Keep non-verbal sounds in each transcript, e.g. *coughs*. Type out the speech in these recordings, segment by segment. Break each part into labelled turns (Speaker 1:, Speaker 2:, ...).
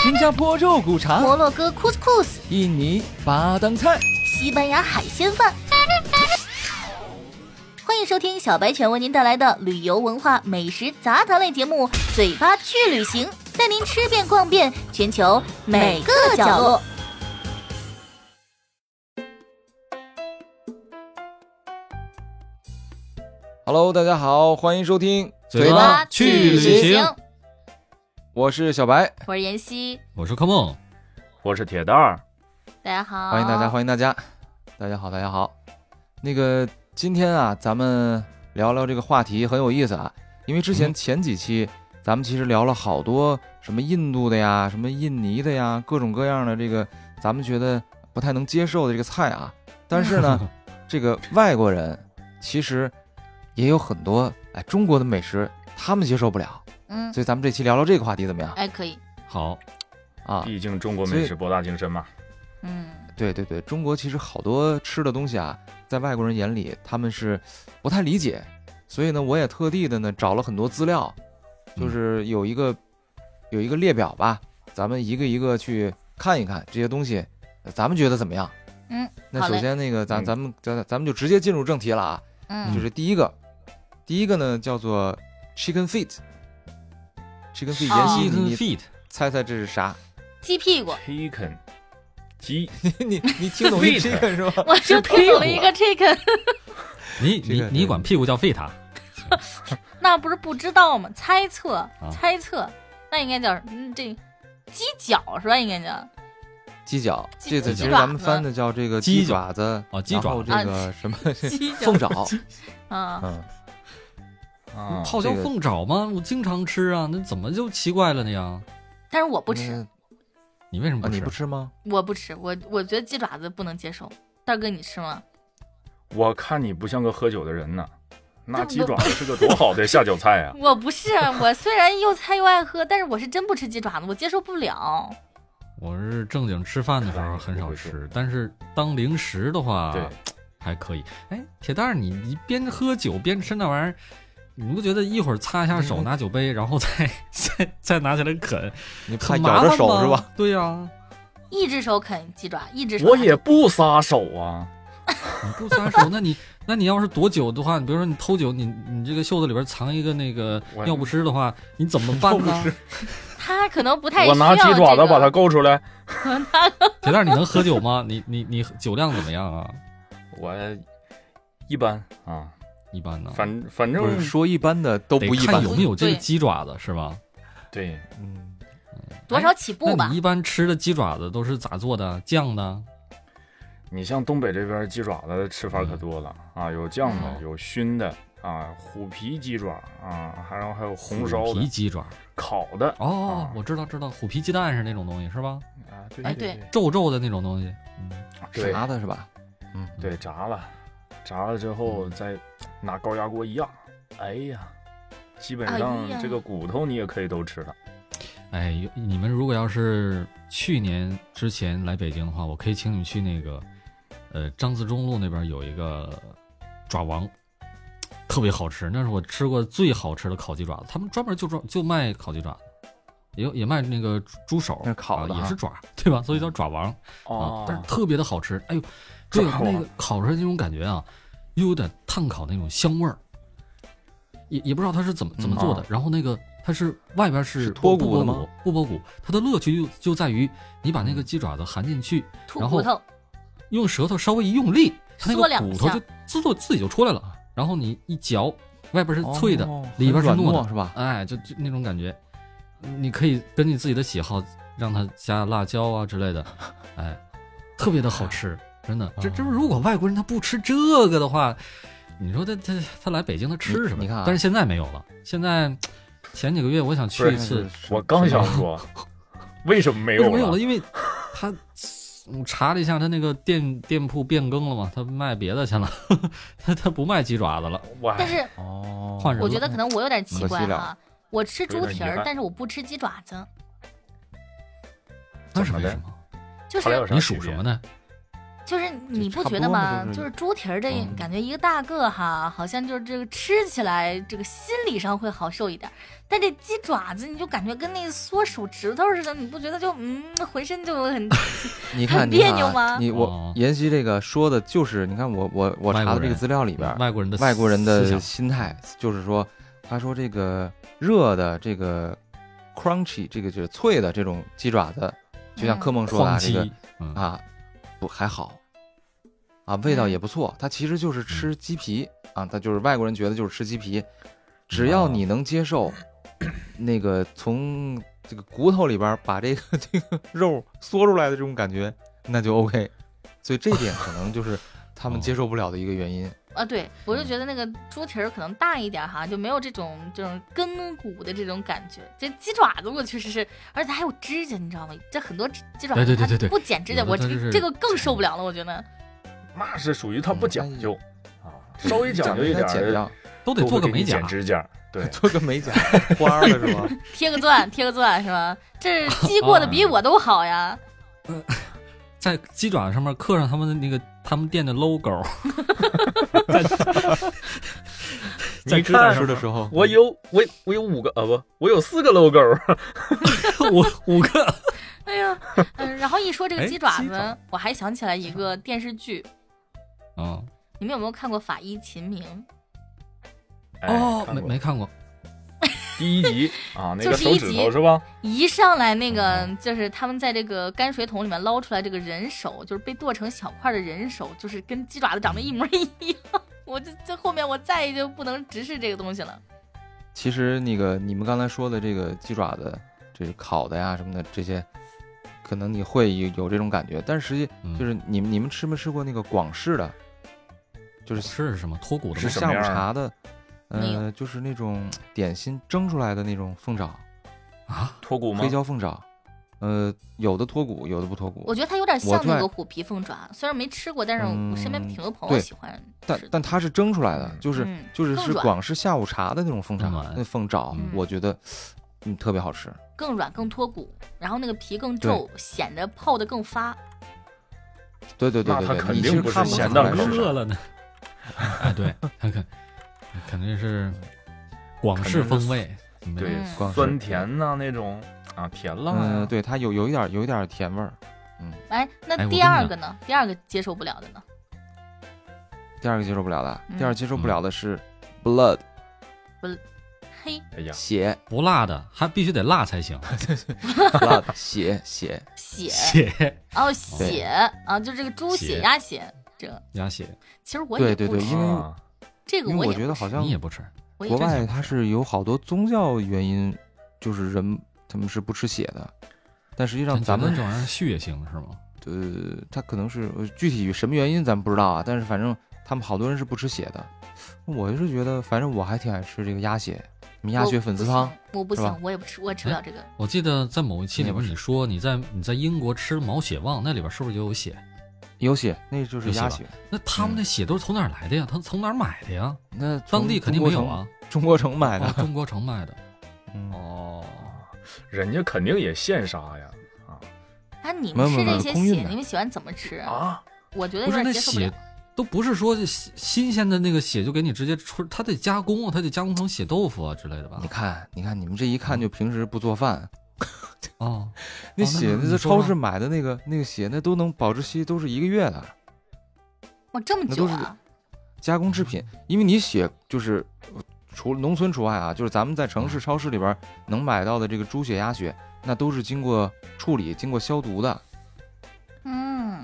Speaker 1: 新加坡肉骨茶、
Speaker 2: 摩洛哥 couscous、
Speaker 1: 印尼巴当菜、
Speaker 2: 西班牙海鲜饭。欢迎收听小白犬为您带来的旅游文化美食杂谈类节目《嘴巴去旅行》，带您吃遍逛遍全球每个角落。
Speaker 1: Hello，大家好，欢迎收听
Speaker 3: 嘴巴去旅行，
Speaker 1: 我是小白，
Speaker 2: 我是妍希，
Speaker 3: 我是柯梦，
Speaker 4: 我是铁蛋儿。
Speaker 2: 大家好，
Speaker 1: 欢迎大家，欢迎大家，大家好，大家好。那个今天啊，咱们聊聊这个话题很有意思啊，因为之前
Speaker 3: 嗯
Speaker 1: 前几期咱们其实聊了好多什么印度的呀，什么印尼的呀，各种各样的这个咱们觉得不太能接受的这个菜啊，但是呢。这个外国人其实也有很多哎中国的美食他们接受不了，
Speaker 2: 嗯，
Speaker 1: 所以咱们这期聊聊这个话题怎么样
Speaker 2: 哎，可以，
Speaker 3: 好，
Speaker 1: 啊？
Speaker 4: 毕竟中国
Speaker 1: 所以
Speaker 4: 美食博大精深嘛。
Speaker 2: 嗯，
Speaker 1: 对对对，中国其实好多吃的东西啊，在外国人眼里他们是不太理解，所以呢，我也特地的呢找了很多资料，
Speaker 4: 嗯
Speaker 1: 就是有一个有一个列表吧，咱们一个一个去看一看这些东西，呃咱们觉得怎么样？
Speaker 2: 嗯，
Speaker 1: 那
Speaker 2: 好
Speaker 1: 首
Speaker 2: 嘞
Speaker 1: 先那个咱
Speaker 4: 嗯
Speaker 1: 咱们咱咱们就直接进入正题了啊。
Speaker 2: 嗯，
Speaker 1: 就是第一个，第一个呢叫做 chicken feet，chicken
Speaker 2: 哦
Speaker 1: feet，妍希、
Speaker 3: Chicken
Speaker 1: 啊你你
Speaker 3: feet，
Speaker 1: 猜猜这是啥？ *laughs*
Speaker 2: 鸡屁股，
Speaker 4: Chicken，鸡
Speaker 1: 你你听懂
Speaker 4: Feet
Speaker 1: chicken 是吧？
Speaker 2: 我就听懂了一个 chicken，
Speaker 3: 你
Speaker 1: 这
Speaker 3: 你
Speaker 1: 个
Speaker 3: 你管屁股叫 feet 啊？
Speaker 2: 那不是不知道吗？猜测，
Speaker 4: 啊
Speaker 2: 猜测，那应该叫嗯这鸡脚是吧？应该叫
Speaker 1: 鸡脚，
Speaker 2: 鸡
Speaker 1: 这次其
Speaker 2: 鸡
Speaker 1: 实
Speaker 2: 爪
Speaker 1: 咱们
Speaker 2: 子
Speaker 1: 翻的叫这个
Speaker 3: 鸡
Speaker 1: 鸡
Speaker 3: 脚
Speaker 1: 爪子，
Speaker 3: 哦鸡
Speaker 1: 然
Speaker 3: 爪
Speaker 1: 后这
Speaker 2: 啊
Speaker 1: 个什么
Speaker 2: *laughs* 鸡脚
Speaker 1: *laughs* 凤爪，
Speaker 2: 啊，
Speaker 1: 嗯，
Speaker 4: 啊，
Speaker 3: 泡椒
Speaker 1: 这个
Speaker 3: 凤爪吗？我经常吃啊，那怎么就奇怪了呢呀？
Speaker 2: 但是我不
Speaker 4: 嗯
Speaker 2: 吃，
Speaker 1: 那
Speaker 3: 你为什么
Speaker 1: 嗯啊
Speaker 3: 不
Speaker 1: 你
Speaker 3: 吃
Speaker 1: 不？吃吗？
Speaker 2: 我不吃，我我觉得鸡爪子不能接受。大哥，你吃吗？
Speaker 4: 我看你不像个喝酒的人呢。那
Speaker 2: 这
Speaker 4: 鸡爪子是个多好的 *laughs* 下酒菜啊！
Speaker 2: 我不是， *laughs* 我虽然又菜又爱喝，但是我是真不吃鸡爪子，我接受不了。
Speaker 3: 我是正经吃饭的时候很少吃，但是当零食的话，
Speaker 4: 对，
Speaker 3: 还可以。哎，铁蛋儿，你你边喝酒边吃那玩意儿，你不觉得一会儿擦一下手
Speaker 1: 嗯
Speaker 3: 拿酒杯，然后再 *laughs* 再再拿起来啃，
Speaker 1: 你怕
Speaker 3: 很麻
Speaker 1: 咬着
Speaker 3: 烦
Speaker 1: 手
Speaker 3: 吗
Speaker 1: 是
Speaker 3: *laughs*
Speaker 1: 吧？？
Speaker 3: 对呀、
Speaker 2: 一只手啃鸡爪，一只手
Speaker 4: 我也不撒手啊，
Speaker 3: 你不撒手，那你那你要是躲酒的话，你比如说你偷酒，你你这个袖子里边藏一个那个
Speaker 4: 我
Speaker 3: 尿不湿的话，你怎么办呢？
Speaker 2: 他可能不太
Speaker 4: 我拿
Speaker 2: 需要
Speaker 4: 鸡爪
Speaker 2: 这
Speaker 4: 子
Speaker 2: 个
Speaker 4: 把它勾出来。
Speaker 3: 铁蛋儿，你能喝酒吗？你你你酒量怎么样啊？
Speaker 4: 我一般啊，
Speaker 3: 一般呢，
Speaker 4: 反反
Speaker 1: 不
Speaker 4: 正
Speaker 1: 是说一般的都
Speaker 3: 嗯得
Speaker 1: 不一
Speaker 3: 看
Speaker 1: 般，
Speaker 3: 有没有这个
Speaker 2: 对
Speaker 3: 鸡爪子是吧？
Speaker 4: 对，
Speaker 1: 嗯，
Speaker 2: 多少起步
Speaker 4: 哎
Speaker 3: 那
Speaker 2: 吧
Speaker 3: 你一。般吃的鸡爪子都是咋做的？酱的？
Speaker 4: 你像东北这边鸡爪子吃法可多了啊，有酱的，
Speaker 3: 嗯
Speaker 4: 有熏的啊，虎皮鸡爪啊，还然后还有红烧
Speaker 3: 虎
Speaker 4: 的
Speaker 3: 皮、鸡爪。
Speaker 4: 烤的
Speaker 3: 哦
Speaker 4: 啊，
Speaker 3: 我知道知道，虎皮鸡蛋是那种东西是吧？
Speaker 4: 啊，对
Speaker 2: 哎
Speaker 4: 对
Speaker 3: 皱皱的那种东西。嗯
Speaker 4: 对
Speaker 1: 炸的是吧？嗯，
Speaker 4: 对，炸了，炸了之
Speaker 3: 嗯
Speaker 4: 后再拿高压锅一压，哎呀，基本
Speaker 2: 哎
Speaker 4: 上
Speaker 2: 呀
Speaker 4: 这个骨头你也可以都吃了。
Speaker 3: 哎，有你们如果要是去年之前来北京的话，我可以请你们去那个，呃，张自忠路那边有一个爪王，特别好吃，那是我吃过最好吃的烤鸡爪子。他们专门就专就卖烤鸡爪子，也有也卖那个猪猪手，
Speaker 1: 那是烤的
Speaker 3: 啊
Speaker 1: 哈
Speaker 3: 也是爪，对吧？所以叫爪王
Speaker 4: 哦
Speaker 3: 啊，但是特别的好吃。哎呦，对，
Speaker 4: 爪王
Speaker 3: 那个烤出来那种感觉啊，又有点炭烤那种香味儿，也也不知道它是怎么怎么做的。
Speaker 4: 嗯啊
Speaker 3: 然后那个它是外边是
Speaker 1: 是脱
Speaker 3: 不
Speaker 1: 骨的
Speaker 3: 不
Speaker 1: 吗
Speaker 3: 剥骨，不剥骨，它的乐趣就就在于你把那个鸡爪子含进去，
Speaker 2: 吐
Speaker 3: 然
Speaker 2: 骨
Speaker 3: 后
Speaker 2: 头，
Speaker 4: 哎
Speaker 3: 用舌头稍微一用力，它那
Speaker 2: 缩
Speaker 3: 个
Speaker 2: 两
Speaker 3: 骨头
Speaker 2: 下
Speaker 3: 就自动自己就出来了。啊然后你一嚼，外边是
Speaker 1: 哦
Speaker 3: 脆的，
Speaker 1: 很
Speaker 3: 里边是
Speaker 1: 软
Speaker 3: 糯的
Speaker 1: 糯是吧？
Speaker 3: 哎，就就那种感觉，你可以根据自己的喜好让它加辣椒啊之类的，哎，特别的好吃，真
Speaker 1: 啊
Speaker 3: 的。这这不如果外国人他不吃这个的话，你说他他他来北京他吃什么？
Speaker 1: 你看啊
Speaker 3: 但是现在没有了，现在前几个月我想去一次，哦
Speaker 4: 我刚想说，为什么没
Speaker 3: 为什
Speaker 4: 有
Speaker 3: 么有了？
Speaker 4: 了？
Speaker 3: 因为他我查了一下，他那个店店铺变更了嘛，他卖别的去了，他他不卖鸡爪子了，
Speaker 4: 我
Speaker 2: 但是
Speaker 1: 哦，
Speaker 3: 换人了。
Speaker 2: 我觉得可能我有点奇怪
Speaker 1: 可惜
Speaker 2: 哈
Speaker 1: 了。
Speaker 2: 我吃猪
Speaker 4: 有
Speaker 2: 蹄
Speaker 4: 点遗
Speaker 2: 儿
Speaker 4: 憾，
Speaker 2: 但是我不吃鸡爪子，
Speaker 3: 那是为
Speaker 4: 怎么的
Speaker 3: 什么？
Speaker 2: 就
Speaker 4: 后来有
Speaker 2: 是
Speaker 4: 啥
Speaker 3: 你
Speaker 4: 区
Speaker 3: 属
Speaker 4: 别
Speaker 3: 什么呢？
Speaker 2: 就是你不觉
Speaker 1: 差不
Speaker 2: 得
Speaker 1: 多
Speaker 2: 吗
Speaker 1: 嘛？就是
Speaker 2: 就是猪蹄儿这
Speaker 1: 嗯
Speaker 2: 感觉一个大个哈，好像就是这个吃起来这个心理上会好受一点儿，但这鸡爪子你就感觉跟那缩手指头似的，你不觉得就嗯浑身就很
Speaker 1: 你看，
Speaker 2: 很
Speaker 1: 你看
Speaker 2: 别扭
Speaker 1: 啊
Speaker 2: 吗
Speaker 1: 你我
Speaker 3: 哦
Speaker 1: 妍希这个说的就是，你看我我我
Speaker 3: 外
Speaker 1: 查的
Speaker 3: 国
Speaker 1: 这个
Speaker 3: 人
Speaker 1: 资料里边，
Speaker 3: 外国人的
Speaker 1: 外国人的
Speaker 3: 思想
Speaker 1: 心态就是说，他说这个热的这个 crunchy 这个就是脆的这种鸡爪子，就像
Speaker 2: 嗯
Speaker 1: 柯梦说的、
Speaker 3: 哐
Speaker 1: 啊、这个
Speaker 3: 叽，嗯
Speaker 1: 啊，不还好啊，味道也不错。它其实就是
Speaker 3: 嗯
Speaker 1: 吃鸡皮啊，它就是外国人觉得就是吃鸡皮，只要你能接
Speaker 3: *clears throat*
Speaker 1: 受那个从这个骨头里边把这个 *laughs* 这个肉缩出来的这种感觉，那就 OK。所以这点可能就是他
Speaker 3: 哦
Speaker 1: 们接受不了的一个原因。
Speaker 2: 啊，对我就觉得那个猪蹄儿可能大一点哈，就没有这种这种根骨的这种感觉。这鸡爪子我确实是，而且它还有指甲，你知道吗？这很多指鸡爪
Speaker 3: 对
Speaker 2: 子
Speaker 3: 对
Speaker 2: 它
Speaker 3: 对对对
Speaker 2: 不剪指甲，
Speaker 3: 有的
Speaker 2: 我
Speaker 3: 它
Speaker 2: 这
Speaker 3: 就是
Speaker 2: 个这个更受不了了，我觉得。
Speaker 4: 那是属于他不
Speaker 1: 嗯
Speaker 4: 讲
Speaker 1: 哎
Speaker 4: 究啊，稍微讲究一
Speaker 1: 点
Speaker 4: 点
Speaker 1: 儿剪 *laughs*
Speaker 4: 儿，
Speaker 1: 掉，，
Speaker 3: 都得
Speaker 4: 都
Speaker 3: 做
Speaker 4: 会
Speaker 3: 个
Speaker 4: 给你
Speaker 3: 美甲
Speaker 4: 剪，指甲，对
Speaker 1: 做个美甲，花了是
Speaker 4: *laughs*
Speaker 1: 吧？
Speaker 2: 贴个钻，贴个钻是吧？这鸡过得比我都好呀！
Speaker 3: 在鸡爪上面刻上他们的那个他们店的 logo，在在
Speaker 4: 你
Speaker 3: 指甲
Speaker 4: 看
Speaker 1: 吃的时候，
Speaker 4: 我有我我有五个呃不，我有四个 logo，
Speaker 3: 五五个，
Speaker 2: *laughs* 哎
Speaker 1: *laughs*
Speaker 2: 呀，嗯，然后一说这个
Speaker 3: 哎
Speaker 2: 鸡爪
Speaker 3: 鸡
Speaker 2: 子
Speaker 3: 爪，
Speaker 2: 我还想起来一个电视剧，
Speaker 3: 嗯
Speaker 2: 你们有没有看过《法医秦明》？
Speaker 4: 哎
Speaker 3: 哦，
Speaker 4: 看
Speaker 3: 没
Speaker 4: 过
Speaker 3: 没看过，
Speaker 4: 第
Speaker 2: *laughs*
Speaker 4: 一集啊，那
Speaker 2: 就
Speaker 4: 个
Speaker 2: 是
Speaker 4: 手
Speaker 2: 一
Speaker 4: 指
Speaker 2: 集
Speaker 4: 头是吧？
Speaker 2: 一上来那个
Speaker 1: 嗯
Speaker 2: 就是他们在这个泔水桶里面捞出来这个人手，就是被剁成小块的人手，就是跟鸡爪子长得一模一样。 *laughs* 我这这后面我再也就不能直视这个东西了。
Speaker 1: 其实那个你们刚才说的这个鸡爪子，这个烤的呀什么的这些，可能你会有有这种感觉，但实际
Speaker 3: 嗯
Speaker 1: 就是你们你们吃没吃过那个广式的，就是
Speaker 3: 是什么脱骨的
Speaker 1: 是
Speaker 3: 吗？
Speaker 4: 什
Speaker 1: 下
Speaker 4: 么
Speaker 1: 午
Speaker 4: 样儿啊
Speaker 1: 茶的，
Speaker 2: 没
Speaker 1: 呃，就是那种点心蒸出来的那种凤爪，
Speaker 3: 啊？
Speaker 4: 脱骨吗
Speaker 1: 黑？椒凤爪，呃，有的脱骨，有的不脱骨
Speaker 2: 我，觉得它有点
Speaker 1: 我
Speaker 2: 像
Speaker 1: 最
Speaker 2: 那
Speaker 1: 爱
Speaker 2: 个虎皮凤爪，虽然没吃过，但是我身边
Speaker 1: 嗯
Speaker 2: 挺多朋友
Speaker 1: 对
Speaker 2: 喜欢
Speaker 1: 但
Speaker 2: 吃的。
Speaker 1: 但它是蒸出来的，就是
Speaker 2: 嗯
Speaker 1: 就是
Speaker 2: 更
Speaker 1: 是
Speaker 2: 软
Speaker 1: 广式下午茶的那种凤爪
Speaker 3: 更软，
Speaker 1: 那凤爪
Speaker 2: 嗯，
Speaker 1: 我觉得嗯特别好吃。
Speaker 2: 更软、更脱骨，然后那个皮更
Speaker 1: 对
Speaker 2: 皱，显得泡得更发。
Speaker 1: 对对对
Speaker 4: 那它
Speaker 1: 对对，
Speaker 4: 肯
Speaker 1: 你
Speaker 4: 定
Speaker 1: 其实
Speaker 4: 不是
Speaker 1: 看不
Speaker 4: 咸
Speaker 1: 出
Speaker 4: 的
Speaker 1: 来
Speaker 4: 口
Speaker 1: 是
Speaker 2: 嗯
Speaker 1: 啥
Speaker 4: 感
Speaker 3: 饿了呢？哎，对，他肯肯定是广式风味，没
Speaker 4: 对
Speaker 2: 嗯，
Speaker 1: 光是
Speaker 4: 酸甜呐那种啊，甜辣
Speaker 1: 嗯，
Speaker 4: 呀。
Speaker 1: 对，它有有一点儿有一点儿甜味儿。
Speaker 2: 哎，
Speaker 3: 哎
Speaker 2: 那
Speaker 3: 我
Speaker 2: 第
Speaker 3: 跟你
Speaker 2: 二
Speaker 3: 讲
Speaker 2: 个呢？第二个接受不了的呢？
Speaker 1: 第二个接受不了的，
Speaker 2: 嗯
Speaker 1: 第二接受不了的是 blood
Speaker 2: 嘿，
Speaker 4: 哎呀，
Speaker 1: 血
Speaker 2: *laughs*
Speaker 3: 不辣的，还必须得辣才行。
Speaker 1: blood 血血，
Speaker 2: 血
Speaker 3: 血
Speaker 2: 哦，血啊，就这个猪血、
Speaker 3: 血
Speaker 2: 鸭血，这个
Speaker 3: 加血，
Speaker 2: 其实我
Speaker 1: 对
Speaker 2: 也
Speaker 1: 对
Speaker 2: 不
Speaker 1: 对
Speaker 2: 吃
Speaker 1: 因为
Speaker 4: 啊
Speaker 2: 这个
Speaker 1: 因为
Speaker 2: 也
Speaker 1: 我
Speaker 2: 不
Speaker 1: 觉得好像
Speaker 3: 你也不吃，
Speaker 2: 我也
Speaker 1: 国
Speaker 2: 不吃
Speaker 1: 外它是有好多宗教原因，就是人他们是不吃血的，但实际上咱们
Speaker 3: 这玩意儿血腥是吗？
Speaker 1: 呃，他可能是呃具体什么原因咱们不知道啊，但是反正他们好多人是不吃血的。我是觉得，反正我还挺爱吃这个鸭血，什么鸭血粉丝
Speaker 3: 哦
Speaker 1: 汤，，
Speaker 2: 我不
Speaker 1: 是
Speaker 2: 行
Speaker 1: 吧
Speaker 2: 我
Speaker 1: 哎
Speaker 2: 不行，我也不吃，我也吃不了这个。
Speaker 3: 我记得在某一期里
Speaker 1: 你也
Speaker 3: 边
Speaker 1: 不
Speaker 3: 你说你在你在英国吃毛血旺，那里边是不是就有血？
Speaker 1: 有血，那就是
Speaker 3: 有血
Speaker 1: 鸭
Speaker 3: 吧
Speaker 1: 血。
Speaker 3: 那他们的血都是从哪儿来的呀？他从哪儿买的呀？
Speaker 1: 那
Speaker 3: 当地
Speaker 1: 从
Speaker 3: 肯定
Speaker 1: 中
Speaker 3: 没
Speaker 1: 国
Speaker 3: 有
Speaker 1: 城
Speaker 3: 啊，
Speaker 1: 中国城哎买
Speaker 3: 哦
Speaker 1: 的。
Speaker 3: 中国城卖的。
Speaker 1: 嗯
Speaker 3: 哦，
Speaker 4: 人家肯定也现杀呀
Speaker 2: 啊，你
Speaker 1: 没
Speaker 2: 们
Speaker 1: 有
Speaker 2: 吃
Speaker 1: 没有
Speaker 2: 这些
Speaker 1: 空运
Speaker 2: 血，
Speaker 1: 的
Speaker 2: 你们喜欢怎么吃？
Speaker 4: 啊！
Speaker 2: 我觉得
Speaker 3: 不
Speaker 2: 有
Speaker 3: 是
Speaker 2: 点
Speaker 3: 那
Speaker 2: 接受不了
Speaker 3: 血。都不是说新新鲜的那个血就给你直接出，它得加工啊，它得加工成血豆腐啊之类的吧
Speaker 1: 你？看，你看，你们这一看就平时不做饭，
Speaker 3: 哦，
Speaker 1: 那
Speaker 3: 哦那
Speaker 1: 血
Speaker 3: 你
Speaker 1: 那在
Speaker 3: 你说
Speaker 1: 超
Speaker 3: 吧
Speaker 1: 市买的那个那个血，那都能保质期都是一个月的
Speaker 2: 哇，这么
Speaker 1: 那
Speaker 2: 久
Speaker 1: 都是
Speaker 2: 啊？
Speaker 1: 加工制品，因为你血就是呃除了农村除外啊，就是咱们在城市超市里边能买到的这个猪血、鸭血，那都是经过处理、经过消毒的
Speaker 2: 嗯，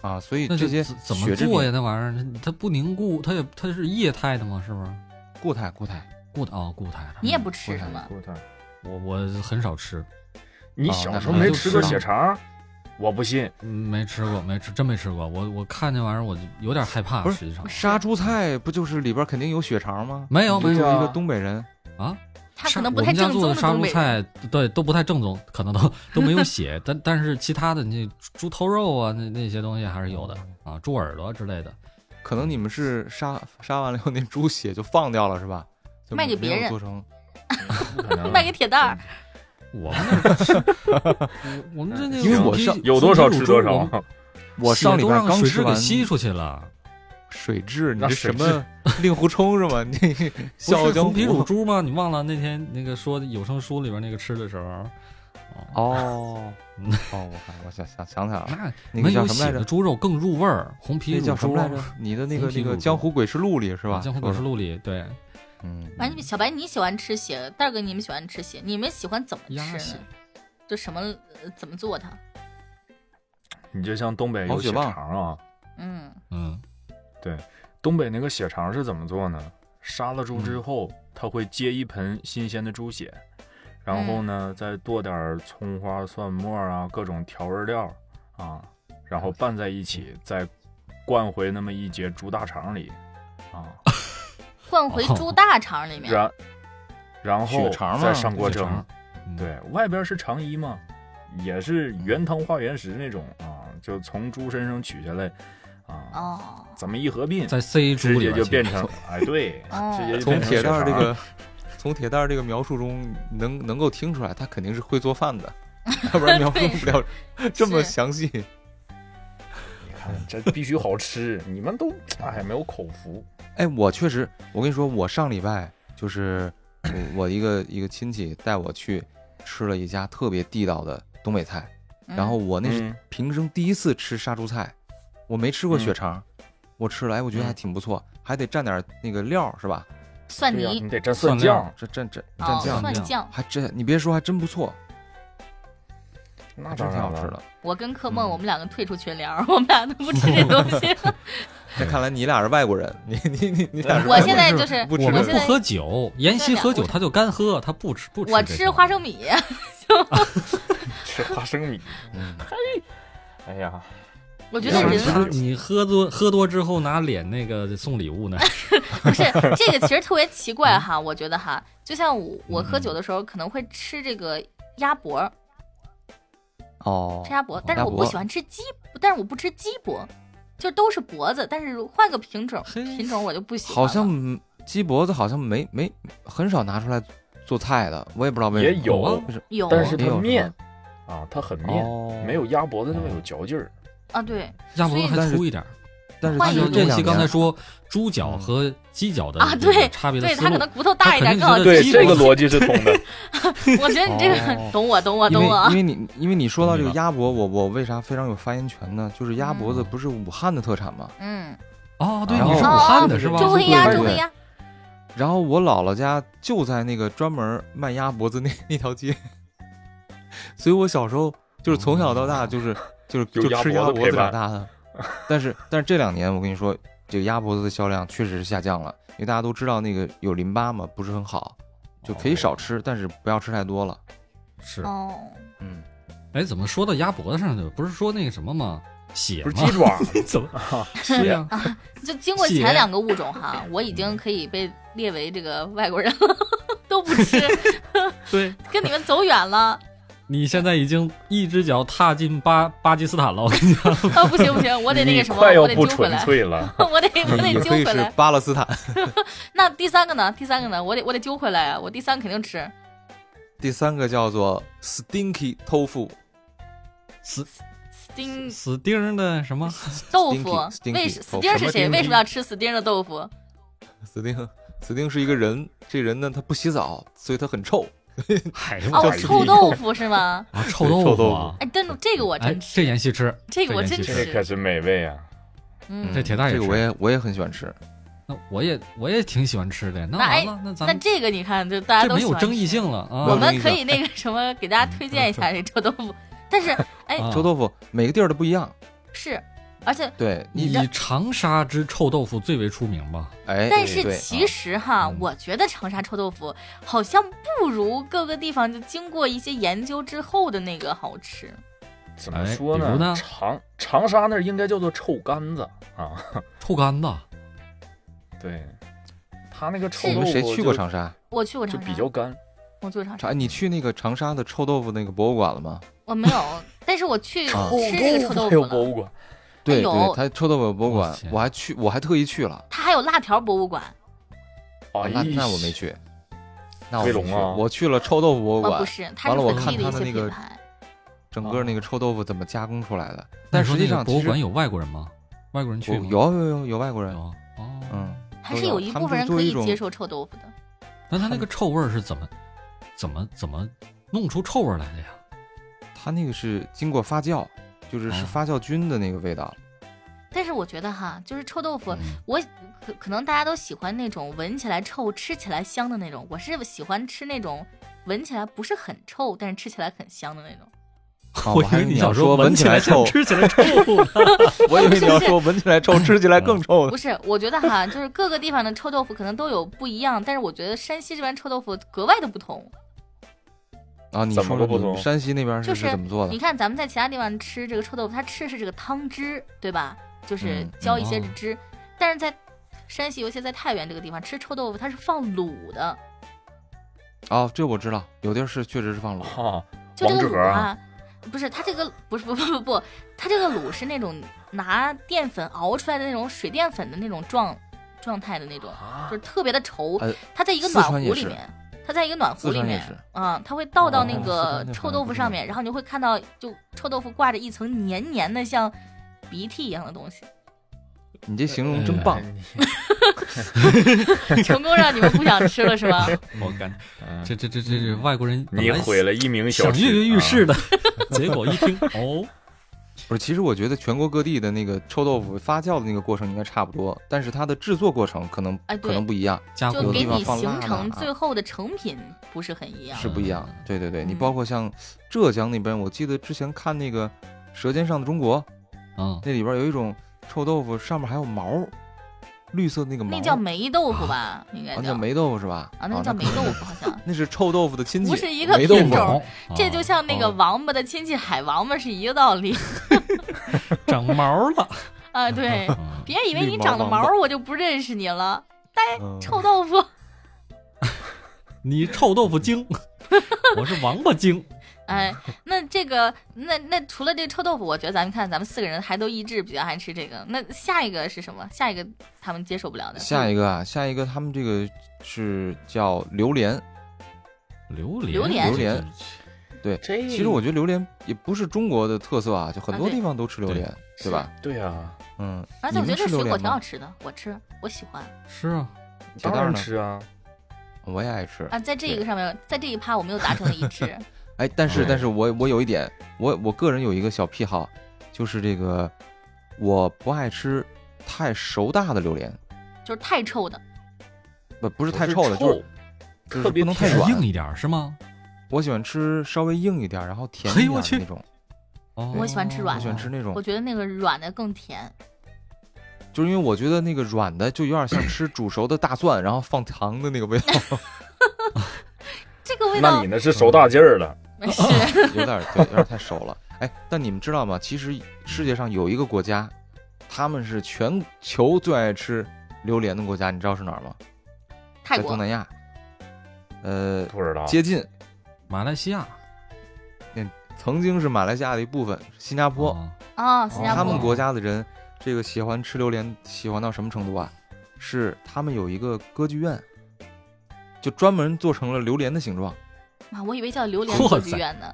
Speaker 1: 啊，所以
Speaker 3: 那
Speaker 1: 这
Speaker 3: 就
Speaker 1: 些
Speaker 3: 怎怎么
Speaker 1: 血制
Speaker 3: 做呀？
Speaker 1: 品
Speaker 3: 那玩意儿它它不凝固，它也它是液态的吗？是不是？
Speaker 1: 固态固态，
Speaker 3: 固态哦，固态的。
Speaker 2: 你也不吃
Speaker 1: 我
Speaker 2: 是
Speaker 1: 想
Speaker 2: 吗？
Speaker 4: 我操
Speaker 3: 我我很少吃，
Speaker 4: 你
Speaker 1: 哦
Speaker 4: 小
Speaker 1: 那
Speaker 4: 时候
Speaker 1: 那
Speaker 4: 没
Speaker 1: 就是
Speaker 4: 吃过
Speaker 1: 了
Speaker 4: 血肠？我不信，
Speaker 3: 嗯没吃过，没吃，真没吃过。我我看那玩意儿，我就有点害怕
Speaker 1: 不。是
Speaker 3: 实际上
Speaker 1: 杀猪菜不就是里边肯定有血肠吗？
Speaker 3: 没有
Speaker 1: 你作
Speaker 3: 没
Speaker 1: 为
Speaker 3: 有
Speaker 1: 一个
Speaker 4: 啊
Speaker 1: 东北人，
Speaker 3: 啊，
Speaker 2: 他
Speaker 3: 杀
Speaker 2: 可能不
Speaker 3: 我
Speaker 2: 太
Speaker 3: 们家
Speaker 2: 正宗
Speaker 3: 做的
Speaker 2: 的
Speaker 3: 杀
Speaker 2: 东
Speaker 3: 猪
Speaker 2: 北人。
Speaker 3: 菜，对，都不太正宗，可能都都没有血，但但是其他的那猪头肉啊，那那些东西还是有的
Speaker 1: 嗯
Speaker 3: 啊，猪耳朵之类的。
Speaker 1: 可能你们是杀杀完了以后那猪血就放掉了是吧？就
Speaker 2: 卖给
Speaker 1: 没
Speaker 2: 别
Speaker 1: 有
Speaker 2: 人
Speaker 1: 做成
Speaker 4: 不可
Speaker 2: *laughs*
Speaker 4: 能
Speaker 2: 卖给铁蛋儿，
Speaker 1: *laughs*
Speaker 3: 我们那我我们这那个
Speaker 1: 嗯因为我
Speaker 3: 猪蹄
Speaker 1: 上
Speaker 4: 有多少吃
Speaker 3: 猪蹄乳
Speaker 4: 多。少
Speaker 3: 猪我们。
Speaker 1: 啊我上礼
Speaker 3: 血都
Speaker 1: 拜
Speaker 3: 让
Speaker 1: 刚
Speaker 3: 水
Speaker 1: 吃
Speaker 3: 蛭给
Speaker 1: 完
Speaker 3: 吸出去了，
Speaker 1: 水蛭，你
Speaker 4: 那
Speaker 1: 这
Speaker 4: 水
Speaker 1: 什么
Speaker 3: *laughs*
Speaker 1: 令狐冲是吧？你这
Speaker 3: 不
Speaker 1: 笑傲
Speaker 3: 是
Speaker 1: 江
Speaker 3: 红皮乳
Speaker 1: 湖
Speaker 3: 猪吗？你忘了那天那个说有声书里边那个吃的时候，
Speaker 1: 啊
Speaker 3: 哦，
Speaker 1: 哦哦，我看我想想想起来了，
Speaker 3: 那
Speaker 1: 那个
Speaker 3: 没
Speaker 1: 叫
Speaker 3: 有
Speaker 1: 什么来
Speaker 3: 血的
Speaker 1: 着？
Speaker 3: 猪肉更入味儿，红皮
Speaker 1: 那
Speaker 3: 乳
Speaker 1: 叫什
Speaker 3: 猪
Speaker 1: 么来着？你的那个
Speaker 3: 红皮
Speaker 1: 那个
Speaker 3: 乳
Speaker 1: 《
Speaker 3: 猪
Speaker 1: 江湖鬼事录》里是吧？
Speaker 3: 江湖
Speaker 1: 说
Speaker 3: 鬼
Speaker 1: 是
Speaker 3: 事录》里对
Speaker 1: 嗯，
Speaker 2: 哎完，你们小白你喜欢吃血，蛋儿哥你们喜欢吃血，你们喜欢怎么
Speaker 3: 鸭
Speaker 2: 吃
Speaker 3: 血
Speaker 2: 呢？就什么、呃怎么做它？
Speaker 4: *laughs* 你就像东北
Speaker 1: 毛
Speaker 4: 有
Speaker 1: 血
Speaker 4: 血
Speaker 1: 旺
Speaker 4: 肠啊，
Speaker 2: 嗯，
Speaker 3: 嗯
Speaker 4: 东北那个血肠是怎么做呢？杀了猪之
Speaker 3: 嗯
Speaker 4: 后，他会接一盆新鲜的猪血，然后呢，再剁点儿葱花、蒜末啊，各种调味料啊，然后拌在一起，再灌回那么一节猪大肠里啊，
Speaker 2: 灌回猪大肠里面。
Speaker 4: 然然
Speaker 1: 血
Speaker 4: 后
Speaker 1: 肠嘛
Speaker 4: 再上锅
Speaker 3: 血
Speaker 4: 蒸。
Speaker 3: 肠嗯
Speaker 4: 对外边是肠衣嘛，也是
Speaker 1: 嗯
Speaker 4: 原汤化原食那种啊，就从猪身上取下来啊，
Speaker 2: 哦，
Speaker 4: 咱们一合并，
Speaker 3: 再塞
Speaker 4: 直
Speaker 3: 猪里
Speaker 4: 接
Speaker 3: 边
Speaker 4: 就
Speaker 3: 去
Speaker 4: 变成哎对，
Speaker 2: 哦
Speaker 4: 直接就
Speaker 1: 从
Speaker 4: 变成
Speaker 1: 铁
Speaker 4: 血
Speaker 1: 蛋儿这啊
Speaker 4: 肠
Speaker 1: 个， *laughs* 从铁蛋儿这个描述中能能够听出来，他肯定是会做饭 *laughs* 的，要不然描述不 *laughs* 了这么
Speaker 2: 是
Speaker 1: 详细。
Speaker 4: 你看 *laughs* 这必须好吃，你们都哎没有口福，
Speaker 1: 哎，我确实，我跟你说，我上礼拜就是我我一个一个亲戚带我去吃了一家特别地道的东北菜，
Speaker 2: 嗯
Speaker 1: 然后我那是
Speaker 4: 嗯
Speaker 1: 平生第一次吃杀猪菜，我没吃过血肠，我吃了，哎，我觉得还
Speaker 4: 嗯
Speaker 1: 挺不错，还得蘸点那个料儿是吧？
Speaker 2: 蒜
Speaker 4: 对呀，
Speaker 2: 泥
Speaker 4: 你，得蘸
Speaker 3: 蒜
Speaker 4: 蒜
Speaker 3: 料
Speaker 4: 酱，
Speaker 1: 这蘸蘸
Speaker 2: 哦
Speaker 1: 蘸，酱，
Speaker 2: 蒜
Speaker 3: 酱
Speaker 2: 酱。
Speaker 1: 还真你别说，还真不错，
Speaker 4: 那
Speaker 1: 还真
Speaker 4: 当
Speaker 1: 挺
Speaker 4: 然
Speaker 1: 好吃
Speaker 4: 了。
Speaker 1: 的。
Speaker 2: 我跟柯梦，
Speaker 4: 嗯
Speaker 2: 我们两个退出群聊， *laughs* 我们俩都不吃这东西。
Speaker 1: 那看来你俩是外国人， *laughs* 你你你你俩是
Speaker 2: 我
Speaker 1: 外国
Speaker 2: 现
Speaker 1: 人
Speaker 2: 在
Speaker 1: 是
Speaker 2: 就
Speaker 1: 吧
Speaker 2: 是
Speaker 1: 不吃
Speaker 3: 我们
Speaker 1: 这
Speaker 2: 现
Speaker 1: 个
Speaker 3: 不
Speaker 2: 在
Speaker 3: 喝酒，妍希喝酒
Speaker 2: 我
Speaker 3: 他就干喝，他不吃不吃。
Speaker 2: 我吃花生，米，
Speaker 4: 吃花生米，
Speaker 1: 嗯 *laughs*
Speaker 4: 哎呀，
Speaker 2: 我觉
Speaker 4: 米
Speaker 2: 得
Speaker 4: 是
Speaker 2: 人
Speaker 4: 不
Speaker 3: 你你喝多喝多之后拿脸那个送
Speaker 2: *laughs*
Speaker 3: 礼物呢？
Speaker 2: 不是这个，其实特别奇怪哈，我觉得哈，就像我我喝酒的时候可能会吃这个鸭脖，
Speaker 1: 哦
Speaker 2: 吃，鸭脖，但是我
Speaker 1: 鸭
Speaker 2: 不
Speaker 1: 脖
Speaker 2: 喜欢吃鸡，但是我不吃鸡脖，就都是脖子，但是换个品种
Speaker 3: 嘿
Speaker 2: 品种我就不喜欢了。
Speaker 1: 好像鸡脖子好像没没很少拿出来做菜的，我也不知道为什
Speaker 4: 也
Speaker 1: 么。
Speaker 4: 有
Speaker 3: 啊
Speaker 1: 为什么
Speaker 2: 有
Speaker 4: 但是
Speaker 1: 也
Speaker 4: 它
Speaker 1: 有是吧
Speaker 4: 面啊，它很面，
Speaker 1: 哦，
Speaker 4: 没有鸭脖子那么有嚼劲儿。
Speaker 2: 啊，对
Speaker 3: 鸭脖子还粗一点。
Speaker 1: 但是
Speaker 2: 换
Speaker 1: 其
Speaker 2: 一
Speaker 1: 实
Speaker 2: 个
Speaker 1: 这
Speaker 3: 燕
Speaker 1: 两
Speaker 3: 希
Speaker 1: 年
Speaker 3: 刚才说猪脚和鸡脚的
Speaker 2: 啊
Speaker 3: 这个
Speaker 2: 对
Speaker 3: 差别的
Speaker 2: 对，
Speaker 3: 思
Speaker 2: 它可
Speaker 3: 路
Speaker 2: 能，骨头大一点更
Speaker 3: 他
Speaker 2: 好
Speaker 3: 肯定觉得
Speaker 2: 吃
Speaker 3: 对。这个
Speaker 4: 逻辑是通的。
Speaker 2: *laughs* 我觉得你这
Speaker 1: 哦
Speaker 2: 个懂我懂我
Speaker 1: 因
Speaker 2: 懂
Speaker 1: 为
Speaker 2: 我
Speaker 1: 因为你因为你说到这
Speaker 4: 嗯
Speaker 1: 个
Speaker 3: 明白
Speaker 1: 鸭脖，我我为啥非常有发言权呢？就是鸭脖子
Speaker 3: 嗯
Speaker 1: 不是武汉的特产吗？
Speaker 2: 嗯，
Speaker 3: 哦，对，
Speaker 1: 然
Speaker 3: 你是武
Speaker 2: 后
Speaker 3: 汉的是吧？
Speaker 2: 周黑
Speaker 1: 对
Speaker 2: 鸭
Speaker 1: 对
Speaker 2: 周
Speaker 1: 对
Speaker 2: 黑鸭，
Speaker 1: 然后我姥姥家就在那个专门卖鸭脖子那 *laughs* 那条街，所以我小时候就是从小到大就是就是
Speaker 4: 有
Speaker 1: 就
Speaker 4: 鸭
Speaker 1: 吃
Speaker 4: 脖
Speaker 1: 鸭
Speaker 4: 子
Speaker 1: 脖
Speaker 4: 陪
Speaker 1: 子长
Speaker 4: 伴
Speaker 1: 大的。但是但是这两年我跟你说，这个鸭脖子的销量确实是下降了，因为大家都知道那个有淋巴嘛，不是很好，就可以少吃，但是不要吃太多了。
Speaker 3: 是。
Speaker 2: 哦，
Speaker 1: 嗯，
Speaker 3: 哎，怎么说到鸭脖子上去了？不是说那个什么吗？血
Speaker 4: 不是
Speaker 3: 吗？
Speaker 4: 鸡爪吗
Speaker 3: 怎么
Speaker 4: 啊，
Speaker 3: 是呀？
Speaker 2: 就经过
Speaker 3: 蟹
Speaker 2: 前两个物种哈，我已经可以被列为这个外国人了， *laughs* 都不吃，
Speaker 3: 对
Speaker 2: 跟你们走远了。
Speaker 3: 你现在已经一只脚踏进巴巴基斯
Speaker 2: *laughs*
Speaker 3: 坦了，我跟你讲，
Speaker 2: 啊，不行不行，我得那
Speaker 4: 你
Speaker 2: 个什么，
Speaker 4: 快要
Speaker 2: 我得
Speaker 4: 不
Speaker 2: 揪回
Speaker 4: 纯
Speaker 2: 来，。
Speaker 4: 粹了
Speaker 1: *laughs*
Speaker 2: *laughs* 我得我
Speaker 1: 你
Speaker 2: 得
Speaker 1: 也
Speaker 2: 揪
Speaker 1: 可以
Speaker 2: 回
Speaker 1: 是
Speaker 2: 来。
Speaker 1: 巴勒斯坦。
Speaker 2: 那第三个呢？第三个呢？我得我得揪回来啊！我第三个肯定吃
Speaker 1: 第三个叫做 stinky 豆腐，
Speaker 3: 死
Speaker 2: 丁
Speaker 3: 死钉儿的什么？
Speaker 2: 豆腐
Speaker 1: stinky，
Speaker 2: 为
Speaker 1: stinky 豆腐
Speaker 2: 丁是
Speaker 1: 什
Speaker 2: 谁？
Speaker 1: 么
Speaker 2: 为什么要吃死丁的豆腐？
Speaker 1: 死丁死丁是一个人，这人呢他不洗澡，所以他很臭。
Speaker 3: 嗨，
Speaker 2: 哦，
Speaker 1: 哎叫死
Speaker 2: 臭
Speaker 1: 丁
Speaker 2: 豆腐是吗？
Speaker 3: 啊，臭豆
Speaker 1: 臭豆
Speaker 3: 腐
Speaker 1: 腐
Speaker 3: 啊！
Speaker 2: 哎，但这个我
Speaker 3: 哎，
Speaker 2: 真吃，
Speaker 3: 这妍希吃，
Speaker 2: 这个我真
Speaker 3: 这
Speaker 4: 这
Speaker 3: 个
Speaker 4: 可是美味啊！
Speaker 2: 嗯
Speaker 3: 这，铁蛋儿也啊
Speaker 1: 这个
Speaker 3: 吃
Speaker 1: 我也我也很喜欢吃。
Speaker 3: 那我也我也挺喜欢吃的。
Speaker 2: 那
Speaker 3: 那完
Speaker 2: 哎
Speaker 3: 了，那咱
Speaker 2: 那
Speaker 3: 们
Speaker 2: 这个你看，就大家
Speaker 3: 这
Speaker 2: 都
Speaker 3: 没
Speaker 2: 喜
Speaker 3: 有
Speaker 2: 欢
Speaker 3: 争议
Speaker 2: 吃
Speaker 3: 性。了
Speaker 2: 我
Speaker 3: 啊！
Speaker 2: 们可以那个什么，给大家推荐一下这臭豆腐。 *laughs* 但
Speaker 3: *laughs*
Speaker 2: 是哎，
Speaker 3: 啊
Speaker 1: 臭豆腐每个地儿都不一样，
Speaker 2: 是，而且
Speaker 1: 对你
Speaker 3: 以长沙之臭豆腐最为出名吧？
Speaker 1: 哎，
Speaker 2: 但
Speaker 1: 对啊
Speaker 2: 是
Speaker 1: 对
Speaker 2: 其实哈，
Speaker 3: 嗯
Speaker 2: 我觉得长沙臭豆腐好像不如各个地方就经过一些研究之后的那个好吃。
Speaker 4: 怎么
Speaker 3: 哎
Speaker 4: 说
Speaker 3: 比如呢
Speaker 4: 长长沙那儿应该叫做臭干子啊，
Speaker 3: 臭干子，
Speaker 4: 对，他那个臭
Speaker 1: 你
Speaker 4: 豆
Speaker 1: 们
Speaker 4: 腐
Speaker 1: 谁去过
Speaker 4: 就
Speaker 1: 长沙？
Speaker 2: 我去过
Speaker 4: 就
Speaker 2: 长
Speaker 4: 比
Speaker 2: 沙，
Speaker 4: 较干，
Speaker 2: 我去过长沙，
Speaker 1: 长你去那个长沙的臭豆腐那个博物馆了吗？
Speaker 2: 我没有，但是我去吃
Speaker 1: 啊
Speaker 2: 那个臭豆
Speaker 4: 还有
Speaker 2: 腐
Speaker 4: 博
Speaker 2: 了。
Speaker 4: 物馆，
Speaker 1: 对
Speaker 2: 有
Speaker 1: 对，它臭豆腐博物
Speaker 3: 哇
Speaker 1: 馆
Speaker 3: 塞，
Speaker 1: 我还去，我还特意去了。
Speaker 2: 它还有辣条博物馆，
Speaker 1: 啊
Speaker 4: 哎
Speaker 1: 那那我
Speaker 4: 呀
Speaker 1: 没，去，那我
Speaker 4: 飞
Speaker 1: 没
Speaker 4: 龙
Speaker 1: 去，
Speaker 4: 啊
Speaker 1: 我去了臭豆腐博物
Speaker 2: 哦不
Speaker 1: 馆。
Speaker 2: 是，它
Speaker 1: 完
Speaker 2: 是
Speaker 1: 了我
Speaker 2: 本地
Speaker 1: 看
Speaker 2: 的一
Speaker 1: 它的
Speaker 2: 些
Speaker 1: 那个
Speaker 2: 品牌。
Speaker 1: 整个那个臭豆腐怎么加工出来的。但
Speaker 3: 那哦你说
Speaker 1: 实际
Speaker 3: 那个
Speaker 1: 上，
Speaker 3: 博
Speaker 1: 其
Speaker 3: 物
Speaker 1: 实
Speaker 3: 馆有外国人吗？外国人去
Speaker 1: 有
Speaker 3: 吗？
Speaker 1: 有有有有外国人
Speaker 3: 有，啊，哦，
Speaker 1: 嗯，
Speaker 2: 还是有一部分人可以接受臭豆腐的。
Speaker 3: 那他那个臭味儿是怎么怎么怎么弄出臭味儿来的呀？
Speaker 1: 它那个是经过发酵，就是是
Speaker 3: 哦
Speaker 1: 发酵菌的那个味
Speaker 2: *laughs*
Speaker 1: 道。
Speaker 2: 但是我觉得哈，就是臭豆腐，
Speaker 3: 嗯
Speaker 2: 我可可能大家都喜欢那种闻起来臭、吃起来香的那种，我是喜欢吃那种闻起来不是很臭，但是吃起来很香的那种。
Speaker 1: 啊
Speaker 3: 我
Speaker 1: 我
Speaker 3: 以
Speaker 1: 还以
Speaker 3: 为
Speaker 1: 为
Speaker 3: 你
Speaker 1: 你
Speaker 3: 想
Speaker 1: 要说
Speaker 3: 闻
Speaker 1: 闻起
Speaker 3: 来
Speaker 1: 来臭
Speaker 3: 吃起来臭呢。
Speaker 1: *laughs* 我以为
Speaker 2: 是
Speaker 1: 你
Speaker 2: 不
Speaker 1: 要
Speaker 2: 是
Speaker 1: 说闻起来
Speaker 3: 嗯
Speaker 1: 臭，吃起来更臭呢
Speaker 2: 不。是，我觉得哈，就是各个地方的臭豆腐可能都有不一样，但是我觉得山西这边臭豆腐格外的不同。
Speaker 1: 啊，你
Speaker 4: 怎
Speaker 1: 说
Speaker 4: 么个
Speaker 1: 说
Speaker 4: 不
Speaker 1: 你
Speaker 4: 同
Speaker 1: 们山西那边
Speaker 2: 就是是
Speaker 1: 怎么做的
Speaker 2: 你？看咱们在其他地方吃这个臭豆腐，它吃的是这个汤汁，对吧？就是
Speaker 1: 嗯
Speaker 2: 浇一些
Speaker 3: 哦
Speaker 2: 汁，但是在山西，尤其在太原这个地方吃臭豆腐，它是放卤的，
Speaker 1: 哦，这我知道，有地儿是确实是放卤。
Speaker 4: 哈，
Speaker 2: 就这
Speaker 4: 王
Speaker 2: 个
Speaker 4: 致和
Speaker 2: 卤啊，不是它这个不是不不不不，它这个卤是那种拿淀粉熬出来的那种水淀粉的那种状状态的那种，
Speaker 4: 啊
Speaker 2: 就是特别的稠。
Speaker 1: 呃
Speaker 2: 它在一个
Speaker 1: 四
Speaker 2: 暖
Speaker 1: 川
Speaker 2: 壶
Speaker 1: 也
Speaker 2: 里
Speaker 1: 是
Speaker 2: 面，它在一个暖壶
Speaker 1: 四
Speaker 2: 里
Speaker 1: 川也
Speaker 2: 面
Speaker 1: 是，
Speaker 2: 啊，它会倒到
Speaker 4: 哦
Speaker 2: 那
Speaker 4: 四
Speaker 1: 川
Speaker 2: 个
Speaker 1: 那
Speaker 2: 臭
Speaker 1: 可能
Speaker 2: 豆
Speaker 1: 不
Speaker 2: 腐
Speaker 1: 是
Speaker 2: 上
Speaker 1: 那
Speaker 2: 面，然后你会看到就臭豆腐挂着一层黏黏的像鼻涕一样的
Speaker 1: *laughs*
Speaker 2: 东西，
Speaker 1: 你这形容真棒
Speaker 4: 哎，你
Speaker 2: 成功让你们不想吃了是
Speaker 1: *laughs*
Speaker 2: 吗？
Speaker 3: 我感
Speaker 4: 嗯
Speaker 3: 这这这这这外国人本
Speaker 4: 你
Speaker 3: 来
Speaker 4: 毁了一名小
Speaker 3: 想
Speaker 4: 吃，
Speaker 3: 跃跃欲试
Speaker 4: 啊
Speaker 3: 的， *laughs* 结果一听哦，
Speaker 1: 不是？其实我觉得全国各地的那个臭豆腐发酵的那个过程应该差不多，但是它的制作过程可能
Speaker 2: 哎
Speaker 1: 可
Speaker 2: 对
Speaker 1: 能不一样，
Speaker 3: 加
Speaker 1: 有
Speaker 2: 就
Speaker 1: 的
Speaker 3: 工
Speaker 2: 给
Speaker 1: 地方
Speaker 2: 你
Speaker 1: 放辣
Speaker 2: 形
Speaker 1: 的
Speaker 2: 成
Speaker 1: 啊
Speaker 2: 最后的成品不是很一样。
Speaker 1: 是不一样的。对对对，你
Speaker 2: 嗯
Speaker 1: 包括像浙江那边，我记得之前看那个《舌尖上的中国》，
Speaker 3: 嗯，
Speaker 1: 那里边有一种臭豆腐，上面还有毛儿，绿色的那个毛儿，
Speaker 2: 那叫霉豆腐吧，应该
Speaker 1: 啊，叫霉豆腐是吧？
Speaker 2: 啊，那个叫霉豆腐好像。
Speaker 1: 那是臭豆腐的亲戚，
Speaker 2: 不是一个
Speaker 1: 霉豆
Speaker 2: 品种
Speaker 1: 腐。
Speaker 3: 毛
Speaker 2: 这
Speaker 1: 哦
Speaker 2: 就像那
Speaker 3: 哦
Speaker 2: 个王八的亲戚海王八是一个道理
Speaker 3: 长毛了，
Speaker 2: 啊！
Speaker 1: *laughs*
Speaker 2: 对，
Speaker 3: 嗯
Speaker 2: 别以为
Speaker 1: 绿
Speaker 2: 你
Speaker 1: 毛
Speaker 2: 长了
Speaker 1: 王
Speaker 2: 毛
Speaker 1: 八
Speaker 2: 儿我就不认识你了，
Speaker 1: 嗯
Speaker 2: 臭豆
Speaker 1: *laughs*
Speaker 2: 腐。
Speaker 3: 你臭豆
Speaker 2: *laughs*
Speaker 3: 腐精，我是王八精，
Speaker 2: 哎，那这个，那那除了这臭豆腐，我觉得咱们看咱们四个人还都一致比较爱吃这个。那下一个是什么？下一个他们接受不了的。
Speaker 1: 下一个啊，下一个他们这个是叫榴莲。
Speaker 3: 榴莲
Speaker 2: 榴莲
Speaker 1: 榴莲
Speaker 4: 这
Speaker 1: 其实我觉得榴莲也不是中国的特色啊，就很多
Speaker 2: 啊对
Speaker 1: 地方都吃榴莲，
Speaker 2: 是
Speaker 1: 对吧？
Speaker 4: 对啊，
Speaker 1: 嗯，
Speaker 2: 而且
Speaker 1: 你
Speaker 2: 我觉
Speaker 1: 们
Speaker 2: 得这
Speaker 1: 吃榴
Speaker 2: 水果
Speaker 1: 莲
Speaker 2: 挺好
Speaker 1: 吗？
Speaker 2: 吃的，我吃，我喜欢
Speaker 3: 是啊，
Speaker 1: 铁
Speaker 4: 当
Speaker 1: 蛋儿
Speaker 4: 然
Speaker 1: 呢？
Speaker 4: 吃啊，
Speaker 1: 我也爱吃。
Speaker 2: 啊。在这一
Speaker 1: 对
Speaker 2: 个上面，在这一趴我们又达成了一
Speaker 1: *laughs*
Speaker 2: 致。
Speaker 1: 哎，但是
Speaker 3: 嗯
Speaker 4: 哎
Speaker 1: 但是我我有一点，我我个人有一个小癖好，就是这个我不爱吃太熟大的榴莲，
Speaker 2: 就是太臭的，
Speaker 1: 不不是
Speaker 4: 不
Speaker 1: 太臭的，就是就是
Speaker 4: 特别
Speaker 1: 不能太
Speaker 4: 甜
Speaker 1: 软
Speaker 3: 硬。一点儿是吗？
Speaker 1: 我喜欢吃稍微硬一点，然后甜
Speaker 3: 嘿
Speaker 1: 一点
Speaker 3: 哎我
Speaker 1: 的
Speaker 3: 去
Speaker 1: 那种。
Speaker 3: 哦，
Speaker 2: 我喜欢吃软
Speaker 1: 我喜欢吃那种
Speaker 2: 我，觉得那个软的更甜。
Speaker 1: 就是因为我觉得那个软的就有点像吃煮熟的大蒜，然后放糖的那个味道，
Speaker 2: 这个味
Speaker 4: 那
Speaker 2: 道
Speaker 4: 你那是手大劲儿了，
Speaker 2: 没
Speaker 1: *laughs*
Speaker 2: 事，
Speaker 1: 有点对，有点太熟了。哎，但你们知道吗？其实世界上有一个国家，他们是全球最爱吃榴莲的国家，你知道是哪儿吗？
Speaker 2: 泰
Speaker 1: 在东
Speaker 2: 国
Speaker 1: 南亚，呃，
Speaker 4: 不
Speaker 3: 啊
Speaker 4: 知道。啊
Speaker 1: 接近，
Speaker 3: 马来西亚、
Speaker 1: 曾经是马来西亚的一部分，新加坡，
Speaker 3: 哦
Speaker 2: 啊，新加
Speaker 1: 他
Speaker 2: 坡
Speaker 1: 们国家的人这个喜欢吃榴莲，喜欢到什么程度啊？是他们有一个歌剧院，就专门做成了榴莲的形状。
Speaker 2: 啊，我以为叫榴莲
Speaker 3: 哇
Speaker 2: 歌剧
Speaker 3: 塞
Speaker 2: 院呢。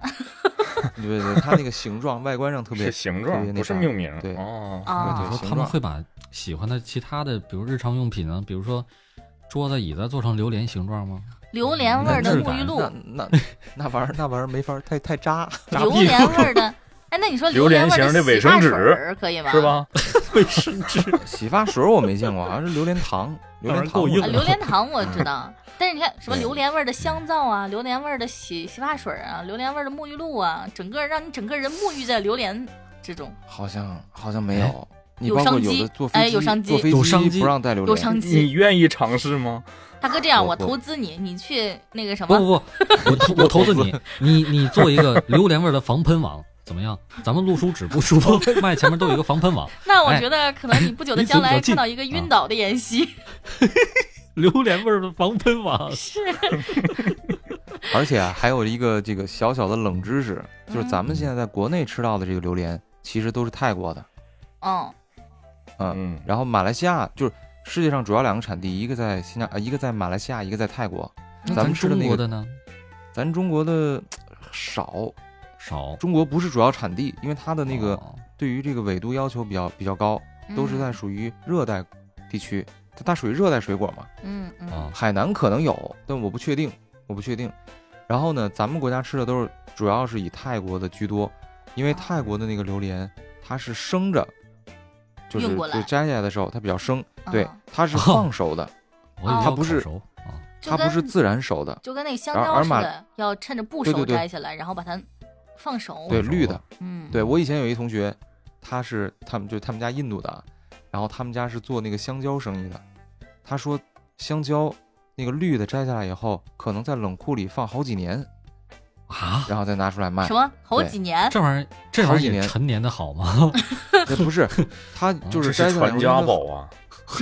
Speaker 1: 对对，它那个形状外观上特别
Speaker 4: 是形
Speaker 1: 特
Speaker 4: 状，
Speaker 1: 别那
Speaker 4: 不是
Speaker 1: 啥
Speaker 4: 命名。
Speaker 1: 对
Speaker 4: 哦，
Speaker 1: 对
Speaker 2: 啊
Speaker 1: 对
Speaker 3: 然后
Speaker 1: 形
Speaker 3: 他们
Speaker 1: 状
Speaker 3: 会把喜欢的其他的，比如日常用品啊，比如说桌子、椅子做成榴莲形状吗？
Speaker 2: 榴莲味儿的
Speaker 3: 那质
Speaker 2: 沐浴
Speaker 3: 感
Speaker 2: 露，
Speaker 1: 那那那玩意儿那玩意儿没法儿太太渣，
Speaker 3: 炸
Speaker 2: 榴
Speaker 3: 屁
Speaker 2: 莲味儿的，哎，那你说
Speaker 4: 榴
Speaker 2: 莲
Speaker 4: 莲
Speaker 2: 味儿
Speaker 4: 型的
Speaker 2: 洗
Speaker 4: 卫
Speaker 2: 发
Speaker 4: 生纸
Speaker 2: 水儿可以吗？
Speaker 4: 是？吧？
Speaker 3: 卫生纸，
Speaker 1: *laughs* 洗发水我没见过，好像是榴莲糖，榴莲糖
Speaker 3: 当然够
Speaker 1: 我
Speaker 3: 硬
Speaker 2: 啊，
Speaker 1: 知
Speaker 2: 榴
Speaker 1: 道
Speaker 2: 莲糖我知道，但是你看什么
Speaker 1: 对
Speaker 2: 榴莲味儿的香皂啊，榴莲味儿的洗洗发水儿啊，榴莲味儿的沐浴露啊，整个让你整个人沐浴在榴莲之中，
Speaker 1: 好像好像没有。
Speaker 2: 哎
Speaker 1: 你
Speaker 2: 有
Speaker 1: 包括
Speaker 2: 商
Speaker 1: 有
Speaker 2: 机
Speaker 1: 的坐
Speaker 2: 哎
Speaker 1: 飞
Speaker 2: 有商
Speaker 1: 机，
Speaker 2: 机
Speaker 1: 坐飞
Speaker 3: 有商
Speaker 1: 机
Speaker 3: 机
Speaker 1: 不让带榴
Speaker 2: 有
Speaker 1: 莲，
Speaker 2: 商
Speaker 4: 你
Speaker 2: 机。
Speaker 4: 愿意尝试吗？
Speaker 2: 大哥，这样
Speaker 1: 我
Speaker 2: 我
Speaker 1: 不
Speaker 2: 投资你，你去那个什
Speaker 3: 不
Speaker 2: 么，
Speaker 3: 不不，我投我投资你，你你做一个榴莲味儿的防喷网怎么样？咱们路书纸不书包卖前面都有一个防喷网，
Speaker 2: 那我
Speaker 3: 哎
Speaker 2: 觉得可能你不久的
Speaker 3: 离
Speaker 2: 将
Speaker 3: 嘴比较
Speaker 2: 来
Speaker 3: 近
Speaker 2: 看到一个晕
Speaker 3: 啊
Speaker 2: 倒的妍希，
Speaker 3: 榴莲味儿的防喷网。
Speaker 2: 是
Speaker 1: 而且啊还有一个这个小小的冷知识，就是
Speaker 2: 嗯
Speaker 1: 咱们现在在国内吃到的这个榴莲，其实都是泰国的。
Speaker 2: 嗯，
Speaker 4: 嗯，
Speaker 1: 然后马来西亚就是世界上主要两个产地，一个在新加，呃一个在马来西亚，
Speaker 2: 嗯
Speaker 1: 一个在泰国。
Speaker 3: 那
Speaker 1: 咱们吃的
Speaker 3: 中
Speaker 1: 那
Speaker 3: 国
Speaker 1: 个
Speaker 3: 的呢？
Speaker 1: 咱中国的少，
Speaker 3: 少，
Speaker 1: 中国不是主要产地，因为它的那个
Speaker 3: 哦
Speaker 1: 对于这个纬度要求比较比较高，
Speaker 2: 嗯
Speaker 1: 都是在属于热带地区，它它属于热带水果嘛。
Speaker 2: 嗯嗯嗯
Speaker 3: 啊
Speaker 1: 海南可能有，但我不确定，我不确定。然后呢，咱们国家吃的都是主要是以泰国的居多，因为
Speaker 2: 哦
Speaker 1: 泰国的那个榴莲它是生着，就是
Speaker 2: 运过来
Speaker 1: 就摘下来的时候它比较生，
Speaker 2: 啊
Speaker 1: 对，它是放熟的，
Speaker 3: 我以为
Speaker 2: 它
Speaker 3: 要
Speaker 1: 不是
Speaker 3: 烤熟啊，
Speaker 2: 就
Speaker 1: 它不是
Speaker 2: 跟
Speaker 1: 自然熟的，
Speaker 2: 就跟那个香
Speaker 1: 而
Speaker 2: 蕉
Speaker 1: 而
Speaker 2: 似
Speaker 1: 马
Speaker 2: 的，要趁着不
Speaker 1: 对
Speaker 2: 熟
Speaker 1: 对对
Speaker 2: 摘下来，然后把它放熟。
Speaker 1: 对
Speaker 3: 熟
Speaker 1: 绿
Speaker 3: 了
Speaker 1: 的。
Speaker 2: 嗯，
Speaker 1: 对我以前有一同学，他是他们就他们家印度的啊，然后他们家是做那个香蕉生意的，他说香蕉那个绿的摘下来以后，可能在冷库里放好几年，
Speaker 3: 啊，
Speaker 1: 然后再拿出来卖
Speaker 2: 什。么好
Speaker 1: 对
Speaker 2: 几年？
Speaker 3: 这玩意儿这玩
Speaker 1: 好
Speaker 3: 意
Speaker 1: 几
Speaker 3: 儿也
Speaker 1: 年
Speaker 3: 陈年的好吗？
Speaker 1: 那不是，他就
Speaker 4: 哦这
Speaker 1: 摘
Speaker 4: 是
Speaker 1: 下来以后
Speaker 4: 传家宝啊！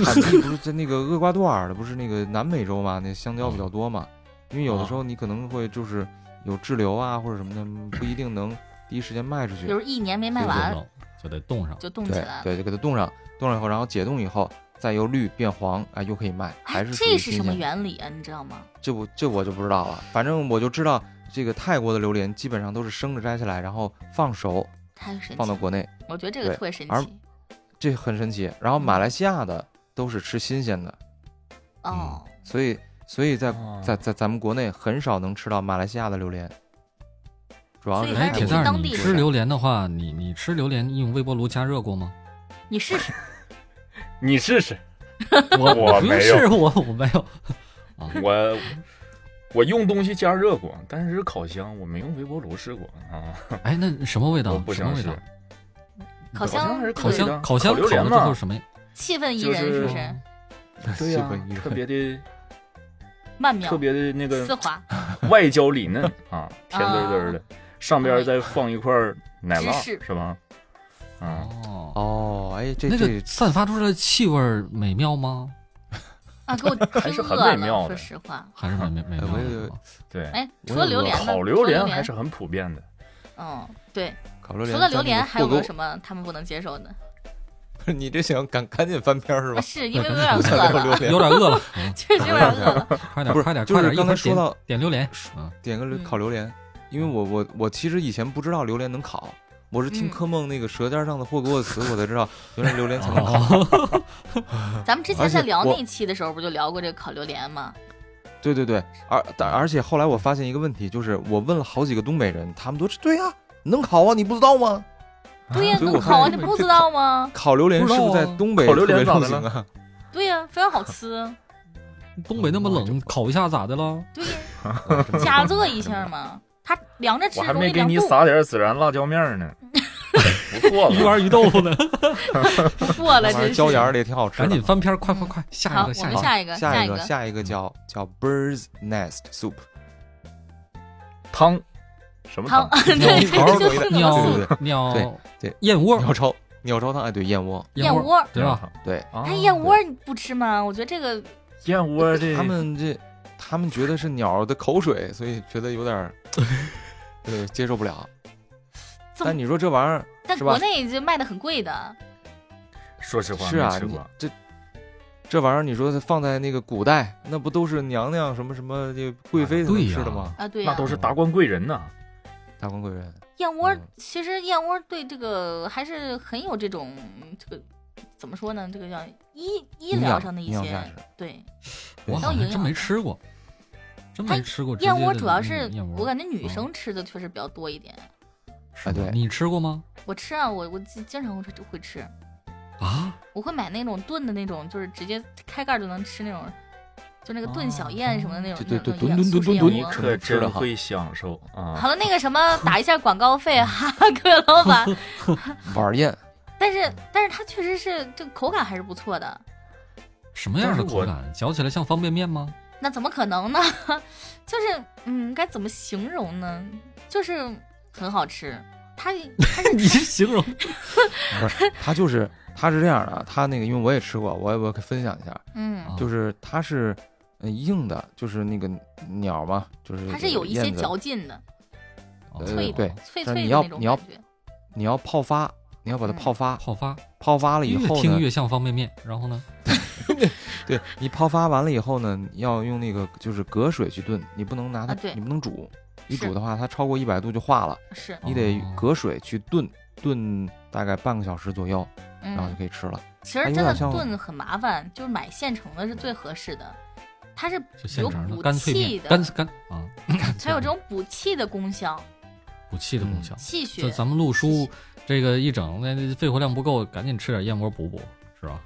Speaker 1: 产地不是在那个厄瓜多尔的，不是那个南美洲嘛？那香蕉比
Speaker 4: 嗯
Speaker 1: 较多嘛，因为有的时候你可能会就是有滞留啊或者什么的，不一定能第一时间卖出去
Speaker 2: 比。如一年没卖
Speaker 3: 就得
Speaker 2: 完
Speaker 3: 冷 *laughs* 就得冻上，
Speaker 2: 就冻起
Speaker 1: 对
Speaker 2: 来了。哎
Speaker 1: 对，就给它冻上，冻上以后，然后解冻以后，再由绿变黄，啊、又可以卖，还
Speaker 2: 哎
Speaker 1: 是，属于
Speaker 2: 这是
Speaker 1: 新
Speaker 2: 什么
Speaker 1: 鲜的
Speaker 2: 原理啊？你知道吗？
Speaker 1: 这我这我就不知道了，反正我就知道这个泰国的榴莲基本上都是生着摘下来，然后放熟
Speaker 2: 太神奇
Speaker 1: 放到
Speaker 2: 了！
Speaker 1: 国内，
Speaker 2: 我觉得这个
Speaker 1: 对
Speaker 2: 特别神
Speaker 1: 而
Speaker 2: 奇
Speaker 1: 这很神奇。
Speaker 2: 嗯
Speaker 1: 然后马来西亚的都是吃新鲜的，
Speaker 2: 哦。
Speaker 1: 所以所以
Speaker 3: 哦
Speaker 1: 在
Speaker 4: 啊
Speaker 1: 在在咱们国内很少能吃到马来西亚的榴莲，主要
Speaker 2: 所以
Speaker 1: 是
Speaker 2: 还
Speaker 3: 哎，
Speaker 2: 是
Speaker 1: 泰国
Speaker 3: 铁
Speaker 2: 去
Speaker 3: 蛋儿，
Speaker 2: 当
Speaker 3: 你
Speaker 2: 地
Speaker 3: 吃
Speaker 2: 的
Speaker 3: 榴莲的话，你你吃榴莲用微波炉加热过吗？
Speaker 2: 你
Speaker 1: *laughs*
Speaker 2: 试试，
Speaker 4: 你试试，
Speaker 3: 我
Speaker 4: 我
Speaker 3: 不用
Speaker 4: 没有
Speaker 3: 试，我我没有啊，
Speaker 4: 我我用东西加热过，但是烤箱我没用微波炉试过啊。
Speaker 3: 哎，那什么味
Speaker 4: 我
Speaker 3: 道？
Speaker 4: 不
Speaker 3: 什么
Speaker 4: 想
Speaker 3: 味
Speaker 4: 试
Speaker 3: 道？。
Speaker 2: 烤
Speaker 4: 箱
Speaker 2: 箱
Speaker 4: 还是
Speaker 3: 烤
Speaker 4: 可以
Speaker 3: 箱
Speaker 4: 的
Speaker 3: 烤箱
Speaker 4: 烤
Speaker 3: 烤
Speaker 4: 榴
Speaker 3: 了
Speaker 4: 莲
Speaker 3: 之后
Speaker 4: 嘛，
Speaker 3: 什么呀？
Speaker 2: 气氛宜
Speaker 4: 就
Speaker 2: 人是不
Speaker 4: 是
Speaker 2: 是？
Speaker 4: 对呀、
Speaker 1: 气氛一
Speaker 4: 特别的
Speaker 2: 曼妙，
Speaker 4: 特别的那
Speaker 2: 丝
Speaker 4: 个 *laughs*
Speaker 2: 滑，
Speaker 4: 外焦里嫩啊，甜滋滋的，上边再放一块奶酪，
Speaker 2: 芝士
Speaker 4: 是吧？啊，
Speaker 3: 哦，
Speaker 1: 哦，哎，这
Speaker 3: 那
Speaker 1: 这
Speaker 3: 个散发出来的气味儿美妙吗？
Speaker 2: 啊，给我
Speaker 4: 还
Speaker 2: 听
Speaker 4: 是很
Speaker 2: 饿
Speaker 4: 美妙
Speaker 2: 了。说
Speaker 4: 的
Speaker 2: 实话，
Speaker 3: 还是美美美
Speaker 1: 呃
Speaker 3: 妙
Speaker 1: 我
Speaker 3: 的
Speaker 1: 也
Speaker 3: 是吗？
Speaker 4: 对，
Speaker 2: 哎，除
Speaker 1: 我有
Speaker 2: 了榴
Speaker 1: 个
Speaker 2: 莲呢？
Speaker 4: 烤
Speaker 2: 除
Speaker 4: 榴
Speaker 2: 了
Speaker 4: 莲还是很普遍的。
Speaker 2: 嗯，对，
Speaker 1: 烤榴
Speaker 2: 除
Speaker 1: 莲
Speaker 2: 了
Speaker 1: 在
Speaker 2: 榴
Speaker 1: 那
Speaker 2: 莲
Speaker 1: 个
Speaker 2: 还有
Speaker 1: 霍
Speaker 2: 没有
Speaker 1: 格
Speaker 2: 什么他们不能接受的？
Speaker 1: *laughs* 你这想赶赶紧翻篇儿是
Speaker 2: 啊
Speaker 1: 吧？
Speaker 2: 是因为有点
Speaker 1: *laughs*
Speaker 2: 饿
Speaker 1: 聊榴
Speaker 2: 了，
Speaker 1: 莲
Speaker 3: *laughs* 有点饿了，嗯
Speaker 2: 确实有点饿了。 *laughs*
Speaker 3: 快点
Speaker 1: 不是
Speaker 3: 快点
Speaker 1: 就是
Speaker 3: 快点！一
Speaker 1: 刚才
Speaker 3: 会儿
Speaker 1: 说
Speaker 3: 点
Speaker 1: 到
Speaker 3: 点榴莲啊，
Speaker 1: 点个榴
Speaker 2: 嗯
Speaker 1: 烤榴莲，因为我我我其实以前不知道榴莲能烤，我是听
Speaker 2: 嗯
Speaker 1: 柯梦那个《舌尖上的霍格沃茨》，我才知道原来榴莲才能烤。
Speaker 3: *laughs* 哦
Speaker 2: 咱们之前
Speaker 1: 而且
Speaker 2: 在聊
Speaker 1: 我
Speaker 2: 那期的时候，不就聊过这个烤榴莲吗？
Speaker 1: 对对对，而但而且后来我发现一个问题，就是我问了好几个东北人，他们都是对呀、能烤啊，你不知道吗？
Speaker 2: 对呀，
Speaker 1: 所以
Speaker 2: 能
Speaker 1: 我
Speaker 2: 烤啊，
Speaker 1: 看
Speaker 2: 你
Speaker 1: 这
Speaker 2: 不知道吗？
Speaker 1: 烤榴莲是不是在
Speaker 3: 不知道啊
Speaker 1: 东北
Speaker 4: 烤榴
Speaker 1: 特别
Speaker 4: 莲咋的
Speaker 1: 流行啊？
Speaker 2: 对呀，非常好吃。
Speaker 1: *laughs*
Speaker 3: 东北那么冷，烤一下咋的了？
Speaker 2: 对呀，
Speaker 1: 啊
Speaker 4: *laughs*
Speaker 1: *laughs*
Speaker 2: 加热一下嘛，它凉着吃
Speaker 4: 我还
Speaker 2: 容易
Speaker 4: 没给
Speaker 2: 凉
Speaker 4: 你
Speaker 2: 肚。
Speaker 4: 撒点孜然辣椒
Speaker 2: *laughs*
Speaker 4: 面呢，不错
Speaker 3: 鱼
Speaker 4: 了。
Speaker 3: 丸鱼豆腐呢？
Speaker 2: 过了，
Speaker 1: 那玩意
Speaker 2: 真
Speaker 1: 儿
Speaker 2: 是。
Speaker 1: 椒盐儿的也挺好吃的。
Speaker 3: 赶紧翻篇儿，快
Speaker 2: 嗯
Speaker 3: 快快！下
Speaker 2: 好，我
Speaker 3: 一个下一
Speaker 2: 们
Speaker 3: 个。
Speaker 2: 下一个，一
Speaker 1: 下个
Speaker 2: 个，嗯
Speaker 1: 下一个叫叫 bird's nest soup，
Speaker 4: 汤，什么
Speaker 2: 汤
Speaker 4: 汤？，
Speaker 2: *laughs* 对，
Speaker 1: 鸟巢
Speaker 2: 就
Speaker 1: 对
Speaker 2: 是那
Speaker 1: 鸟
Speaker 2: 种素
Speaker 3: 鸟鸟
Speaker 1: 对嗯对
Speaker 3: 燕窝
Speaker 1: 鸟巢鸟巢汤，哎对，燕窝，
Speaker 2: 燕
Speaker 3: 窝
Speaker 2: 窝。
Speaker 3: 对吧？？
Speaker 1: 哦对
Speaker 4: 啊，
Speaker 2: *laughs* 哎，燕窝你不吃吗？我觉得这个
Speaker 4: 燕窝的
Speaker 1: 他们这他们觉得是鸟儿的口水，所以觉得有点儿对接受不了。
Speaker 2: 这么
Speaker 1: 但你说这玩意儿
Speaker 2: 但
Speaker 1: 是吧
Speaker 2: 国内就卖的很贵的，
Speaker 4: 说实话
Speaker 1: 是啊
Speaker 4: 没，吃
Speaker 1: 你
Speaker 4: 过，
Speaker 1: 这这玩意儿你说放在那个古代，那不都是娘娘什么什么这贵妃才能
Speaker 3: 对呀
Speaker 1: 吃的吗？
Speaker 2: 啊，对呀、
Speaker 4: 那都是达官贵人呐。
Speaker 1: 大官贵人，
Speaker 2: 燕窝
Speaker 1: 嗯，
Speaker 2: 其实燕窝对这个还是很有这种这个怎么说呢？这个叫医医
Speaker 1: 营
Speaker 2: 疗
Speaker 1: 养
Speaker 2: 上的一
Speaker 1: 营养价
Speaker 2: 些
Speaker 1: 值
Speaker 2: 对
Speaker 1: 啊
Speaker 3: 我好像真没吃过，真没吃过。
Speaker 2: 哎燕窝，
Speaker 3: 直接的
Speaker 2: 主要是
Speaker 3: 燕
Speaker 2: 我
Speaker 3: 窝，
Speaker 2: 感觉女生
Speaker 1: 嗯
Speaker 2: 吃的确实比较多一点。
Speaker 3: 是
Speaker 1: 哎
Speaker 3: 吗
Speaker 1: 对
Speaker 3: 你吃过吗？
Speaker 2: 我吃啊，我我经经常会吃会吃，
Speaker 3: 啊，
Speaker 2: 我会买那种炖的那种，就是直接开盖就能吃那种，就那个炖小燕什么的那种。
Speaker 1: 哦对对
Speaker 2: 那
Speaker 1: 对
Speaker 2: 种燕
Speaker 1: 炖
Speaker 2: 素
Speaker 1: 炖
Speaker 2: 食
Speaker 1: 炖
Speaker 2: 燕
Speaker 1: 炖
Speaker 2: 窝
Speaker 4: 你
Speaker 1: 炖
Speaker 4: 可
Speaker 1: 吃的
Speaker 4: 真
Speaker 1: 哈
Speaker 4: 会享受啊！
Speaker 2: 好了，那个什么，打一下广告费，
Speaker 1: *laughs*
Speaker 2: 哈哈，各位老板，
Speaker 1: 碗儿燕
Speaker 2: 但是但是它确实是这个口感还是不错的，
Speaker 3: 什么样的
Speaker 4: 但是我
Speaker 3: 口感？嚼起来像方便面
Speaker 1: *laughs*
Speaker 3: 吗？
Speaker 2: 那怎么可能呢？ *laughs* 就是嗯，该怎么形容呢？就是很好吃，它它
Speaker 1: *laughs*
Speaker 2: 是
Speaker 3: 你这形容
Speaker 1: 不是，它就是它是这样的啊，它那个因为我也吃过，我也我可以分享一下，
Speaker 2: 嗯，
Speaker 3: 啊
Speaker 1: 就是它是呃硬的，就是那个鸟嘛，就是
Speaker 2: 它是有一些
Speaker 1: 燕子
Speaker 2: 嚼劲的，
Speaker 3: 哦
Speaker 1: 呃
Speaker 2: 脆
Speaker 1: 对
Speaker 2: 的，脆脆
Speaker 1: 但是
Speaker 2: 的
Speaker 1: 你要
Speaker 2: 那种
Speaker 1: 你要
Speaker 2: 感觉。
Speaker 1: 你要泡发，你要把它
Speaker 2: 嗯
Speaker 1: 泡发，
Speaker 3: 泡发，
Speaker 1: 泡发了以
Speaker 3: 越
Speaker 1: 后
Speaker 3: 听
Speaker 1: 呢，
Speaker 3: 越像方便面。然后呢？
Speaker 1: 对你泡发完了以后呢，你要用那个就是隔水去炖，你不能拿它，
Speaker 2: 啊对
Speaker 1: 你不能煮，一
Speaker 2: 是
Speaker 1: 煮的话，它超过一百度就化了，
Speaker 2: 是，
Speaker 1: 你得
Speaker 3: 哦
Speaker 1: 隔水去炖，炖大概半个小时左右，然后就
Speaker 2: 嗯，
Speaker 1: 可以吃了。
Speaker 2: 其
Speaker 1: 哎
Speaker 2: 实
Speaker 1: 有
Speaker 2: 真的
Speaker 1: 点像
Speaker 2: 炖很麻烦，就是买现成的是最合适的，它是
Speaker 3: 就现
Speaker 2: 有
Speaker 3: 成的
Speaker 2: 补
Speaker 3: 干脆
Speaker 2: 气
Speaker 3: 面，
Speaker 2: 的，
Speaker 3: 干干啊，
Speaker 2: 它有这种补气的功效，
Speaker 3: 补气
Speaker 1: 嗯
Speaker 3: 的功效。
Speaker 2: 气
Speaker 3: 这
Speaker 2: 血。
Speaker 3: 咱们录书这个一整，那那肺活量不够，赶紧吃点燕窝补补，是吧？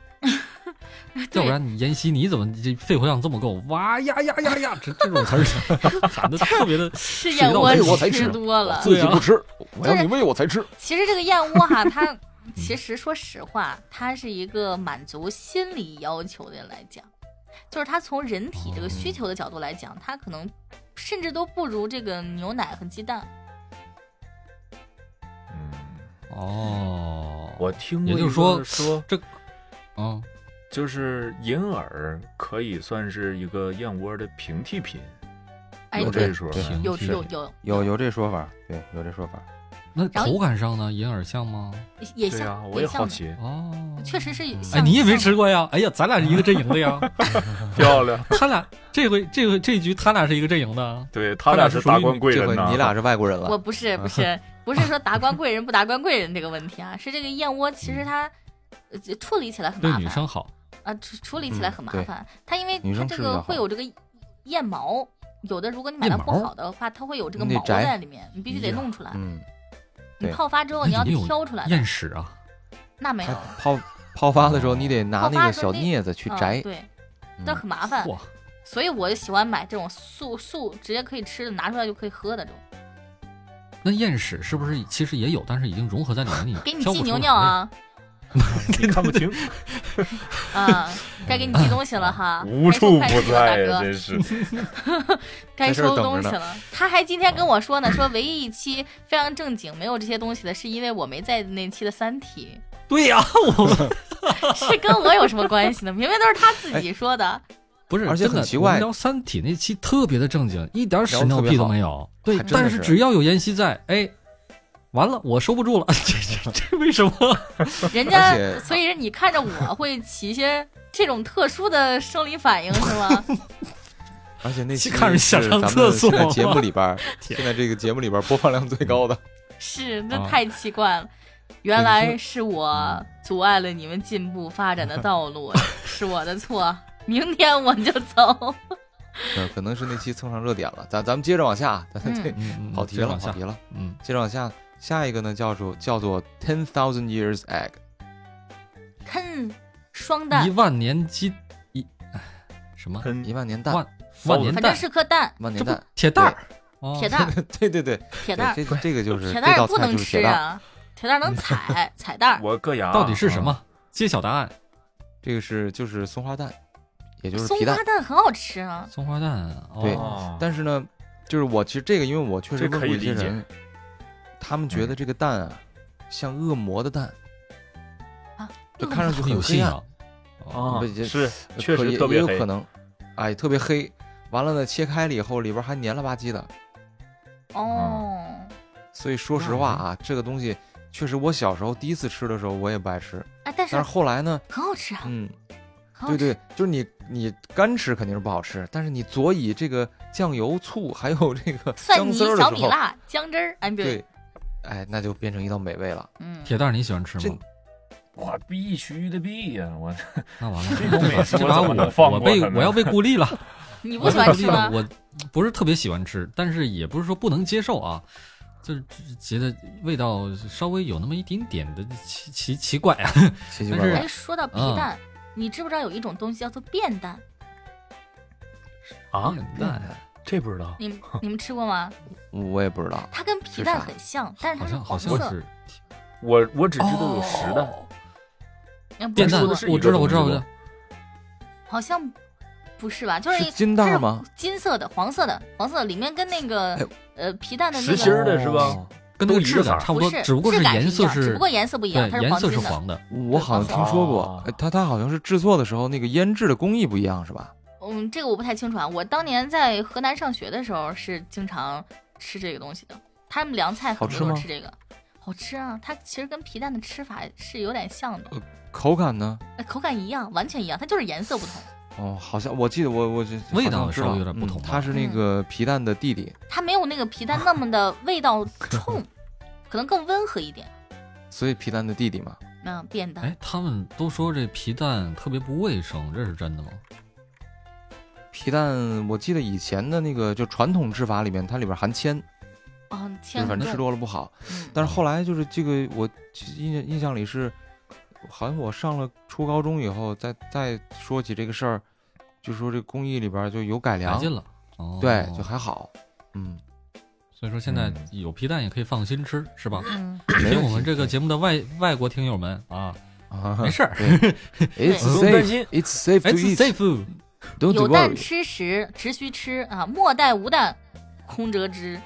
Speaker 3: 要不然你妍希你怎么这肺活量这么够？哇呀呀呀呀，这这种词 *laughs* 儿喊的特别的，
Speaker 2: 吃
Speaker 3: 水
Speaker 2: 燕
Speaker 3: 到
Speaker 2: 窝
Speaker 3: 胃
Speaker 1: 我才
Speaker 2: 吃
Speaker 1: 吃
Speaker 2: 多了，
Speaker 3: 自己
Speaker 2: *laughs*
Speaker 3: 不
Speaker 1: 吃，我
Speaker 2: 要你
Speaker 1: 喂我才吃。
Speaker 2: 其实这个燕窝哈，它其实说实话，它是一个满足心理要求的来讲，就是它从人体这个需求的角度来讲，它可能甚至都不如这个牛奶和鸡蛋。
Speaker 4: 嗯，
Speaker 3: *laughs* 哦，
Speaker 4: 我听
Speaker 3: 也
Speaker 4: 过一个
Speaker 3: 就是说
Speaker 4: 说
Speaker 3: 这，嗯，
Speaker 4: 就是银耳可以算是一个燕窝的平替品，
Speaker 2: 哎，
Speaker 4: 有
Speaker 1: 对
Speaker 4: 这
Speaker 2: 对，
Speaker 4: 说
Speaker 1: 对
Speaker 4: 吗？
Speaker 3: 平
Speaker 2: 有
Speaker 3: 替
Speaker 2: 有有
Speaker 1: 有有这说法，对，有这说法。
Speaker 3: 那
Speaker 2: 然后
Speaker 3: 口感上呢，银耳像吗？
Speaker 2: 也
Speaker 4: 对啊，
Speaker 2: 像
Speaker 4: 我也
Speaker 2: 也
Speaker 4: 好
Speaker 2: 像的，
Speaker 3: *laughs*
Speaker 4: 奇，
Speaker 3: 哦，
Speaker 2: 确实是
Speaker 3: 哎，
Speaker 2: 像。
Speaker 3: 你也没
Speaker 2: 像
Speaker 3: 吃过呀？哎呀，咱俩是一个阵营
Speaker 2: *laughs*
Speaker 3: 的呀。
Speaker 4: 漂亮。
Speaker 3: 他俩这回这回这局他俩是一个阵营的，啊
Speaker 4: 对他俩是达官贵
Speaker 1: 这
Speaker 4: 人
Speaker 1: 回
Speaker 4: 呐，
Speaker 1: 你
Speaker 4: *laughs*
Speaker 1: 俩是外国人
Speaker 2: 我
Speaker 1: 了，
Speaker 2: 不是不是不是说达官贵人不达官贵人这个问题啊，是这个燕窝其实它呃处理起来很
Speaker 3: 对
Speaker 2: 麻
Speaker 3: 女
Speaker 2: 烦。
Speaker 3: 生好。
Speaker 2: 啊，处处理起来很麻
Speaker 1: 对
Speaker 2: 烦。它因为
Speaker 1: 女
Speaker 2: 它
Speaker 1: 生
Speaker 2: 这
Speaker 1: 吃比较
Speaker 2: 个会
Speaker 1: 好
Speaker 2: 有这个燕毛，有的如果你买
Speaker 3: 燕
Speaker 2: 到不
Speaker 3: 毛
Speaker 2: 好的话，它会有这个
Speaker 1: 你得
Speaker 2: 毛
Speaker 1: 摘
Speaker 2: 在里面，你必须得
Speaker 3: 呀
Speaker 2: 弄出来。
Speaker 1: 嗯，
Speaker 2: 你
Speaker 1: 对
Speaker 2: 泡发之后
Speaker 3: 那
Speaker 2: 你要
Speaker 3: 你有
Speaker 2: 挑出来，
Speaker 3: 验屎啊，
Speaker 2: 那没
Speaker 1: 它
Speaker 2: 有
Speaker 1: 泡泡发的时候，你得拿
Speaker 2: 泡发
Speaker 1: 那
Speaker 2: 的
Speaker 1: 个
Speaker 2: 时候
Speaker 1: 小
Speaker 2: 那
Speaker 1: 镊子去
Speaker 2: 嗯
Speaker 1: 摘。
Speaker 2: 对，
Speaker 1: 嗯
Speaker 2: 但很麻烦，
Speaker 3: 哇，
Speaker 2: 所以我喜欢买这种速速直接可以吃的，拿出来就可以喝的这种。
Speaker 3: 那验屎是不是其实也有，但是已经融合在里面，你
Speaker 2: 给你
Speaker 3: 挑
Speaker 2: 寄
Speaker 3: 不出
Speaker 2: 牛
Speaker 3: 来
Speaker 2: 尿！啊
Speaker 4: 你看
Speaker 2: *laughs*
Speaker 4: 不清，
Speaker 2: 啊，该给你寄东西了哈，
Speaker 4: 啊无
Speaker 2: 该收
Speaker 4: 处
Speaker 2: 哎快
Speaker 4: 不
Speaker 2: 递了
Speaker 4: 在呀，
Speaker 2: 大哥
Speaker 4: 真是。
Speaker 2: *laughs* 该
Speaker 1: 在这儿
Speaker 2: 收
Speaker 1: 等
Speaker 2: 东西
Speaker 1: 着呢
Speaker 2: 了。他还今天跟我说呢，说唯一一期非常正经没有这些东西的，是因为我没在那期的《三体
Speaker 3: 哎对呀、我》，
Speaker 1: *laughs*
Speaker 2: 是跟我有什么关系呢？明明都是他
Speaker 1: 哎
Speaker 2: 自己说的。
Speaker 3: 不是，
Speaker 1: 而且
Speaker 3: 真的
Speaker 1: 很奇
Speaker 3: 我们
Speaker 1: 怪
Speaker 3: 聊《三体》那期特别的正经，一点屎
Speaker 1: 聊
Speaker 3: 尿
Speaker 1: 得特别
Speaker 3: 屁都
Speaker 1: 好
Speaker 3: 没有。对
Speaker 1: 还，真的
Speaker 3: 但
Speaker 1: 是
Speaker 3: 只要有妍希在，哎，完了，我收不住了，这这这
Speaker 1: 嗯
Speaker 3: 为什么？
Speaker 2: 人
Speaker 1: 而
Speaker 2: 家
Speaker 1: 且
Speaker 2: 所以你看着我会起一些这种特殊的生理反应是吗？ *laughs*
Speaker 1: 而且那期
Speaker 3: 看着想
Speaker 1: 是
Speaker 3: 上
Speaker 1: 咱
Speaker 3: 厕
Speaker 1: 们现在
Speaker 3: 所
Speaker 1: 节目里边儿，
Speaker 3: *laughs* 天
Speaker 1: 现在这个节目里边儿播放量最高的。
Speaker 2: 是，那
Speaker 3: 啊
Speaker 2: 太奇怪了。原来是我阻碍了你们进步发展的道
Speaker 1: *laughs*
Speaker 2: 路，是我的错。明天我就走。
Speaker 1: 呃，可能是那期蹭上热点了。咱咱们接着往下，啊咱
Speaker 2: 嗯
Speaker 1: 对，
Speaker 3: 嗯，嗯
Speaker 1: 跑题
Speaker 3: 接着
Speaker 1: 了，
Speaker 3: 往
Speaker 1: 跑
Speaker 3: 下，
Speaker 1: 题了，
Speaker 3: 嗯，
Speaker 1: 接着往下。下一个呢，叫做叫做 Ten Thousand Years Egg，
Speaker 2: 哼，双蛋
Speaker 3: 一，万年鸡一哎什么
Speaker 1: 一
Speaker 4: 喷
Speaker 1: 万年蛋，
Speaker 3: 万万年
Speaker 2: 反正
Speaker 3: 蛋，
Speaker 2: 是颗蛋，
Speaker 1: 万
Speaker 3: 这
Speaker 1: 年
Speaker 3: 不
Speaker 1: 蛋，
Speaker 3: 铁蛋儿，哦
Speaker 2: 铁蛋儿，
Speaker 1: *laughs*
Speaker 2: *laughs*
Speaker 1: 对对对，
Speaker 2: 铁
Speaker 1: 对
Speaker 2: 蛋儿。
Speaker 1: 这这个就是
Speaker 2: 铁
Speaker 1: 这
Speaker 2: 蛋儿
Speaker 1: 道
Speaker 2: 不
Speaker 1: 菜
Speaker 2: 能
Speaker 1: 就是
Speaker 2: 吃
Speaker 1: 铁蛋儿，嗯
Speaker 2: 啊，铁蛋儿能踩踩蛋儿，
Speaker 4: 我硌
Speaker 1: 啊
Speaker 4: 牙，
Speaker 3: 到底是什？么？揭晓答案，
Speaker 1: 这个是就是松花蛋，也就是
Speaker 2: 松
Speaker 1: 皮蛋
Speaker 2: 花。蛋很好吃啊。
Speaker 3: 松花蛋啊，
Speaker 1: 对
Speaker 3: 哦，
Speaker 4: 哦，
Speaker 1: 但是呢，就是我其实这个，因为我确实
Speaker 4: 这
Speaker 1: 问过
Speaker 4: 可以
Speaker 1: 一些
Speaker 4: 理解嗯
Speaker 1: 人，他们觉得这个蛋啊，像恶魔的蛋，就看上去
Speaker 3: 很有
Speaker 1: 很
Speaker 3: 信
Speaker 1: 黑暗
Speaker 3: 仰，
Speaker 4: 啊
Speaker 1: 不这
Speaker 4: 是
Speaker 1: 呃
Speaker 4: 确
Speaker 1: 可
Speaker 4: 实
Speaker 1: 也
Speaker 4: 特别
Speaker 1: 也有
Speaker 4: 黑
Speaker 1: 可能，哎，特别黑。完了呢，切开了以后，里边还黏了吧唧的。嗯
Speaker 2: 哦，
Speaker 1: 所以说实
Speaker 2: 嗯
Speaker 1: 话啊，这个东西确实，我小时候第一次吃的时候我也不爱吃，
Speaker 2: 哎，但是
Speaker 1: 但是后来呢，
Speaker 2: 很好吃啊，
Speaker 1: 嗯，
Speaker 2: 很好
Speaker 1: 对
Speaker 2: 吃。
Speaker 1: 对，就是你你干吃肯定是不好吃，但是你佐以这个酱油、醋还有这个
Speaker 2: 蒜
Speaker 1: 姜
Speaker 2: 泥
Speaker 1: 丝儿、的
Speaker 2: 小
Speaker 1: 时
Speaker 2: 米
Speaker 1: 候，
Speaker 2: 辣、姜汁儿，哎，
Speaker 1: 对，，哎，那就变成一道美味了。
Speaker 2: 嗯，
Speaker 3: 铁蛋儿你喜欢吃吗
Speaker 1: 这？
Speaker 4: 我必须的必呀！ *laughs* 我
Speaker 3: 那完了，
Speaker 4: 这种美食
Speaker 3: 这
Speaker 4: 我
Speaker 3: 把
Speaker 4: 怎么能
Speaker 3: 我
Speaker 4: 放
Speaker 3: 我
Speaker 4: 过
Speaker 3: 被
Speaker 4: 它呢
Speaker 3: 我要被孤立了，
Speaker 2: 你
Speaker 3: 我
Speaker 2: 不喜欢
Speaker 3: 被孤
Speaker 2: 吃
Speaker 3: 立
Speaker 2: 吗？
Speaker 3: 了我不是特别喜欢吃，但是也不是说不能接受啊，就是觉得味道稍微有那么一丁点的奇奇奇怪啊。
Speaker 1: 奇奇
Speaker 3: 但
Speaker 1: 怪
Speaker 3: 是
Speaker 1: 怪
Speaker 2: 哎，，说到皮
Speaker 3: 嗯
Speaker 2: 蛋，你知不知道有一种东西叫做变蛋？
Speaker 4: 啊，
Speaker 3: 变蛋
Speaker 4: 这不知道，
Speaker 2: 你们你们吃过吗？
Speaker 1: 我也不知道。
Speaker 2: 它跟皮
Speaker 1: 是
Speaker 2: 蛋
Speaker 1: 啥
Speaker 2: 很像，但是它
Speaker 3: 好
Speaker 2: 是
Speaker 3: 像好
Speaker 2: 黄
Speaker 3: 像
Speaker 2: 色。
Speaker 3: 是
Speaker 4: 我我只知道有实的，
Speaker 3: 哦
Speaker 2: 哎不
Speaker 3: 变
Speaker 2: 是
Speaker 3: 蛋，
Speaker 4: 说
Speaker 2: 不
Speaker 4: 的
Speaker 2: 是
Speaker 4: 是
Speaker 3: 我
Speaker 4: 一
Speaker 3: 知
Speaker 4: 个
Speaker 3: 道我知道我
Speaker 4: 东
Speaker 3: 知
Speaker 4: 西
Speaker 3: 道
Speaker 4: 吧，
Speaker 2: 好像不是吧？就是
Speaker 1: 是金蛋儿吗？
Speaker 2: 它是金色的、黄色的、黄色的，里面跟那个
Speaker 1: 哎
Speaker 2: 呃皮蛋的那
Speaker 4: 实心
Speaker 2: 个
Speaker 4: 儿的是吧？
Speaker 1: 哦
Speaker 3: 跟那个
Speaker 4: 都一个
Speaker 3: 质
Speaker 4: 色
Speaker 3: 感
Speaker 4: 儿
Speaker 3: 差不
Speaker 2: 不
Speaker 3: 多，
Speaker 2: 是，
Speaker 3: 只不过
Speaker 2: 质感
Speaker 3: 颜
Speaker 2: 是一
Speaker 3: 色
Speaker 2: 样只
Speaker 3: 是
Speaker 2: 不过颜色不一样，它
Speaker 3: 对
Speaker 2: 是
Speaker 3: 颜
Speaker 2: 黄
Speaker 3: 色
Speaker 2: 金
Speaker 3: 是
Speaker 2: 的。
Speaker 3: 黄的，
Speaker 1: 我好像听说过
Speaker 4: 哦，
Speaker 1: 哎它它好像是制作的时候那个腌制的工艺不一样是吧？
Speaker 2: 嗯，这个我不太清楚啊。我当年在河南上学的时候是经常吃这个东西的，他们凉菜很
Speaker 1: 好
Speaker 2: 多
Speaker 1: 吃
Speaker 2: 都
Speaker 1: 吗
Speaker 2: 是吃这个。好吃啊，它其实跟皮蛋的吃法是有点像的，
Speaker 1: 口感呢？
Speaker 2: 哎口感一样，完全一样，它就是颜色不同。
Speaker 1: 哦，好像我记得我我这
Speaker 3: 味道
Speaker 1: 好像知
Speaker 3: 稍
Speaker 1: 道
Speaker 3: 微有点不同
Speaker 1: 嗯
Speaker 3: 吧
Speaker 1: 他是那个皮蛋的弟弟，
Speaker 2: 它没有那个皮蛋那么
Speaker 3: *laughs*
Speaker 2: 的味道冲，可能更温和一点。
Speaker 1: 所以皮蛋的弟弟嘛，
Speaker 2: 嗯，变的
Speaker 3: 哎，他们都说这皮蛋特别不卫生，这是真的吗？
Speaker 1: 皮蛋我记得以前的那个就传统制法里面，它里边含铅，
Speaker 2: 哦，
Speaker 1: 就是
Speaker 2: 天
Speaker 1: 反
Speaker 2: 很
Speaker 1: 正吃
Speaker 2: 重。
Speaker 1: 多了不好。
Speaker 2: 嗯
Speaker 1: 但是后来就是这个我印象印象里是，好像我上了初高中以后，再再说起这个事儿，就说这工艺里边就有改
Speaker 3: 改
Speaker 1: 良，
Speaker 3: 进了，哦，
Speaker 1: 对，就还好，嗯，
Speaker 3: *laughs* 所以说现在
Speaker 4: 嗯
Speaker 3: 有皮蛋也可以放心吃，是吧？
Speaker 2: 嗯，
Speaker 1: 没
Speaker 3: 听
Speaker 1: 问
Speaker 3: 我们
Speaker 1: 题
Speaker 3: 这个节目的外外国听友们啊，
Speaker 1: 啊
Speaker 3: 没事儿
Speaker 1: *laughs*
Speaker 3: *laughs*
Speaker 1: ，It's
Speaker 4: 不用担
Speaker 1: safe,
Speaker 4: 心，
Speaker 1: *laughs* it's safe to
Speaker 3: ，It's
Speaker 1: eat,
Speaker 3: 哎 safe。
Speaker 1: don't
Speaker 2: 有蛋
Speaker 1: worry。
Speaker 2: 吃时，只需吃啊，莫待无蛋，空折枝。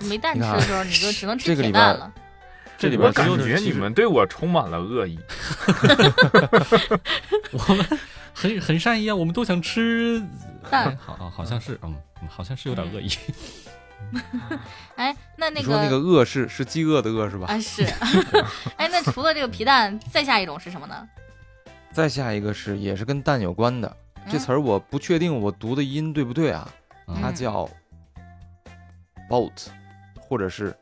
Speaker 2: 没蛋吃的时候，你就
Speaker 1: *laughs*
Speaker 2: 只能吃
Speaker 1: 啊这个
Speaker 2: 铁
Speaker 1: 里
Speaker 2: 蛋
Speaker 1: 边
Speaker 2: 了。
Speaker 1: 这里
Speaker 4: 我
Speaker 1: 边
Speaker 4: 感
Speaker 1: 只有
Speaker 4: 觉你们对我充满了恶意。
Speaker 3: 我们很很善意啊，我们都想吃
Speaker 2: 蛋
Speaker 3: 哎好，啊好像是，嗯，嗯好像是有点恶意。
Speaker 2: 哎，那
Speaker 1: 你
Speaker 2: 那
Speaker 1: 说
Speaker 2: 个
Speaker 1: 那个饿是是饥饿的饿是吧？
Speaker 2: 啊是， *laughs* 哎，那除了这个皮蛋，再下一种是什么呢？
Speaker 1: 再下一个是也是跟蛋有关的，
Speaker 2: 嗯
Speaker 1: 这词儿我不确定我读的音对不对啊，
Speaker 3: 嗯
Speaker 1: 它叫 boat，或者是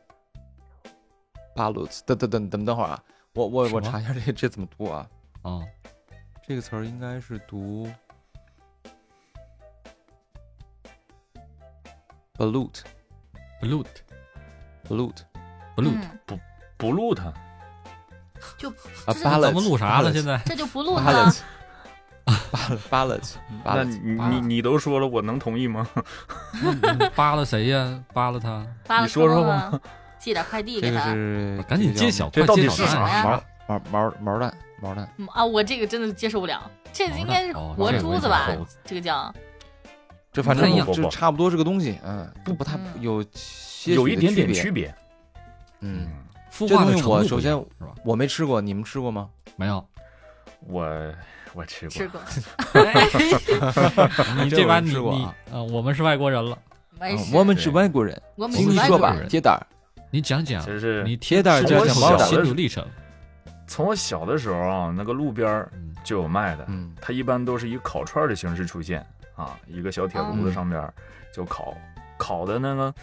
Speaker 1: balut。等等等等等会儿啊，我我
Speaker 3: 什
Speaker 1: 我
Speaker 3: 么
Speaker 1: 查一下这这怎么读啊？
Speaker 3: 啊，
Speaker 1: 这个词儿应该是读 balut
Speaker 3: ，blue
Speaker 1: balut
Speaker 3: blue，
Speaker 2: 嗯
Speaker 4: 不录它，
Speaker 1: 啊
Speaker 2: 这是
Speaker 1: ，balut
Speaker 3: 咱们录啥了？现在
Speaker 2: 这就不录了。
Speaker 1: balut *laughs* balut
Speaker 4: 那
Speaker 1: balut
Speaker 4: 你
Speaker 3: 扒拉
Speaker 4: 你你都说了，我能同意吗？
Speaker 3: 嗯扒拉谁呀？扒拉他，
Speaker 2: 扒拉
Speaker 4: 你说说吧
Speaker 2: 吧，寄点快递
Speaker 1: 这
Speaker 2: 给
Speaker 1: 个
Speaker 2: 他。
Speaker 1: 是
Speaker 3: 赶紧揭晓，
Speaker 4: 这
Speaker 3: 快
Speaker 4: 到底
Speaker 3: 揭晓
Speaker 4: 是
Speaker 2: 啥
Speaker 3: 答案
Speaker 2: 呀
Speaker 1: 毛毛毛毛蛋毛蛋。
Speaker 2: 嗯啊，我这个真的接受不了，这
Speaker 3: 毛
Speaker 2: 应
Speaker 3: 蛋
Speaker 2: 该是
Speaker 3: 哦
Speaker 2: 活
Speaker 3: 这个我
Speaker 2: 珠
Speaker 3: 也
Speaker 2: 子
Speaker 3: 接
Speaker 2: 吧
Speaker 3: 受？
Speaker 2: 这个叫
Speaker 1: 这反
Speaker 3: 不太一
Speaker 1: 正
Speaker 3: 样
Speaker 1: 就
Speaker 4: 嗯不不
Speaker 1: 差不多是个东西，嗯，都不太
Speaker 2: 嗯
Speaker 1: 有些许的
Speaker 4: 有一点点
Speaker 1: 区
Speaker 4: 区
Speaker 1: 别，
Speaker 4: 别。
Speaker 1: 嗯，，
Speaker 3: 孵
Speaker 1: 这
Speaker 3: 化的
Speaker 1: 东西
Speaker 3: 程
Speaker 1: 我
Speaker 3: 度
Speaker 1: 首
Speaker 3: 不一样
Speaker 1: 先
Speaker 3: 是吧？
Speaker 1: 我没吃过，你们吃过
Speaker 4: *laughs*
Speaker 1: 吗？
Speaker 3: 没有，
Speaker 4: 我我吃过
Speaker 2: 吃过，
Speaker 1: *laughs*
Speaker 3: 你
Speaker 1: 这
Speaker 3: 这
Speaker 1: 我
Speaker 3: 把
Speaker 1: 吃
Speaker 3: 你
Speaker 1: 过
Speaker 3: 你
Speaker 1: 啊
Speaker 3: 呃，我们是外国人了，
Speaker 2: 没
Speaker 1: 嗯
Speaker 2: 事。
Speaker 1: 我们是外国人，
Speaker 2: 我们
Speaker 1: 请
Speaker 2: 是
Speaker 1: 你
Speaker 2: 外
Speaker 1: 说
Speaker 2: 国
Speaker 1: 吧
Speaker 2: 人，，
Speaker 1: 铁蛋儿，
Speaker 3: 你讲讲，
Speaker 4: 就是
Speaker 3: 你
Speaker 1: 铁蛋儿
Speaker 3: 生
Speaker 1: 加
Speaker 3: 活
Speaker 1: 酱
Speaker 4: 小
Speaker 1: 包
Speaker 3: 的
Speaker 1: 蛋
Speaker 4: 时
Speaker 1: 儿，
Speaker 3: 心路历程，
Speaker 4: 从我小的时候啊，那个路边儿
Speaker 3: 嗯，
Speaker 4: 就有卖的，
Speaker 1: 嗯，
Speaker 4: 它一般都是以烤串儿的形式出现啊，一个小铁炉子上边儿就烤，烤的那个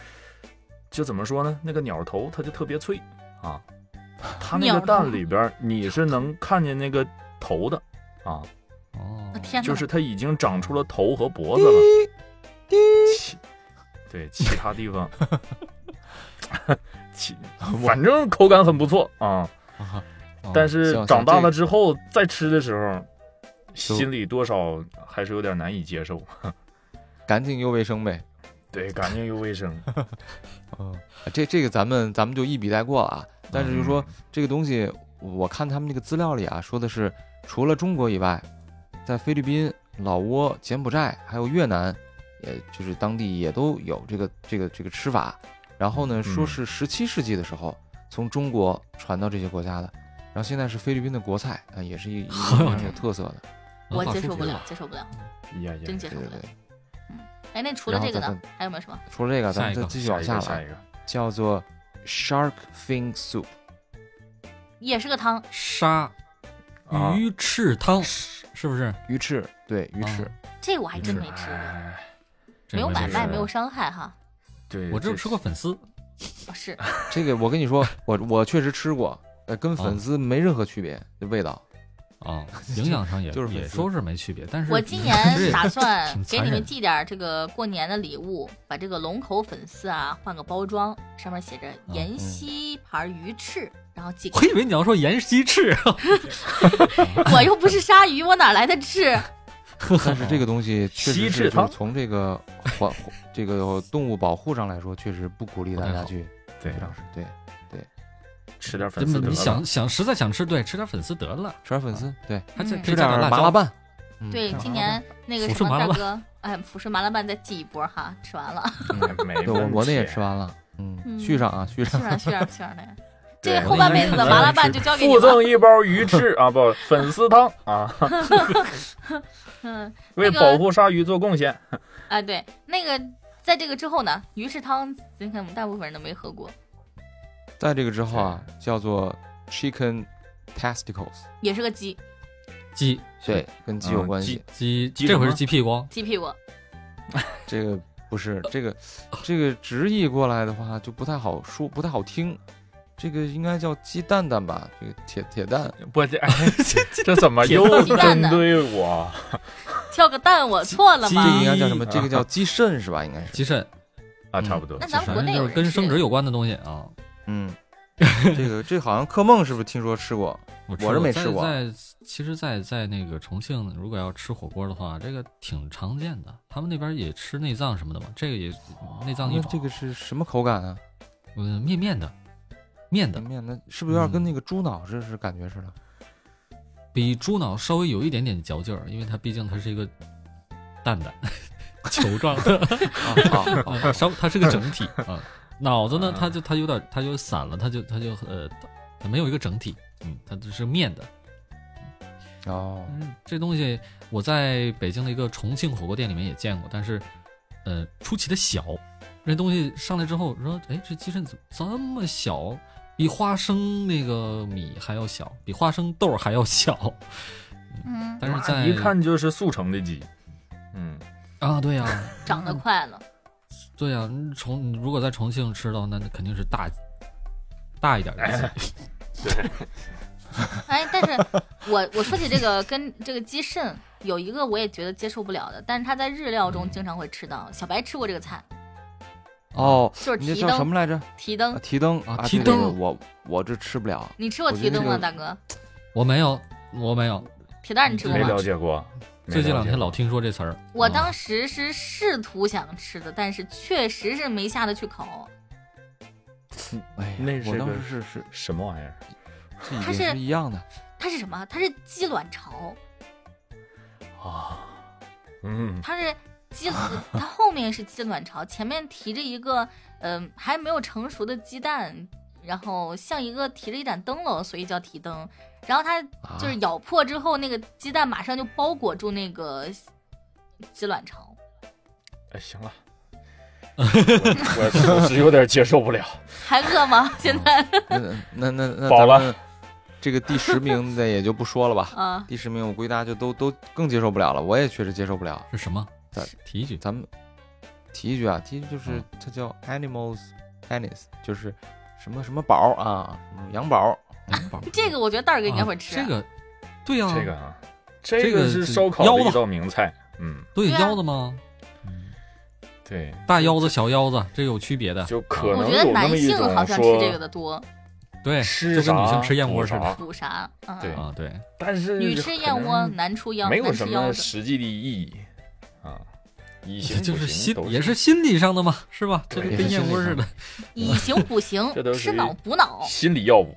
Speaker 4: 就怎么说呢？那个鸟头它就特别脆啊，它那
Speaker 2: 鸟
Speaker 4: 个
Speaker 2: 头
Speaker 4: 蛋里边儿你是能看见那个头的啊，
Speaker 3: 哦，
Speaker 2: 天哪，
Speaker 4: 就是它已经长出了头和脖子了。其对其他地方， *laughs* 其反正口感很不错啊，
Speaker 3: 啊哦
Speaker 4: 但
Speaker 1: 行
Speaker 4: 是
Speaker 1: 行
Speaker 4: 长大
Speaker 1: 这个
Speaker 4: 了之后再吃的时候，心里多少还是有点难以接受。
Speaker 1: 干净又卫生呗。
Speaker 4: 对，干净又卫生。
Speaker 1: 嗯，这这个咱们咱们就一笔带过了啊。但是就
Speaker 4: 嗯
Speaker 1: 说这个东西，我看他们那个资料里啊，说的是除了中国以外，在菲律宾、老挝、柬埔寨还有越南，也就是当地也都有这个这个这个吃法。然后呢，
Speaker 4: 嗯
Speaker 1: 说是十七世纪的时候从中国传到这些国家的，然后现在是菲律宾的国菜啊、也是一一
Speaker 4: *laughs*
Speaker 1: 个挺有特色的。
Speaker 2: 我接受
Speaker 3: 文
Speaker 2: 不
Speaker 3: 化输出
Speaker 2: 了，接受不了，
Speaker 4: 呀
Speaker 2: 真
Speaker 4: 呀，
Speaker 2: 接
Speaker 1: 对
Speaker 2: 受
Speaker 1: 对
Speaker 2: 不了
Speaker 1: 对。，
Speaker 2: 哎，那除了
Speaker 1: 然后
Speaker 2: 这个
Speaker 1: 再
Speaker 2: 呢
Speaker 1: 看，
Speaker 2: 还有没有什么？
Speaker 1: 除了这个，咱
Speaker 3: 下
Speaker 1: 们
Speaker 3: 一个
Speaker 1: 再继续
Speaker 4: 下
Speaker 1: 往
Speaker 4: 一
Speaker 1: 下
Speaker 4: 个，
Speaker 1: 来
Speaker 4: 下一，个，
Speaker 1: 叫做 shark fin soup。
Speaker 2: 也是个汤，
Speaker 3: 沙
Speaker 4: 啊
Speaker 3: 鱼翅汤，是不是？
Speaker 1: 鱼翅，对
Speaker 4: 哦
Speaker 1: 鱼翅
Speaker 3: 啊，
Speaker 2: 这我还真没吃过，
Speaker 4: 哎，
Speaker 3: 这
Speaker 2: 没有
Speaker 3: 回
Speaker 2: 买
Speaker 3: 就
Speaker 2: 卖，
Speaker 3: 是
Speaker 2: 没有伤害哈。
Speaker 4: 对，
Speaker 3: 我只有
Speaker 4: 这
Speaker 3: 吃过
Speaker 1: *laughs*
Speaker 3: 粉丝，
Speaker 2: 哦
Speaker 3: *laughs*
Speaker 2: 是，
Speaker 1: 这个我跟你说，我我确实吃过，呃，跟粉丝没任何区别，这味
Speaker 3: *laughs*
Speaker 1: 道。
Speaker 3: 啊，营养上
Speaker 1: *laughs*
Speaker 3: 也
Speaker 1: 就是粉
Speaker 3: 也
Speaker 1: 丝
Speaker 3: 说是没区别，但是
Speaker 2: 我今
Speaker 3: *laughs* 这
Speaker 2: 年
Speaker 3: 也
Speaker 2: 打算
Speaker 3: 挺
Speaker 2: 给
Speaker 3: 残
Speaker 2: 你们
Speaker 3: 忍
Speaker 2: 寄点儿这个过年的礼物，把这个龙口粉丝啊换个包装，上面写着“
Speaker 1: 嗯
Speaker 2: 延禧牌鱼翅”，然后寄给
Speaker 3: *laughs* 我以为你要说盐鸡翅，
Speaker 2: 我又不是鲨鱼，我哪来的
Speaker 3: *laughs*
Speaker 2: 翅？
Speaker 1: *laughs* 但是这个东西确实
Speaker 4: 西
Speaker 1: 是
Speaker 4: 赤
Speaker 1: 就是
Speaker 4: 汤
Speaker 1: 从这个环这个动物保护上来说，确实不鼓励大家去
Speaker 4: 对
Speaker 1: 尝试。对，
Speaker 4: 吃点粉
Speaker 3: 真的
Speaker 4: 丝得
Speaker 3: 嗯你
Speaker 4: 了
Speaker 3: 想。想实在想吃，对，吃点粉丝得了，
Speaker 1: 吃点粉丝，对，
Speaker 3: 还这
Speaker 2: 嗯
Speaker 3: 啊可
Speaker 1: 吃
Speaker 3: 以
Speaker 1: 点
Speaker 3: 加点
Speaker 1: 麻
Speaker 3: 辣
Speaker 1: 辣
Speaker 3: 椒。
Speaker 1: 拌。嗯
Speaker 2: 对，今年那个
Speaker 3: 抚
Speaker 2: 什
Speaker 3: 顺
Speaker 2: 么
Speaker 3: 麻
Speaker 2: 大
Speaker 3: 辣
Speaker 2: 哥，哎，抚顺麻辣拌再寄一波哈，吃
Speaker 3: *laughs*
Speaker 2: 完了，
Speaker 4: 嗯没
Speaker 1: 对我
Speaker 4: 问
Speaker 1: 我那也
Speaker 4: 题
Speaker 1: 吃完了，嗯，
Speaker 2: 嗯
Speaker 1: 续上啊，续
Speaker 2: 去
Speaker 1: 上。
Speaker 2: 哪儿去哪儿去哪儿
Speaker 3: *laughs*
Speaker 2: 的。这
Speaker 4: 对
Speaker 2: 个后半辈子的麻辣拌就交给你
Speaker 4: 嗯附
Speaker 2: 了。
Speaker 4: 赠一包鱼翅啊，不，粉丝汤啊，
Speaker 2: 嗯，
Speaker 4: 为
Speaker 2: 那个
Speaker 4: 保护鲨鱼做
Speaker 3: *laughs*
Speaker 4: 贡献。
Speaker 2: 啊对，那个在这个之后呢，鱼翅汤，你看我们大部分人都没喝过，
Speaker 1: 在这个之后啊，叫做 chicken testicles，
Speaker 2: 也是个鸡，
Speaker 3: 鸡
Speaker 1: 对，跟鸡有关系。
Speaker 3: 嗯鸡，
Speaker 4: 鸡
Speaker 3: 这回是
Speaker 4: 什么
Speaker 3: 鸡
Speaker 1: *laughs*
Speaker 3: 屁股，
Speaker 2: 鸡屁股，
Speaker 1: 这个不是
Speaker 3: 呃
Speaker 1: 这个这个直译过来的话就不太好说，不太好听。这个应该叫鸡蛋蛋吧？这个铁铁蛋，
Speaker 4: 不，这、哎、这
Speaker 3: *laughs*
Speaker 4: 怎么又
Speaker 2: 到鸡蛋
Speaker 4: 针
Speaker 2: 呢
Speaker 4: 对我？
Speaker 2: 敲个蛋，我错了
Speaker 1: 这
Speaker 2: 吗
Speaker 1: 应？该叫什么？
Speaker 4: 鸡
Speaker 1: 这个叫鸡肾是吧？应该是。
Speaker 3: 鸡肾，
Speaker 4: 啊，
Speaker 3: 嗯
Speaker 4: 差不多
Speaker 2: *laughs* 那。咱们
Speaker 3: 反
Speaker 2: 国
Speaker 3: 正
Speaker 2: 内
Speaker 3: 就
Speaker 2: 有
Speaker 3: 是跟
Speaker 2: 人
Speaker 3: 生
Speaker 2: 吃
Speaker 3: 殖有关的东西啊。
Speaker 1: 嗯，这个这好像柯梦是不是听说吃
Speaker 3: *laughs*
Speaker 1: 过？
Speaker 3: 我
Speaker 1: 我是没
Speaker 3: 在
Speaker 1: 吃过
Speaker 3: 在其实在，在那个重庆，如果要吃火锅的话，这个挺常见的。他们那边也吃内脏什么的嘛，这个也内脏一
Speaker 1: 那
Speaker 3: 种，
Speaker 1: 这个是什么口感啊？
Speaker 3: 嗯，面面的，面的
Speaker 1: 面那是不是有点
Speaker 3: 嗯
Speaker 1: 跟那个猪脑是是感觉
Speaker 3: *laughs*
Speaker 1: 似的？
Speaker 3: 比猪脑稍微有一点点嚼劲儿，因为它毕竟它是一个蛋蛋球状
Speaker 4: *laughs*
Speaker 3: 的，
Speaker 1: 啊啊啊！
Speaker 3: 啊稍它是个整体啊。脑子呢，
Speaker 4: 啊
Speaker 3: 它就它有点它就散了，它就它就呃，它没有一个整体，嗯，它只是面的。
Speaker 1: 哦，
Speaker 3: 嗯，这东西我在北京的一个重庆火锅店里面也见过，但是，呃，出奇的小。那东西上来之后说，哎，这鸡肾怎么这么小？比花生那个米还要小，比花生豆儿还要小。
Speaker 2: 嗯，
Speaker 3: 但是
Speaker 4: 那
Speaker 3: 在
Speaker 4: 啊一看就是速成的鸡，嗯，
Speaker 3: 啊，对呀、
Speaker 2: 长得快了，
Speaker 3: 对呀、嗯重如果在重庆吃到，那那肯定是大大一点的鸡。
Speaker 2: 哎，但是我我说起这个跟这个鸡肾，有一个我也觉得接受不了的，但是它在日料中经常会吃到。小白吃过这个菜，
Speaker 1: 哦，
Speaker 2: 就是
Speaker 1: 你这
Speaker 2: 提
Speaker 1: 叫什
Speaker 2: 灯，
Speaker 1: 么来着？
Speaker 2: 提
Speaker 1: 啊
Speaker 2: 灯，
Speaker 1: 提灯
Speaker 3: 啊
Speaker 1: 啊，
Speaker 3: 提
Speaker 1: 这个
Speaker 3: 灯
Speaker 1: 我我这吃不了。
Speaker 2: 你吃过
Speaker 1: 我觉
Speaker 2: 提
Speaker 1: 得
Speaker 2: 灯
Speaker 1: 这
Speaker 2: 吗，
Speaker 1: 个
Speaker 2: 大哥？
Speaker 3: 我没有，我没有，
Speaker 2: 铁蛋儿你吃过
Speaker 4: 没
Speaker 2: 吗？
Speaker 3: 嗯
Speaker 4: 了解过。没
Speaker 3: 最近
Speaker 4: 了
Speaker 3: 两
Speaker 4: 解
Speaker 3: 天
Speaker 4: 过
Speaker 3: 老听说这词儿。
Speaker 2: 我
Speaker 3: 啊
Speaker 2: 当时是试图想吃的，但是确实是没下得去口。
Speaker 1: 哎呀，
Speaker 4: 那是
Speaker 1: 我当
Speaker 4: 个
Speaker 1: 时是是
Speaker 4: 什么玩意儿
Speaker 1: 这已
Speaker 2: 它
Speaker 1: 经
Speaker 2: 是
Speaker 1: 是一样的。
Speaker 2: 它是什么？它是鸡卵巢，
Speaker 4: 啊？嗯，
Speaker 2: 它是鸡，
Speaker 4: *laughs*
Speaker 2: 它后面是鸡卵巢，前面提着一个嗯、呃还没有成熟的鸡蛋，然后像一个提着一盏灯笼，所以叫提灯。然后它
Speaker 1: 啊
Speaker 2: 就是咬破之后，那个鸡蛋马上就包裹住那个鸡卵巢。
Speaker 4: 哎，
Speaker 3: *laughs*
Speaker 4: 行了，我我是有点接受不了。
Speaker 2: 还饿吗？
Speaker 4: *laughs*
Speaker 2: 现在
Speaker 1: 那那那那
Speaker 4: 饱
Speaker 1: 咱
Speaker 4: 了
Speaker 1: 们这个第十名的也就不说了吧。
Speaker 2: 啊，
Speaker 1: 第十名我估计大家就都都更接受不了了，我也确实接受不了。
Speaker 3: 是什么
Speaker 1: 在？
Speaker 3: 提一句，
Speaker 1: 咱们提一句啊，提一句就是
Speaker 3: 嗯
Speaker 1: 它叫 animals penis，就是什么什么宝啊，嗯羊
Speaker 3: *laughs*
Speaker 1: 宝。
Speaker 3: 嗯宝儿
Speaker 2: 这个我觉得蛋儿哥应该会吃。
Speaker 3: 啊这个，对
Speaker 2: 嗯
Speaker 3: 呀、
Speaker 4: 这个啊，
Speaker 3: 这
Speaker 4: 这
Speaker 3: 个
Speaker 4: 个是烧烤
Speaker 3: 腰
Speaker 4: 的
Speaker 3: 子
Speaker 4: 一道名菜。嗯，
Speaker 3: 对
Speaker 2: 对啊呀
Speaker 3: 腰子吗？ *laughs*
Speaker 4: 对，
Speaker 3: 大腰子、小腰子，这有区别的。
Speaker 4: 就可
Speaker 2: 我
Speaker 4: 能
Speaker 2: 觉得
Speaker 4: 有那
Speaker 2: 男
Speaker 4: 么一
Speaker 2: 性
Speaker 4: 种
Speaker 2: 好像吃这个
Speaker 4: 说
Speaker 2: 的多，
Speaker 3: 对，
Speaker 4: 吃
Speaker 3: 就跟女
Speaker 4: 啥
Speaker 3: 性吃燕窝
Speaker 4: 补
Speaker 3: 似的 *laughs*
Speaker 4: 啥
Speaker 2: 补啥？嗯，
Speaker 4: 对
Speaker 3: 啊，对，
Speaker 4: 但是
Speaker 2: 女吃燕
Speaker 4: 可
Speaker 2: 窝，嗯
Speaker 4: 能
Speaker 2: 男出腰，
Speaker 4: 没有
Speaker 2: 男
Speaker 4: 什
Speaker 2: 吃腰
Speaker 4: 么
Speaker 2: 子。
Speaker 4: 实际的意义啊。以形
Speaker 3: *laughs* 就
Speaker 4: 补
Speaker 3: 是心
Speaker 4: 形都
Speaker 3: 也是心理上的嘛，是吧？这
Speaker 4: 对
Speaker 3: 个跟
Speaker 4: 也
Speaker 1: 是
Speaker 3: 燕
Speaker 1: 心理
Speaker 3: 窝似
Speaker 1: 上
Speaker 3: 的，
Speaker 2: 以形补形
Speaker 4: *laughs* 这都，属
Speaker 2: 吃
Speaker 4: 于
Speaker 2: 脑补脑。
Speaker 4: 心理药物。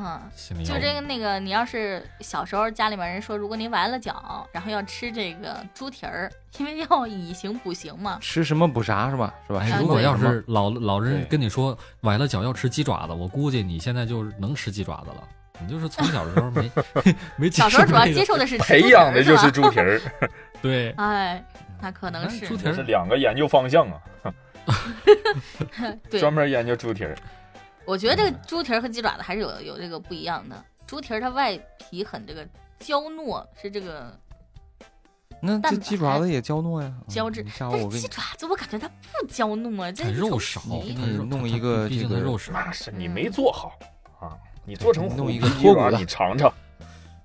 Speaker 2: 嗯，
Speaker 3: 心理
Speaker 2: 就
Speaker 3: 要
Speaker 2: 这个那个，你要是小时候家里面人说，如果您崴了脚，然后要吃这个猪蹄儿，因为要以形补形
Speaker 4: *laughs*
Speaker 2: 嘛。
Speaker 1: 吃什么补啥是吧？是吧？
Speaker 3: 哎，
Speaker 2: 啊
Speaker 1: 吃
Speaker 3: 如果
Speaker 2: 对
Speaker 3: 要
Speaker 1: 什么
Speaker 3: 是老老人
Speaker 4: 对
Speaker 3: 跟你说崴了脚要吃鸡爪子，我估计你现在就能吃鸡爪子了。你就是从小的时
Speaker 2: *laughs*
Speaker 3: 候没没接
Speaker 2: 小
Speaker 3: 受
Speaker 2: 时候主要
Speaker 3: 这个
Speaker 2: 接受的是吃猪
Speaker 4: 培
Speaker 2: 蹄儿
Speaker 4: 养的就是
Speaker 2: 吧
Speaker 3: *laughs*
Speaker 4: 猪蹄儿，
Speaker 3: 对，
Speaker 2: 哎，那可能
Speaker 3: 哎
Speaker 2: 是
Speaker 3: 猪蹄
Speaker 4: 这是
Speaker 3: 儿
Speaker 4: 两个研究方向啊，
Speaker 2: 对
Speaker 4: 专门研究猪蹄儿。
Speaker 2: 我觉得这个猪蹄儿和鸡爪子还是有有这个不一样的。猪蹄儿它外皮很这个娇糯，是这个，
Speaker 1: 那
Speaker 2: 蛋
Speaker 1: 这
Speaker 2: 白
Speaker 1: 鸡爪子也焦糯呀，嗯
Speaker 2: 胶质
Speaker 1: 你
Speaker 3: 哦
Speaker 1: 下
Speaker 2: 但
Speaker 1: 午
Speaker 2: 是
Speaker 1: 我给
Speaker 2: 鸡
Speaker 1: 你
Speaker 2: 爪子我感觉它不娇糯啊，这
Speaker 3: 它
Speaker 2: 是
Speaker 3: 肉
Speaker 2: 头
Speaker 3: 少，
Speaker 2: 皮
Speaker 3: 它肉
Speaker 1: 弄
Speaker 3: 它
Speaker 1: 一个
Speaker 3: 毕竟
Speaker 1: 这
Speaker 3: 它
Speaker 1: 个
Speaker 3: 肉少，
Speaker 4: 那是你
Speaker 2: 嗯
Speaker 4: 没做好啊，你做成
Speaker 1: 弄
Speaker 4: 虎
Speaker 1: 一
Speaker 4: 皮
Speaker 1: 个
Speaker 4: 鸡
Speaker 1: 脱骨
Speaker 4: 爪，
Speaker 1: 的
Speaker 4: 你尝尝。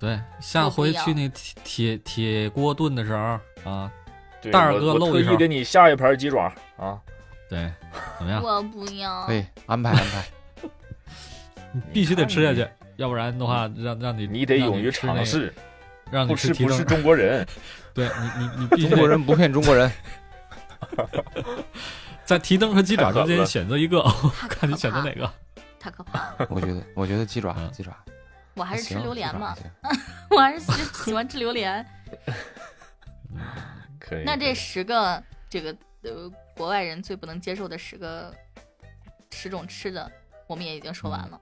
Speaker 3: 对，下
Speaker 2: 有必
Speaker 3: 回
Speaker 2: 要
Speaker 3: 去那铁铁铁锅炖的时候啊，
Speaker 4: 对
Speaker 3: 蛋儿
Speaker 4: 我
Speaker 3: 哥
Speaker 4: 我
Speaker 3: 露
Speaker 4: 特
Speaker 3: 一手
Speaker 4: 意给你下一盘鸡爪啊，
Speaker 3: 对，怎么样？哎
Speaker 2: 我不要
Speaker 1: 可。以安排安排。
Speaker 3: 你必须得吃下
Speaker 4: 你
Speaker 3: 去，要不然的话，让让你
Speaker 4: 你得
Speaker 3: 让
Speaker 4: 勇于
Speaker 3: 吃那
Speaker 4: 尝
Speaker 3: 个，
Speaker 4: 试，
Speaker 3: 让你
Speaker 4: 不吃
Speaker 3: 提
Speaker 4: 不
Speaker 3: 灯
Speaker 4: 是中
Speaker 3: *laughs*
Speaker 4: 国人。
Speaker 3: 对你，
Speaker 4: *laughs*
Speaker 3: 你你必须
Speaker 1: 中国
Speaker 3: 得
Speaker 1: 人不骗中国人， *laughs*
Speaker 3: 在提灯和鸡爪之
Speaker 4: 太狠
Speaker 3: 间
Speaker 4: 了
Speaker 3: 选择一个，
Speaker 2: 太可
Speaker 3: 看你选择
Speaker 2: 怕
Speaker 3: 哪个。
Speaker 2: 太可怕了！
Speaker 1: 我觉得我觉得鸡爪
Speaker 3: 嗯
Speaker 1: 鸡爪
Speaker 2: 我啊还是吃
Speaker 1: 行
Speaker 2: 榴莲
Speaker 1: 鸡爪
Speaker 2: 嘛，
Speaker 1: 行
Speaker 2: *laughs* 我还是喜喜欢吃 *laughs* 榴莲。
Speaker 4: 可以。
Speaker 2: 那
Speaker 4: 可
Speaker 2: 这
Speaker 4: 以
Speaker 2: 十个这个呃国外人最不能接受的十个十种吃的，我们也已经说完了。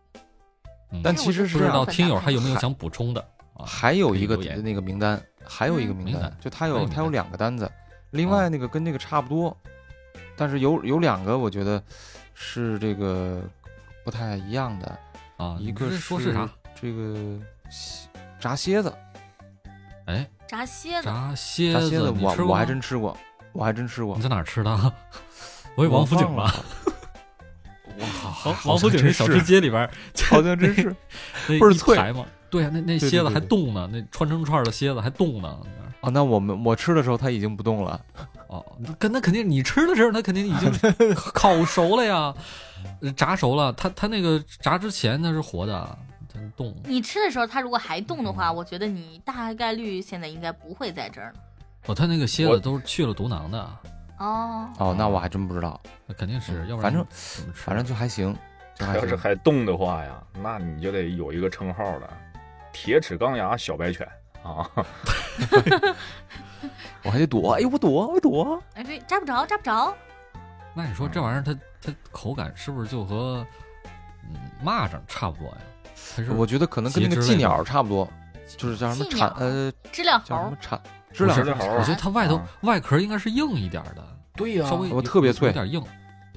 Speaker 3: 嗯
Speaker 1: 但
Speaker 2: 是
Speaker 1: 其
Speaker 2: 我
Speaker 1: 实
Speaker 2: 就是
Speaker 3: 不
Speaker 1: 这
Speaker 3: 知
Speaker 1: 样
Speaker 3: 道
Speaker 1: 的，
Speaker 2: 分
Speaker 3: 听友
Speaker 2: 享
Speaker 3: 还有没有
Speaker 1: 还
Speaker 3: 想补充的啊？
Speaker 1: 还有
Speaker 3: 可以
Speaker 1: 一个
Speaker 3: 留言
Speaker 1: 那个名单，还有一个名
Speaker 3: 名
Speaker 1: 单
Speaker 3: 单，
Speaker 1: 就它
Speaker 3: 还有
Speaker 1: 有
Speaker 3: 名单啊
Speaker 1: 它有两个单子，另外那个跟这个差不多，但是有有两个我觉得是这个不太一样的，
Speaker 3: 啊，
Speaker 1: 一
Speaker 3: 你
Speaker 1: 个
Speaker 3: 不是说是啥？
Speaker 1: 这个西炸蝎子，
Speaker 3: 哎，
Speaker 2: 炸蝎子，
Speaker 3: 炸蝎
Speaker 1: 炸蝎子
Speaker 3: 你
Speaker 1: 我
Speaker 3: 吃过
Speaker 1: 我
Speaker 3: 吗
Speaker 1: 还真吃过，我还真吃过
Speaker 3: 你。在哪儿吃的 *laughs* 啊？我以为王府井
Speaker 1: 忘
Speaker 3: 吧。
Speaker 1: 了？我靠，
Speaker 3: 王
Speaker 1: 好
Speaker 3: 王府井
Speaker 1: 像
Speaker 3: 那
Speaker 1: 真
Speaker 3: 小
Speaker 1: 是
Speaker 3: 吃街
Speaker 1: *laughs*
Speaker 3: 里边儿，
Speaker 1: 好像真
Speaker 3: *laughs*
Speaker 1: 是
Speaker 3: 那
Speaker 1: 倍儿
Speaker 3: 一
Speaker 1: 脆
Speaker 3: 排嘛。对啊，那那
Speaker 1: 对对
Speaker 3: 蝎子
Speaker 1: 对
Speaker 3: 还
Speaker 1: 对
Speaker 3: 冻呢，那穿成串儿的蝎子还冻呢。
Speaker 1: 啊！那我们我吃的时候它已经不动了，
Speaker 3: 哦，那肯那肯定你吃的时候，它肯定已经
Speaker 1: *laughs*
Speaker 3: 烤熟了呀，呃炸熟了。它它那个炸之前它是活的，它冻。
Speaker 2: 你吃的时候它如果还冻的话，我觉得你大概率现在应该不会在这儿了。
Speaker 3: 哦，它那个蝎
Speaker 4: 我
Speaker 3: 子都是去了毒囊的，
Speaker 2: 哦，
Speaker 1: 哦，那我还真不知道，
Speaker 3: 那肯定是，要不然
Speaker 1: 嗯反正
Speaker 3: 怎么吃啊
Speaker 1: 反正就还行，就还
Speaker 4: 要是
Speaker 1: 行。
Speaker 4: 还冻的话呀，那你就得有一个称号了，铁齿钢牙小白犬啊！
Speaker 1: 我还得躲，哎，我躲，我躲。
Speaker 2: 哎对，扎不着，扎不着。
Speaker 3: 那你说这玩意儿它它口感是不是就和嗯蚂蚱差不多呀？它是
Speaker 1: 我觉得可能跟那个
Speaker 3: 鸡之
Speaker 1: 寄
Speaker 3: 类的
Speaker 1: 鸟差不多，就是叫什么
Speaker 2: 寄
Speaker 1: 蝉
Speaker 2: 鸟
Speaker 1: 呃，
Speaker 2: 知了
Speaker 1: 叫什
Speaker 2: 猴
Speaker 1: 么，蝉知
Speaker 4: 知
Speaker 1: 了
Speaker 4: 了
Speaker 1: 猴，
Speaker 4: 猴
Speaker 3: 我
Speaker 4: 儿
Speaker 3: 觉得它外头
Speaker 4: 啊
Speaker 3: 外壳应该是硬一点儿的，
Speaker 4: 对呀、
Speaker 3: 稍微
Speaker 1: 啊我
Speaker 3: 有
Speaker 1: 特别
Speaker 3: 有
Speaker 1: 脆
Speaker 3: 有点硬。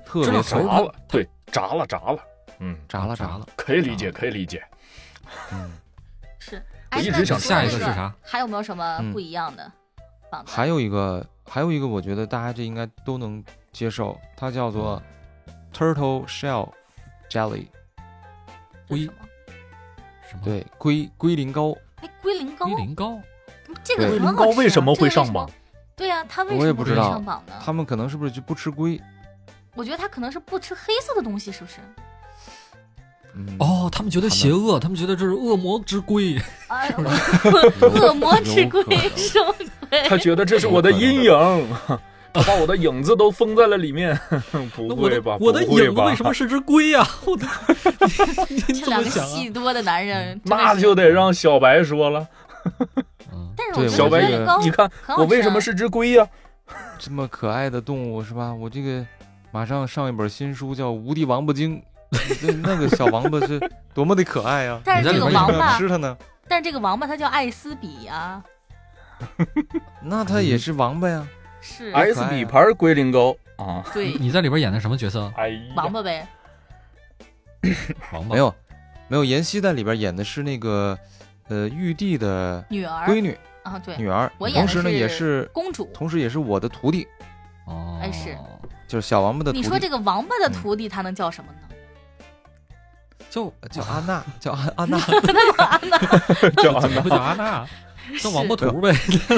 Speaker 1: 特
Speaker 3: 知
Speaker 1: 别
Speaker 3: 了
Speaker 1: 脆啊
Speaker 3: 猴，
Speaker 4: 炸了，对，炸了炸了，嗯，
Speaker 1: 炸了炸
Speaker 3: 炸
Speaker 1: 了嗯
Speaker 3: 了，
Speaker 4: 可以理解，
Speaker 3: 啊
Speaker 4: 可以理解。
Speaker 2: 是。
Speaker 4: 我
Speaker 2: 哎，
Speaker 4: 一
Speaker 2: 那
Speaker 4: 直
Speaker 2: 你
Speaker 4: 想
Speaker 2: 说
Speaker 4: 下
Speaker 3: 一
Speaker 2: 这
Speaker 3: 个是啥？
Speaker 2: 还有没有什么
Speaker 1: 嗯
Speaker 2: 不一样的棒子？
Speaker 1: 还有一个还有一个，我觉得大家这应该都能接受，它叫做 turtle shell jelly，
Speaker 2: 这是
Speaker 3: 龟
Speaker 2: 什么？
Speaker 3: 什么？，
Speaker 1: 对，嗯龟龟苓膏，
Speaker 2: 哎，龟苓膏嗯
Speaker 3: 龟，苓膏。
Speaker 2: 这个
Speaker 1: 对
Speaker 4: 龟
Speaker 2: 很
Speaker 4: 苓
Speaker 2: 好
Speaker 4: 膏
Speaker 2: 吃
Speaker 4: 为什么
Speaker 2: 这个
Speaker 4: 会上榜
Speaker 2: 什么？？对呀，它为
Speaker 1: 我也
Speaker 2: 什
Speaker 1: 不
Speaker 2: 么
Speaker 1: 知
Speaker 2: 会
Speaker 1: 道
Speaker 2: 上榜呢？
Speaker 1: 他们可能是不是就不吃龟？
Speaker 2: 我觉得它可能是不吃黑色的东西，是不是？
Speaker 1: 嗯，
Speaker 3: 哦，他们觉得
Speaker 1: 他们
Speaker 3: 邪恶，他们觉得这是恶魔之龟。
Speaker 2: 哎，恶
Speaker 1: *laughs*
Speaker 2: 魔之龟
Speaker 1: 有可能
Speaker 2: 什么
Speaker 4: 他
Speaker 2: 鬼？
Speaker 4: 觉得这是我的阴影，他把我的影子都封在了里面。 *laughs* 不
Speaker 3: 那我
Speaker 4: 会
Speaker 3: 的
Speaker 4: 吧？
Speaker 3: 我的
Speaker 4: 不会
Speaker 3: 影子
Speaker 4: 吧
Speaker 3: 为什么是只龟呀、
Speaker 1: *laughs*
Speaker 3: 我的，你你
Speaker 2: 这
Speaker 3: 怎
Speaker 2: 两
Speaker 3: 么
Speaker 2: 个
Speaker 3: 想啊？
Speaker 2: 戏多的男人，真的
Speaker 4: 嗯那
Speaker 2: 是
Speaker 4: 就得让小白说了。
Speaker 3: 嗯，
Speaker 2: 但是我
Speaker 1: 对
Speaker 2: 觉
Speaker 1: 我
Speaker 4: 小
Speaker 2: 得
Speaker 4: 白
Speaker 1: 觉
Speaker 2: 龟苓
Speaker 1: 得
Speaker 2: 膏
Speaker 4: 你看
Speaker 2: 很好吃啊
Speaker 4: 我为什么是只龟呀？
Speaker 1: 这么可爱的动物是吧？我这个马上上一本新书叫《无敌王八精》，这那个小王八是多么的可爱啊呀、
Speaker 2: 但
Speaker 3: 你
Speaker 2: 是这
Speaker 3: 在里
Speaker 2: 个
Speaker 3: 边有
Speaker 2: 王
Speaker 3: 没有
Speaker 2: 八，
Speaker 1: 吃它呢？
Speaker 2: 但是这个王八它叫艾斯比啊，
Speaker 1: 那它也是王八呀，
Speaker 2: 是，
Speaker 1: 哎
Speaker 4: *laughs* S 笔牌龟苓膏啊！
Speaker 2: 对，
Speaker 3: 你在里边演的什么角色？
Speaker 4: 哎呀，
Speaker 2: 王八呗。
Speaker 3: 王八
Speaker 1: 没有，没有。妍希在里边演的是那个呃玉帝的
Speaker 2: 女儿
Speaker 1: 闺女
Speaker 2: 啊，对，
Speaker 1: 女儿，
Speaker 2: 我演
Speaker 1: 同
Speaker 2: 的
Speaker 1: 时呢也
Speaker 2: 是
Speaker 1: 是
Speaker 2: 公主。
Speaker 1: 同时也是我的徒弟，
Speaker 3: 哦，
Speaker 2: 哎是
Speaker 1: 就是小王八的徒
Speaker 2: 你
Speaker 1: 弟，
Speaker 2: 说这个王八的徒弟他能叫什么呢？
Speaker 3: 就
Speaker 1: 呃叫安娜，叫安安
Speaker 2: *laughs*
Speaker 1: 娜，
Speaker 4: 叫
Speaker 3: 怎
Speaker 4: 安
Speaker 3: 么
Speaker 4: 娜
Speaker 3: 会叫
Speaker 1: *laughs*
Speaker 3: 安娜？叫王八图呗，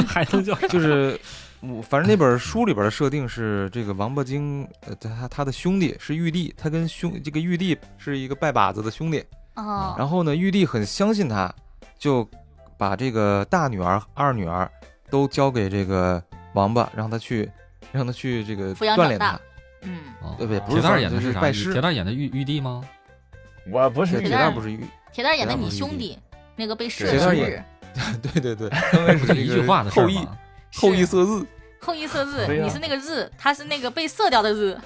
Speaker 3: 还能叫
Speaker 1: 就是我反正那本书里边的设定是这个王八精，呃，他他的兄弟是玉帝，他跟兄这个玉帝是一个拜把子的兄弟，
Speaker 2: 啊，
Speaker 1: 然后呢，玉帝很相信他，就把这个大女儿、二女儿都交给这个王八，让他去，让他去这个
Speaker 2: 抚养
Speaker 1: 锻炼
Speaker 2: 长
Speaker 1: 他
Speaker 2: 大。嗯，
Speaker 3: 哦
Speaker 1: 呃对不对不是
Speaker 3: 铁蛋儿
Speaker 1: 范
Speaker 3: 演的
Speaker 1: 就是
Speaker 3: 是啥？
Speaker 1: 拜师
Speaker 3: 铁蛋儿演的玉玉帝吗？
Speaker 4: 我不
Speaker 1: 铁
Speaker 4: 是
Speaker 1: 铁
Speaker 2: 蛋
Speaker 1: 蛋
Speaker 2: 儿
Speaker 1: 儿不是
Speaker 3: *laughs*
Speaker 1: 玉，
Speaker 2: 铁蛋儿演的
Speaker 1: 铁蛋儿
Speaker 2: 你
Speaker 1: 不是
Speaker 2: 兄
Speaker 1: 一
Speaker 2: 弟那个被射
Speaker 4: 铁蛋
Speaker 2: 的
Speaker 4: 儿
Speaker 2: 是不
Speaker 1: 演
Speaker 2: 是？
Speaker 1: 对对对，刚开始
Speaker 3: 不就
Speaker 1: 这
Speaker 3: 一
Speaker 1: 个
Speaker 3: 句话的事
Speaker 1: 后
Speaker 3: 儿
Speaker 1: 羿 *laughs*
Speaker 3: 吗？
Speaker 1: 后羿
Speaker 2: 是
Speaker 1: 射日，
Speaker 2: 后羿射日，
Speaker 4: 对呀
Speaker 2: 你是那个日，他是那个被射掉的日。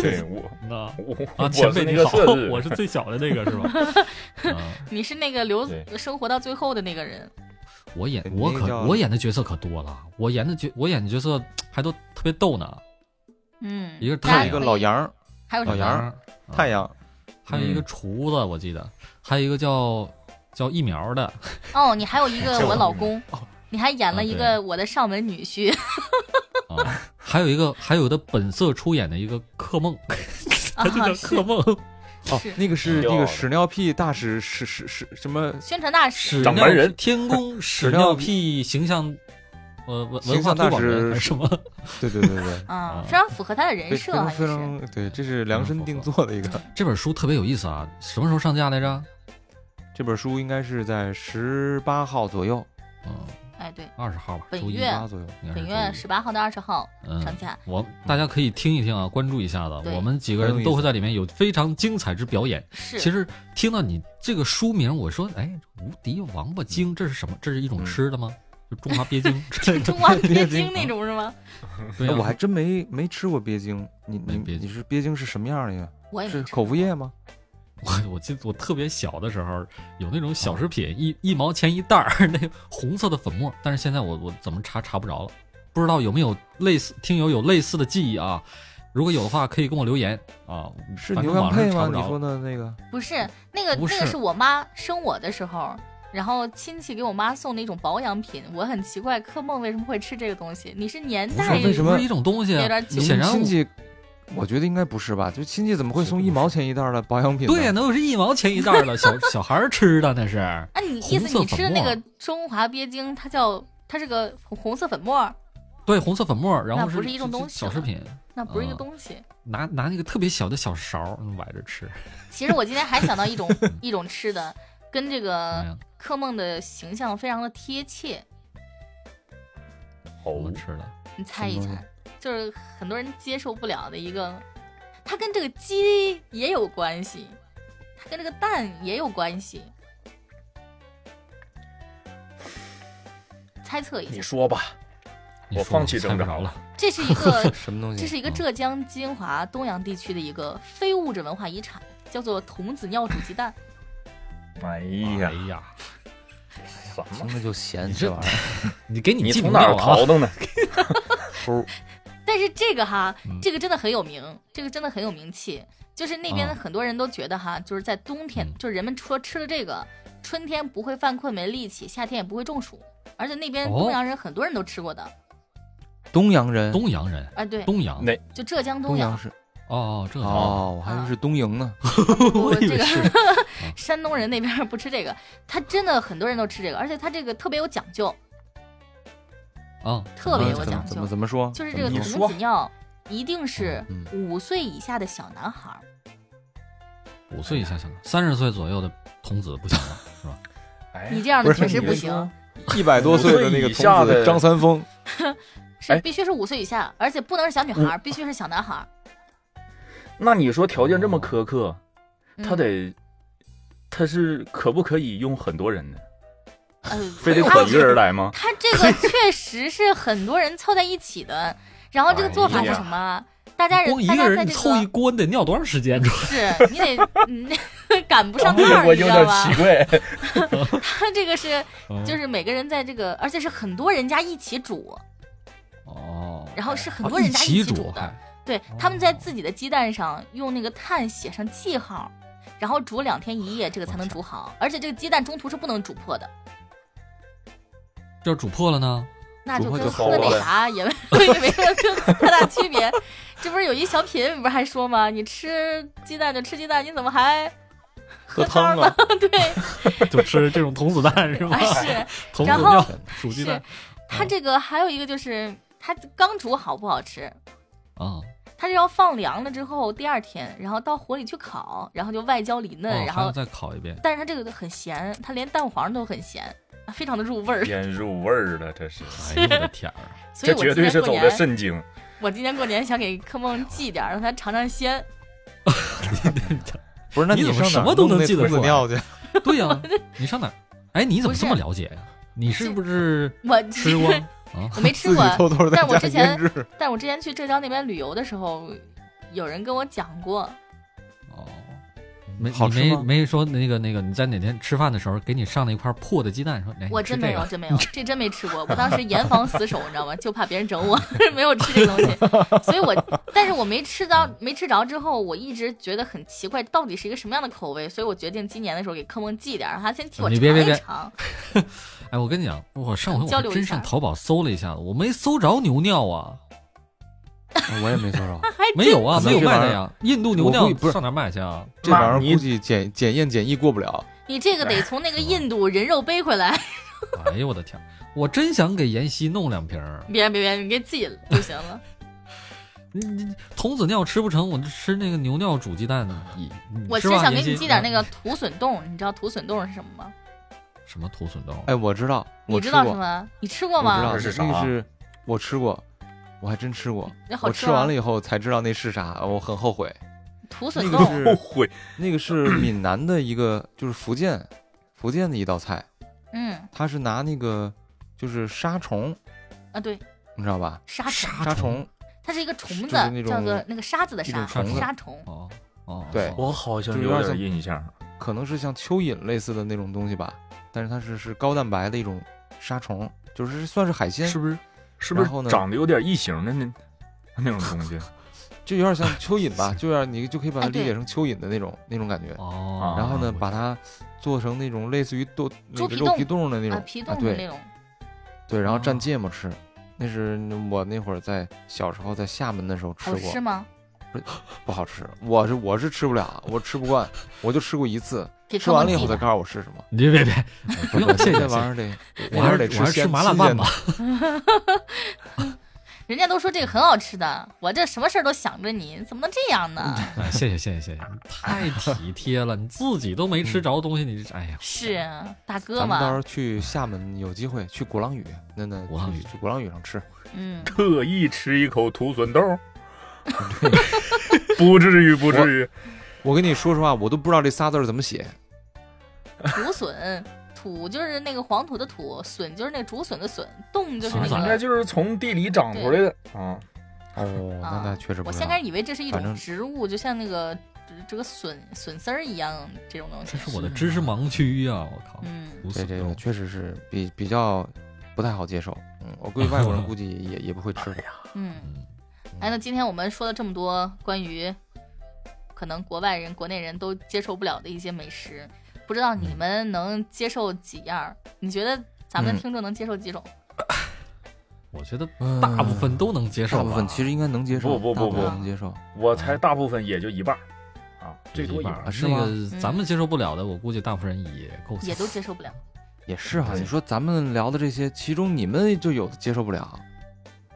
Speaker 4: 对我
Speaker 3: 那
Speaker 4: 我
Speaker 3: 啊，
Speaker 4: *laughs* 我
Speaker 3: 前
Speaker 4: 是
Speaker 3: 辈
Speaker 4: 那
Speaker 3: 你
Speaker 4: 个
Speaker 3: 好
Speaker 4: 色日，，
Speaker 3: *laughs* 我是最小的那个是吧？
Speaker 4: *laughs*
Speaker 3: 嗯，
Speaker 2: 你是那个留
Speaker 4: 对
Speaker 2: 生活到最后的那个人，
Speaker 3: 我演
Speaker 1: 你
Speaker 3: 我
Speaker 1: 那
Speaker 3: 可
Speaker 1: 叫
Speaker 3: 我演的角色可多了，我演的角我演的角色还都特别逗呢。
Speaker 2: 嗯，
Speaker 3: 一个是
Speaker 2: 大家
Speaker 3: 太
Speaker 1: 一个
Speaker 2: 可以
Speaker 1: 老，羊儿，
Speaker 3: 嗯
Speaker 2: 还有什
Speaker 1: 老
Speaker 2: 么
Speaker 1: 羊儿
Speaker 3: 儿，啊
Speaker 1: 太阳，
Speaker 3: 还有一个
Speaker 4: 嗯
Speaker 3: 厨子，我记得，还有一个叫叫疫苗的，
Speaker 2: 哦，你还有一个
Speaker 4: 这
Speaker 2: 我
Speaker 4: 我
Speaker 2: 老公，你还演了
Speaker 3: 啊
Speaker 2: 一
Speaker 3: 对
Speaker 2: 个我的上门女婿
Speaker 3: 啊，还有一个还有的本色出演的一个克
Speaker 4: *laughs*
Speaker 3: 梦，
Speaker 2: 啊
Speaker 3: 他就，叫克
Speaker 2: 是
Speaker 3: 梦，
Speaker 1: 哦
Speaker 2: *laughs* 是，
Speaker 1: 那个是
Speaker 4: 尿
Speaker 1: 那个
Speaker 4: 的
Speaker 1: 屎尿屁大屎屎屎屎什么
Speaker 2: 宣传大使，。
Speaker 3: 屎
Speaker 4: 掌
Speaker 3: 尿
Speaker 4: 门人
Speaker 3: 天宫屎
Speaker 1: 尿
Speaker 3: 尿屁形象，呃文
Speaker 1: 形
Speaker 3: 文
Speaker 1: 象
Speaker 3: 化
Speaker 1: 大
Speaker 3: 推广人
Speaker 1: 使
Speaker 3: 还是什么？
Speaker 1: 对对对对
Speaker 2: *laughs* 啊
Speaker 3: 啊，
Speaker 2: 非常符合他的人
Speaker 1: 非
Speaker 2: 设，啊好
Speaker 1: 非常非
Speaker 2: 像是。
Speaker 1: 常对，这是量身定做的一个。
Speaker 3: 这本书特别有意思啊，什么时候上架来着？
Speaker 1: 这本书应该是在十八号左右，
Speaker 3: 嗯，
Speaker 2: 哎，对，
Speaker 3: 二十号吧，
Speaker 2: 本
Speaker 3: 周一
Speaker 1: 十
Speaker 2: 月
Speaker 1: 八左右。
Speaker 3: 应该是
Speaker 2: 本
Speaker 3: 周
Speaker 2: 月
Speaker 3: 一
Speaker 2: 十八号到二十号
Speaker 3: 嗯
Speaker 2: 上架。
Speaker 3: 我大家可以听一听啊，关注一下子，
Speaker 2: 对
Speaker 3: 我们几个
Speaker 1: 很有
Speaker 3: 人
Speaker 1: 意
Speaker 3: 都会
Speaker 1: 思
Speaker 3: 在里面有非常精彩之表演。
Speaker 2: 是， *laughs*
Speaker 3: 其实听到你这个书名，我说，哎，无敌王八精，这是什么？这是一种
Speaker 4: 嗯
Speaker 3: 吃的吗？就中华鳖精之类
Speaker 2: *laughs*
Speaker 3: 的？
Speaker 2: 中华鳖
Speaker 1: 鳖
Speaker 2: 精
Speaker 1: 精
Speaker 3: 啊
Speaker 2: 那种是吗？
Speaker 3: 对
Speaker 1: 哎
Speaker 3: 呀，
Speaker 1: 我还真没没吃过鳖精，你你
Speaker 3: 没鳖
Speaker 1: 你
Speaker 3: 精
Speaker 1: 是鳖精是什么样的呀？
Speaker 2: 我也没
Speaker 1: 是
Speaker 2: 吃
Speaker 1: 口服液吗？
Speaker 3: 我我记得我特别小的时候，有那种小食品，一一毛钱一袋儿， *laughs* 那红色的粉末。但是现在我我怎么查查不着了，不知道有没有类似听友有类似的记忆啊？如果有的话，可以跟我留言啊。
Speaker 1: 是
Speaker 3: 反
Speaker 1: 牛羊
Speaker 3: 正网上
Speaker 1: 配
Speaker 3: 查
Speaker 1: 吗？
Speaker 3: 不
Speaker 1: 你
Speaker 3: 着
Speaker 1: 说的那个
Speaker 2: 不是那个
Speaker 3: 不
Speaker 2: 那个
Speaker 3: 是
Speaker 2: 是我妈生我的时候，然后亲戚给我妈送的一种保养品，我很奇怪，柯梦为什么会吃这个东西？你是年
Speaker 3: 不
Speaker 2: 代
Speaker 3: 是
Speaker 1: 为什么
Speaker 3: 不是一种东西啊
Speaker 2: 有点？久
Speaker 3: 显然
Speaker 1: 亲
Speaker 3: 我
Speaker 1: 戚，我觉得应该不是吧？就亲戚怎么会送一毛钱一袋儿的保养品呢？
Speaker 3: 对呀，那又是一毛钱一袋儿
Speaker 1: *laughs*
Speaker 3: 的，小小孩儿吃的那是。
Speaker 2: 啊，你意
Speaker 3: 红
Speaker 2: 思
Speaker 3: 色
Speaker 2: 你吃的
Speaker 3: 粉
Speaker 2: 那
Speaker 3: 末
Speaker 2: 个中华鳖精，它叫它是个红红色粉末，
Speaker 3: 对，红色粉末儿，然后
Speaker 2: 那不是一种
Speaker 3: 就
Speaker 2: 东西
Speaker 3: 小食
Speaker 2: 了
Speaker 3: 品，
Speaker 2: 那不是一个
Speaker 3: 啊
Speaker 2: 东西。
Speaker 3: 拿拿那个特别小的小勺儿嗯崴着吃，
Speaker 2: 其实我今天还想到一种一种吃的，跟这
Speaker 3: 怎么
Speaker 2: 个
Speaker 3: 样？
Speaker 2: 柯梦的形象非常的贴切，
Speaker 3: 怎么
Speaker 4: 哦，
Speaker 3: 吃的？
Speaker 2: 你猜一
Speaker 1: 什么东
Speaker 2: 猜，就是很多人接受不了的一个，它跟这个鸡也有关系，它跟这个蛋也有关系。猜测一
Speaker 4: *laughs* 你
Speaker 2: 下，
Speaker 4: 说吧，
Speaker 3: 你
Speaker 4: 我
Speaker 3: 说
Speaker 4: 放弃
Speaker 3: 猜
Speaker 4: 挣
Speaker 3: 不
Speaker 4: 扎
Speaker 3: 着了。
Speaker 2: 这是一个
Speaker 5: 什么东西？
Speaker 2: 这是一个
Speaker 3: 嗯
Speaker 2: 浙江金华东阳地区的一个非物质文化遗产，叫做童子尿煮鸡蛋。
Speaker 4: 哎
Speaker 3: 哎
Speaker 4: 呀，
Speaker 3: 呀，
Speaker 4: 什么
Speaker 5: 听？着就咸
Speaker 3: 你
Speaker 5: 这
Speaker 3: 这
Speaker 5: 玩意儿。
Speaker 3: 你给你
Speaker 4: 你
Speaker 3: 寄
Speaker 4: 从
Speaker 3: 不
Speaker 4: 哪
Speaker 3: 掉
Speaker 4: 儿
Speaker 3: 啊
Speaker 4: 淘？的呢？
Speaker 2: 但是这个哈
Speaker 3: 嗯，
Speaker 2: 这个真的很有名，这个真的很有名气。就是那边的
Speaker 3: 啊
Speaker 2: 很多人都觉得哈，就是在冬天，
Speaker 3: 嗯
Speaker 2: 就是人们说吃了这个，春天不会犯困没力气，夏天也不会中暑。而且那边
Speaker 3: 哦
Speaker 2: 东阳人很多人都吃过的，
Speaker 1: 东阳人，
Speaker 3: *laughs* 东阳人，
Speaker 2: 啊，对，
Speaker 3: 东阳
Speaker 4: 那
Speaker 2: 就浙江
Speaker 1: 东
Speaker 2: 东阳
Speaker 1: 阳，是
Speaker 3: 哦，这
Speaker 1: 哦，我还以为是东营呢。
Speaker 2: 我
Speaker 3: 以
Speaker 2: 这
Speaker 3: 为
Speaker 2: 个 *laughs*
Speaker 3: 是
Speaker 2: 山东人那边不吃这个，他真的很多人都吃这个，而且他这个特别有讲究，
Speaker 3: 啊，
Speaker 2: 特别
Speaker 1: 嗯
Speaker 2: 有
Speaker 1: 怎么
Speaker 2: 讲
Speaker 1: 怎
Speaker 2: 究
Speaker 1: 么。怎么说？
Speaker 2: 就是这个
Speaker 4: 你
Speaker 2: 童
Speaker 4: 说
Speaker 2: 子尿一定是 *laughs*
Speaker 1: 嗯
Speaker 2: 五岁以下的小男孩儿，
Speaker 3: 五岁以下行了，三十岁左右的童子不行了，是吧？
Speaker 4: 哎呀
Speaker 2: 你这样的
Speaker 1: 不是
Speaker 2: 确实不
Speaker 4: 你
Speaker 2: 行，
Speaker 4: 说
Speaker 1: 一百多岁的那个
Speaker 4: 五岁以下
Speaker 1: 童
Speaker 4: 的
Speaker 1: 子张三丰，
Speaker 2: 是
Speaker 4: 哎
Speaker 2: 必须是五岁以下，而且不能是小女孩儿，必须是小男孩儿。
Speaker 4: 那你说条件这么苛刻，
Speaker 2: 嗯
Speaker 4: 他得，他是可不可以用很多人 *laughs* 呢？
Speaker 2: 呃，
Speaker 4: 非得
Speaker 2: 他
Speaker 4: 我一个人来吗？
Speaker 2: *laughs* 他这个确实是很多人凑在一起的，然后这个做法
Speaker 4: 哎
Speaker 2: 是
Speaker 4: 呀
Speaker 2: 什么啊？大家人
Speaker 3: 光一
Speaker 2: 大
Speaker 3: 个
Speaker 2: 家在
Speaker 3: 人
Speaker 2: 这
Speaker 3: 凑一
Speaker 2: 个
Speaker 3: 锅，你得尿多长时 *laughs* 间？
Speaker 2: 是你得嗯 *laughs* 赶不上趟儿，你知道吧？
Speaker 4: 怪， *laughs*
Speaker 2: 他 *laughs* 这个是
Speaker 3: 哦嗯
Speaker 2: 就是是每个人在这个，而且是很多人家一起煮，
Speaker 3: 哦，
Speaker 2: 然后是很
Speaker 3: 啊
Speaker 2: 多
Speaker 3: 一
Speaker 2: 人家
Speaker 3: 起
Speaker 2: 煮
Speaker 3: 煮
Speaker 2: 的。
Speaker 3: 还
Speaker 2: 对，他们在自己的鸡蛋上用那个碳写上记号，然后煮两天一夜，这个才能煮好。而且这个鸡蛋中途是不能煮破的，
Speaker 3: 要煮破了呢？ *laughs*
Speaker 2: 那
Speaker 1: 煮
Speaker 2: 就
Speaker 1: 破
Speaker 2: 跟
Speaker 1: 就
Speaker 4: 好
Speaker 2: 喝
Speaker 4: 了
Speaker 2: 那
Speaker 4: 呗
Speaker 2: 啥也没也没什么太大区别。这不是有一小品不是还说吗？你吃鸡蛋就吃鸡蛋，你怎么还 *laughs* 喝汤
Speaker 4: 啊 *laughs*
Speaker 2: 呢？对，
Speaker 3: 就吃这种童子蛋是吗
Speaker 2: 啊？是
Speaker 3: *laughs* 童
Speaker 2: *laughs*
Speaker 3: 子
Speaker 2: 然后
Speaker 3: 尿煮鸡
Speaker 2: 是
Speaker 3: 蛋，
Speaker 2: 它这个还有一个就是它刚煮好不好吃，
Speaker 3: 啊，
Speaker 2: 它是要放凉了之后第二天，然后到火里去烤，然后就外焦里嫩，
Speaker 3: 哦
Speaker 2: 然
Speaker 3: 还要
Speaker 2: 后
Speaker 3: 再烤一
Speaker 2: *laughs*
Speaker 3: 遍。
Speaker 2: 但是它这个都很咸，它连蛋黄都很咸，非常的入味儿。
Speaker 4: 腌入味儿了，这是，
Speaker 3: 哎呦我的天儿！
Speaker 2: 所以
Speaker 4: 这
Speaker 2: 我
Speaker 4: 绝
Speaker 2: 今
Speaker 4: 对
Speaker 2: 年
Speaker 4: 是
Speaker 2: 过
Speaker 4: 走的
Speaker 2: 年，
Speaker 4: 肾经。
Speaker 2: 我今年过年想给柯梦寄点儿，让他尝尝鲜。
Speaker 1: 不是？那
Speaker 3: 你怎么
Speaker 1: 上
Speaker 3: 什
Speaker 1: 哪
Speaker 3: 么
Speaker 1: 儿
Speaker 3: 都
Speaker 1: 弄
Speaker 3: 能
Speaker 1: 那
Speaker 3: 记得
Speaker 1: 童子
Speaker 3: 住啊
Speaker 1: 尿去？
Speaker 3: *laughs* 对呀、你上哪儿？哎，你怎么
Speaker 2: 不是
Speaker 3: 这么了解呀、你是不是
Speaker 2: 我 *laughs*
Speaker 3: 吃过
Speaker 2: 我没吃
Speaker 1: 自己
Speaker 2: 过，
Speaker 1: 偷偷在
Speaker 2: 但我
Speaker 1: 家
Speaker 2: 之前
Speaker 1: 腌
Speaker 3: *laughs*
Speaker 1: 制。
Speaker 2: 但我之前去浙江那边旅游的时候，有人跟我讲过，
Speaker 3: 哦，没
Speaker 1: 好
Speaker 3: 你
Speaker 1: 吃
Speaker 3: 没
Speaker 1: 吗
Speaker 3: 没说那个那个你在哪天吃饭的时候给你上了一块破的鸡蛋，说哎，
Speaker 2: 我
Speaker 3: 你吃
Speaker 2: 真没
Speaker 3: 这 *laughs*
Speaker 2: 有，
Speaker 3: 个
Speaker 2: 真没有，这真没吃过。我当时严防死守，你知道吗？就怕别人整我， *laughs* 没有吃这个东西。所以我，但是我没吃到，没吃着之后，我一直觉得很奇怪，到底是一个什么样的口味？所以我决定今年的时候给柯梦寄点儿，让他先替我
Speaker 3: 你
Speaker 2: 尝
Speaker 3: 别别
Speaker 2: 一
Speaker 3: 别
Speaker 2: 尝。
Speaker 3: *laughs* 哎，我跟你讲，我上回我
Speaker 2: 交
Speaker 3: 还
Speaker 2: 流一
Speaker 3: 真
Speaker 2: 下
Speaker 3: 上淘宝搜了一下，我没搜着牛尿啊，
Speaker 1: 我也没搜着，
Speaker 3: 没有啊，
Speaker 1: 可
Speaker 3: 没
Speaker 1: 能
Speaker 3: 有
Speaker 1: 这
Speaker 3: 卖
Speaker 1: 玩意
Speaker 3: 的
Speaker 1: 儿
Speaker 3: 呀。印度牛
Speaker 1: 我
Speaker 3: 尿
Speaker 1: 估计不是
Speaker 3: 上哪儿买去啊？
Speaker 1: *laughs* 这玩意
Speaker 4: 妈
Speaker 1: 儿
Speaker 4: 你
Speaker 1: 估计检检验检疫过不了。
Speaker 2: 你这个得从那个印度人肉背回来， *laughs*
Speaker 3: 哎呦我的天儿，我真想给妍希弄两瓶儿。
Speaker 2: 别别别，你给自己就行了。
Speaker 3: 你你童子尿吃不成，我就吃那个牛尿煮鸡蛋呢。你
Speaker 2: 我其
Speaker 3: 是
Speaker 2: 实
Speaker 3: 吧
Speaker 2: 想给
Speaker 3: 妍
Speaker 2: 你
Speaker 3: 希
Speaker 2: 寄点那个
Speaker 3: 啊
Speaker 2: 土笋冻，你知道土笋冻是什么吗？
Speaker 3: 什么土笋冻。
Speaker 1: 哎，我知道，
Speaker 2: 你
Speaker 1: 我
Speaker 2: 知
Speaker 1: 吃
Speaker 2: 道
Speaker 1: 过，
Speaker 2: 是吗？你吃过
Speaker 1: 我知
Speaker 2: 吗
Speaker 1: 道？
Speaker 4: 这是啥
Speaker 1: 那个是我吃过，我还真吃过。
Speaker 2: 那好
Speaker 1: 我
Speaker 2: 吃啊
Speaker 1: 吃
Speaker 2: 吗
Speaker 1: 完了以后才知道那是啥，我很后悔。
Speaker 2: 土笋
Speaker 1: 那个
Speaker 2: 冻，
Speaker 1: 是
Speaker 4: 悔，
Speaker 1: 那个是闽南的一个，就是福建福建的一道菜，
Speaker 2: 嗯
Speaker 1: 它是拿那个就是沙虫，
Speaker 2: 啊对，
Speaker 1: 你知道吧？
Speaker 2: 沙虫，
Speaker 1: 沙虫，
Speaker 2: 它是一个虫子，
Speaker 1: 就是那种
Speaker 2: 叫做那个沙子的
Speaker 1: 一
Speaker 2: 沙
Speaker 1: 种虫
Speaker 3: 子
Speaker 2: 沙虫。
Speaker 3: 哦哦，
Speaker 1: 对
Speaker 3: 哦
Speaker 4: 我好像
Speaker 1: 就是
Speaker 4: 有
Speaker 1: 有点
Speaker 4: 点
Speaker 1: 像
Speaker 4: 印象。
Speaker 1: 可能是像蚯蚓类似的那种东西吧，但是它是是高蛋白的一种沙虫，就是算是海鲜，
Speaker 4: 是不是？是不
Speaker 1: 然后
Speaker 4: 是
Speaker 1: 呢
Speaker 4: *laughs* 长得有点异形的那那种东西？
Speaker 1: 就有点像蚯蚓吧，就有点你就可以把它
Speaker 2: 哎
Speaker 1: 理
Speaker 2: 对
Speaker 1: 解成蚯蚓的那种那种感觉。啊
Speaker 3: 哦，
Speaker 1: 然后呢，
Speaker 3: 我
Speaker 1: 把它做成那种类似于豆那
Speaker 2: 猪
Speaker 1: 个
Speaker 2: 皮
Speaker 1: 肉
Speaker 2: 冻
Speaker 1: 皮冻的那
Speaker 2: 啊
Speaker 1: 种，
Speaker 2: 皮
Speaker 1: 啊
Speaker 2: 冻的那
Speaker 1: 对
Speaker 2: 种，
Speaker 1: 对，然后蘸
Speaker 3: 哦
Speaker 1: 芥末吃。那是我那会儿在小时候在厦门的时候吃
Speaker 2: 好
Speaker 3: 哦
Speaker 1: 过，
Speaker 2: 吃吗？
Speaker 1: 不好吃。我是我是吃不了，我吃不惯，我就吃过一次，
Speaker 2: 给
Speaker 1: 吃
Speaker 2: 坑
Speaker 1: 完
Speaker 2: 蒙
Speaker 1: 了以
Speaker 2: 记
Speaker 1: 后再
Speaker 2: 的。
Speaker 1: 告诉我是什么。
Speaker 3: 你别
Speaker 1: *laughs*
Speaker 3: 别别，啊不用谢谢
Speaker 1: 这
Speaker 3: 谢
Speaker 1: 玩意
Speaker 3: 谢，
Speaker 1: 儿得，
Speaker 3: 我还
Speaker 1: 那玩意儿
Speaker 3: 是
Speaker 1: 得
Speaker 3: 我还是
Speaker 1: 鲜
Speaker 3: 吃麻辣拌吧。。
Speaker 2: 人家都说这个很好吃的，我这什么事儿都想着你，怎么能这样呢？
Speaker 1: 嗯
Speaker 3: 哎，谢谢谢谢
Speaker 1: *laughs*
Speaker 3: 谢谢，你太体贴了，你自己都没吃着东西，你这哎呀，
Speaker 2: 是啊大
Speaker 1: 鲜
Speaker 2: 哥
Speaker 1: 咱们到时
Speaker 2: 嘛，
Speaker 1: 候去厦门有机会去鼓浪屿，那那
Speaker 3: 鼓浪
Speaker 1: 去
Speaker 3: 屿
Speaker 1: 去鼓浪屿上吃。
Speaker 2: 嗯，
Speaker 4: 特意吃一口土笋豆， *laughs* 不至于，不至于。
Speaker 1: 我跟你说实话，我都不知道这仨字儿怎么写。
Speaker 2: 竹笋，土就是那个黄土的土，笋就是那个竹笋的笋，冻就是那
Speaker 3: 笋
Speaker 4: 应
Speaker 2: 个
Speaker 4: 该。就是从地里长出来的啊。
Speaker 1: 哦，那
Speaker 2: 啊
Speaker 1: 那确实不
Speaker 2: 我
Speaker 1: 知
Speaker 2: 先
Speaker 1: 道
Speaker 2: 开。始以为这是一
Speaker 1: 反正
Speaker 2: 种植物，就像那个这这个笋笋丝儿一样这种东西
Speaker 3: 这。是我的知识盲区啊！我靠，
Speaker 2: 嗯，
Speaker 1: 对
Speaker 3: 无所
Speaker 1: 这
Speaker 3: 谓
Speaker 1: 个确实是比比较不太好接受。嗯，我估计外国人估计也也不会吃。
Speaker 2: 嗯，
Speaker 3: 嗯
Speaker 2: 哎，那今天我们说了这么多关于可能国外人、国内人都接受不了的一些美食，不知
Speaker 1: 嗯
Speaker 2: 道你们能接受几样儿？你觉得咱们
Speaker 1: 嗯
Speaker 2: 听众能接受几种？
Speaker 3: 我觉得
Speaker 1: 嗯
Speaker 3: 大部分都能接受吧，
Speaker 1: 大部分其实应该能接受，
Speaker 4: 不不不
Speaker 1: 大部分
Speaker 2: 不
Speaker 1: 能接受。
Speaker 4: 我猜大部分也就一半儿啊，最多
Speaker 3: 一半儿
Speaker 1: 啊是
Speaker 3: 那
Speaker 1: 吗
Speaker 3: 个咱们接受不了的，我估计大部分人也够
Speaker 2: 嗯
Speaker 3: 呛，
Speaker 2: 也都接受不了。
Speaker 1: 也是哈，
Speaker 4: 对
Speaker 1: 你说咱们聊的这些，其中你们就有的接受不了，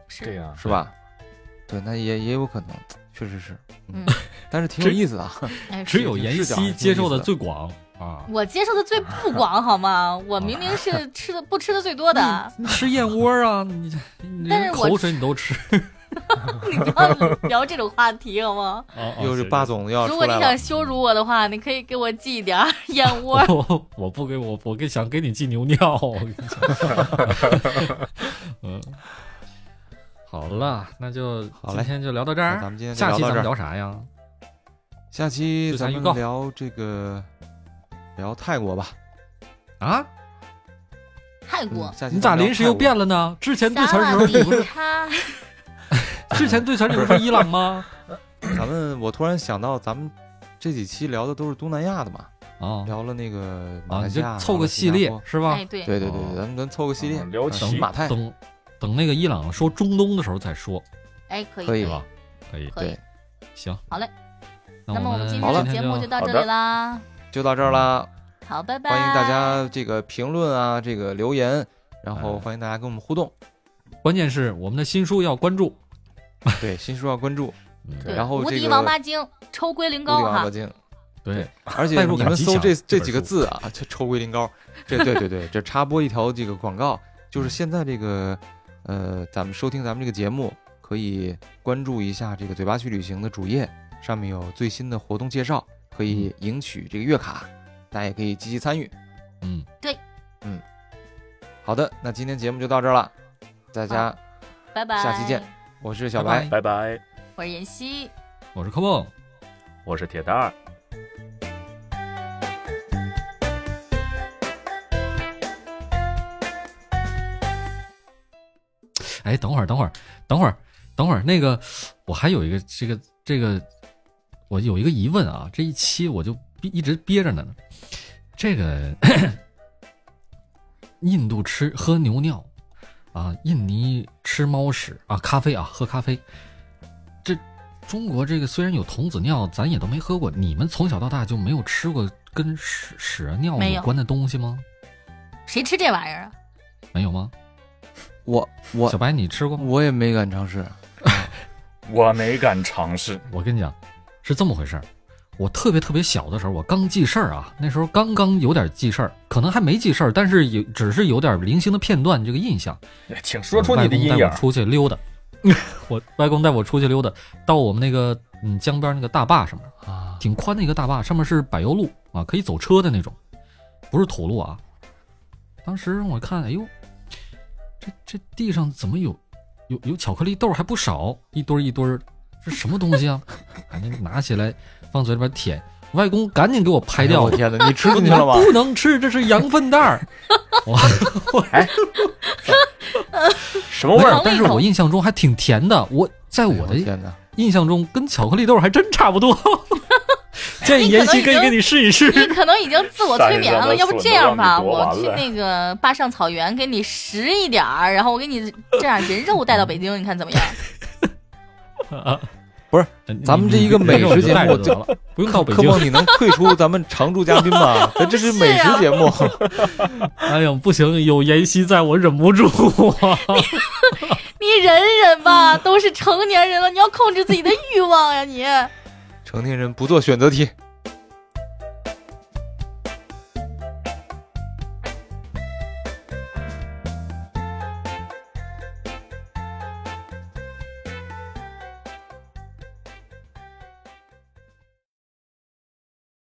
Speaker 2: 是
Speaker 4: 这样
Speaker 1: 是吧？对，那也也有可能，确实是，
Speaker 2: 嗯，
Speaker 1: 但是挺有意思的啊。
Speaker 2: 哎，
Speaker 3: 只
Speaker 2: 是
Speaker 3: 有妍
Speaker 1: 视角还挺
Speaker 3: 希
Speaker 1: 有
Speaker 3: 接受
Speaker 1: 意
Speaker 3: 的
Speaker 1: 思的
Speaker 3: 最广
Speaker 2: *laughs*
Speaker 3: 啊，
Speaker 2: 我接受的最不广好吗？我明明是吃的不吃的最多的，
Speaker 3: 吃燕窝啊，你这你
Speaker 2: 但是
Speaker 3: 连
Speaker 2: 我
Speaker 3: 口水你
Speaker 1: *laughs*
Speaker 3: 都吃，
Speaker 1: 嗯
Speaker 2: *laughs* 你不要聊这种话题好吗？
Speaker 1: 哦
Speaker 3: 哦
Speaker 1: 又是霸
Speaker 3: 总，
Speaker 1: 总要
Speaker 2: 如
Speaker 1: 出
Speaker 2: 果
Speaker 1: 来
Speaker 2: 你
Speaker 1: 了，
Speaker 2: 想羞辱我的话，你可以给我寄一点儿 *laughs* 燕窝。
Speaker 3: 我我不给我我给想给你寄牛尿，我跟你讲，嗯，好了，那就
Speaker 1: 好
Speaker 3: 今
Speaker 1: 嘞
Speaker 3: 天就聊到这
Speaker 1: 那
Speaker 3: 儿
Speaker 1: 咱，们今天就
Speaker 3: 下期
Speaker 1: 聊
Speaker 3: 咱
Speaker 1: 到这
Speaker 3: 们
Speaker 1: 儿
Speaker 3: 聊啥呀？
Speaker 1: 下期
Speaker 3: 就咱
Speaker 1: 咱
Speaker 3: 预
Speaker 1: 们
Speaker 3: 告
Speaker 1: 聊这个，聊泰国吧。
Speaker 3: 啊，
Speaker 2: 泰
Speaker 1: 嗯
Speaker 2: 国，
Speaker 1: 下期
Speaker 3: 你咋
Speaker 1: 咱们聊
Speaker 3: 临时又
Speaker 1: 泰国？
Speaker 3: 变了呢？之前对词儿的
Speaker 2: 萨
Speaker 3: 时候
Speaker 2: 瓦
Speaker 3: 你
Speaker 2: 迪
Speaker 3: 不是
Speaker 2: 卡，
Speaker 3: 之前对词儿你不是伊朗吗？
Speaker 1: 咱们我突然想到，咱们这几期聊的都是东南亚的嘛，
Speaker 3: 啊
Speaker 1: 聊了那个马
Speaker 3: 啊，
Speaker 1: 来
Speaker 3: 你
Speaker 1: 西
Speaker 3: 就
Speaker 1: 亚，
Speaker 3: 凑
Speaker 1: 聊
Speaker 3: 个
Speaker 1: 了
Speaker 3: 系
Speaker 1: 新加
Speaker 3: 列
Speaker 1: 坡
Speaker 3: 是吧
Speaker 2: 哎，？对，
Speaker 1: 对对对
Speaker 3: 哦，
Speaker 1: 对咱们咱凑个系列
Speaker 4: 嗯，聊
Speaker 1: 啊
Speaker 4: 齐
Speaker 1: 马泰，
Speaker 3: 等等那个伊朗说中东的时候再说，
Speaker 2: 哎，可以，
Speaker 1: 可以
Speaker 3: 对吧？可以，
Speaker 2: 可以
Speaker 1: 对。
Speaker 3: 行，
Speaker 2: 好嘞。
Speaker 3: 那
Speaker 2: 那么
Speaker 3: 我
Speaker 2: 我们今
Speaker 1: 好
Speaker 2: 天
Speaker 1: 了
Speaker 2: 的
Speaker 3: 今
Speaker 2: 节目就到
Speaker 4: 好
Speaker 2: 这
Speaker 4: 的
Speaker 2: 里啦，
Speaker 1: 就到这儿啦。
Speaker 2: 好，拜嗯拜，
Speaker 1: 欢迎大家这个评论啊，这个留言，然后
Speaker 3: 嗯
Speaker 1: 欢迎大家跟我们互动。
Speaker 3: 关键是我们的新书要关注，
Speaker 1: 对，新书要关注，
Speaker 3: 嗯
Speaker 4: 对
Speaker 1: 然后
Speaker 2: 无
Speaker 1: 这
Speaker 2: 敌
Speaker 1: 个
Speaker 2: 王八精抽龟苓
Speaker 1: 无敌
Speaker 3: 啊
Speaker 2: 膏
Speaker 1: 王八
Speaker 2: 哈，
Speaker 1: 精，
Speaker 3: 对，
Speaker 1: 而且
Speaker 3: 代入
Speaker 1: 你
Speaker 3: 感
Speaker 1: 们
Speaker 3: 极
Speaker 1: 搜
Speaker 3: 强
Speaker 1: 这
Speaker 3: 这
Speaker 1: 这
Speaker 3: 本
Speaker 1: 几个
Speaker 3: 书
Speaker 1: 字啊， *laughs* 这抽龟苓膏，这对对对，这插播一条这个广告，
Speaker 3: 嗯
Speaker 1: 就是现在这个呃，咱们收听咱们这个节目，可以关注一下这个嘴巴去旅行的主页，上面有最新的活动介绍，可以赢取这个月卡，大家也可以积极参与。
Speaker 3: 嗯，
Speaker 1: 好的，那今天节目就到这儿了，大家，
Speaker 2: 拜拜，
Speaker 1: 下期见，我是小
Speaker 3: 拜拜
Speaker 1: 白。
Speaker 4: 拜拜，
Speaker 2: 我是妍希。
Speaker 3: 我是柯梦。
Speaker 4: 我是铁蛋儿。
Speaker 3: 哎，等会儿，等会儿，等会儿，等会儿，那个，我还有一个这个这个，我有一个疑问啊，这一期我就憋一直憋着呢。这个 *coughs* 印度吃喝牛尿啊，印尼吃猫屎啊，咖啡啊，喝咖啡。这中国这个虽然有童子尿，咱也都没喝过。你们从小到大就没有吃过跟屎屎啊尿
Speaker 2: 没
Speaker 3: 有
Speaker 2: 有
Speaker 3: 关的东西吗？
Speaker 2: 谁吃这玩意儿啊？
Speaker 3: 没有吗？
Speaker 1: 我我
Speaker 3: 小白，你吃过吗？
Speaker 1: 我也没敢尝试。
Speaker 4: 我没敢尝试，
Speaker 3: 我跟你讲，是这么回事儿。我特别特别小的时候，我刚记事儿啊，那时候刚刚有点记事儿，可能还没记事儿，但是有只是有点零星的片段这个印象。
Speaker 4: 请说出你的阴
Speaker 3: 嗯我外公
Speaker 4: 影
Speaker 3: 带我。出去溜
Speaker 4: *laughs*
Speaker 3: 达，我外公带我出去溜达，到我们那个嗯江边那个大坝上面，
Speaker 1: 啊，
Speaker 3: 挺宽的一个大坝，上面是柏油路啊，可以走车的那种，不是土路啊。当时我看，哎呦，这这地上怎么有有有巧克力豆还不少，一堆儿一堆儿，这什么东西啊？ *laughs* 赶紧拿起来放嘴里边舔。外公赶紧给我拍掉
Speaker 1: 哎我
Speaker 3: 了，
Speaker 1: 天哪，你吃
Speaker 3: 说
Speaker 1: 进
Speaker 3: 你
Speaker 1: 去了吗？
Speaker 3: *laughs* 不能吃，这是羊粪蛋儿。我
Speaker 4: 什么味儿？
Speaker 3: 但是我印象中还挺甜的，我在我
Speaker 1: 哎呦
Speaker 3: 的
Speaker 1: 天哪，
Speaker 3: 印象中跟巧克力豆还真差
Speaker 1: *laughs*
Speaker 3: 不多。建
Speaker 2: 你可
Speaker 3: 议妍
Speaker 2: 能
Speaker 3: 希
Speaker 2: 已
Speaker 3: 可以给
Speaker 2: 经
Speaker 3: 你试一试。
Speaker 2: 你可能已经自我催眠了，
Speaker 4: 散热的
Speaker 2: 要不这样吧，
Speaker 4: 损得让
Speaker 2: 我
Speaker 4: 你
Speaker 2: 去
Speaker 4: 多完了
Speaker 2: 那个坝上草原给你拾一点儿，然后我给你这样人肉带到北京，你看怎么样？ *laughs*
Speaker 1: 不是
Speaker 3: 呃，你
Speaker 1: 咱们这一个美食节目
Speaker 3: 你就带着得了不用到北
Speaker 1: 科
Speaker 3: 京
Speaker 1: 梦，。你能退出咱们常驻嘉宾吗？咱这是美食节目， *laughs*
Speaker 3: 哎呀，不行，有妍希在我忍不住 *laughs* 啊！
Speaker 2: 你忍忍吧，都是成年人了，你要控制自己的欲望呀，你。
Speaker 1: 成年人不做选择题，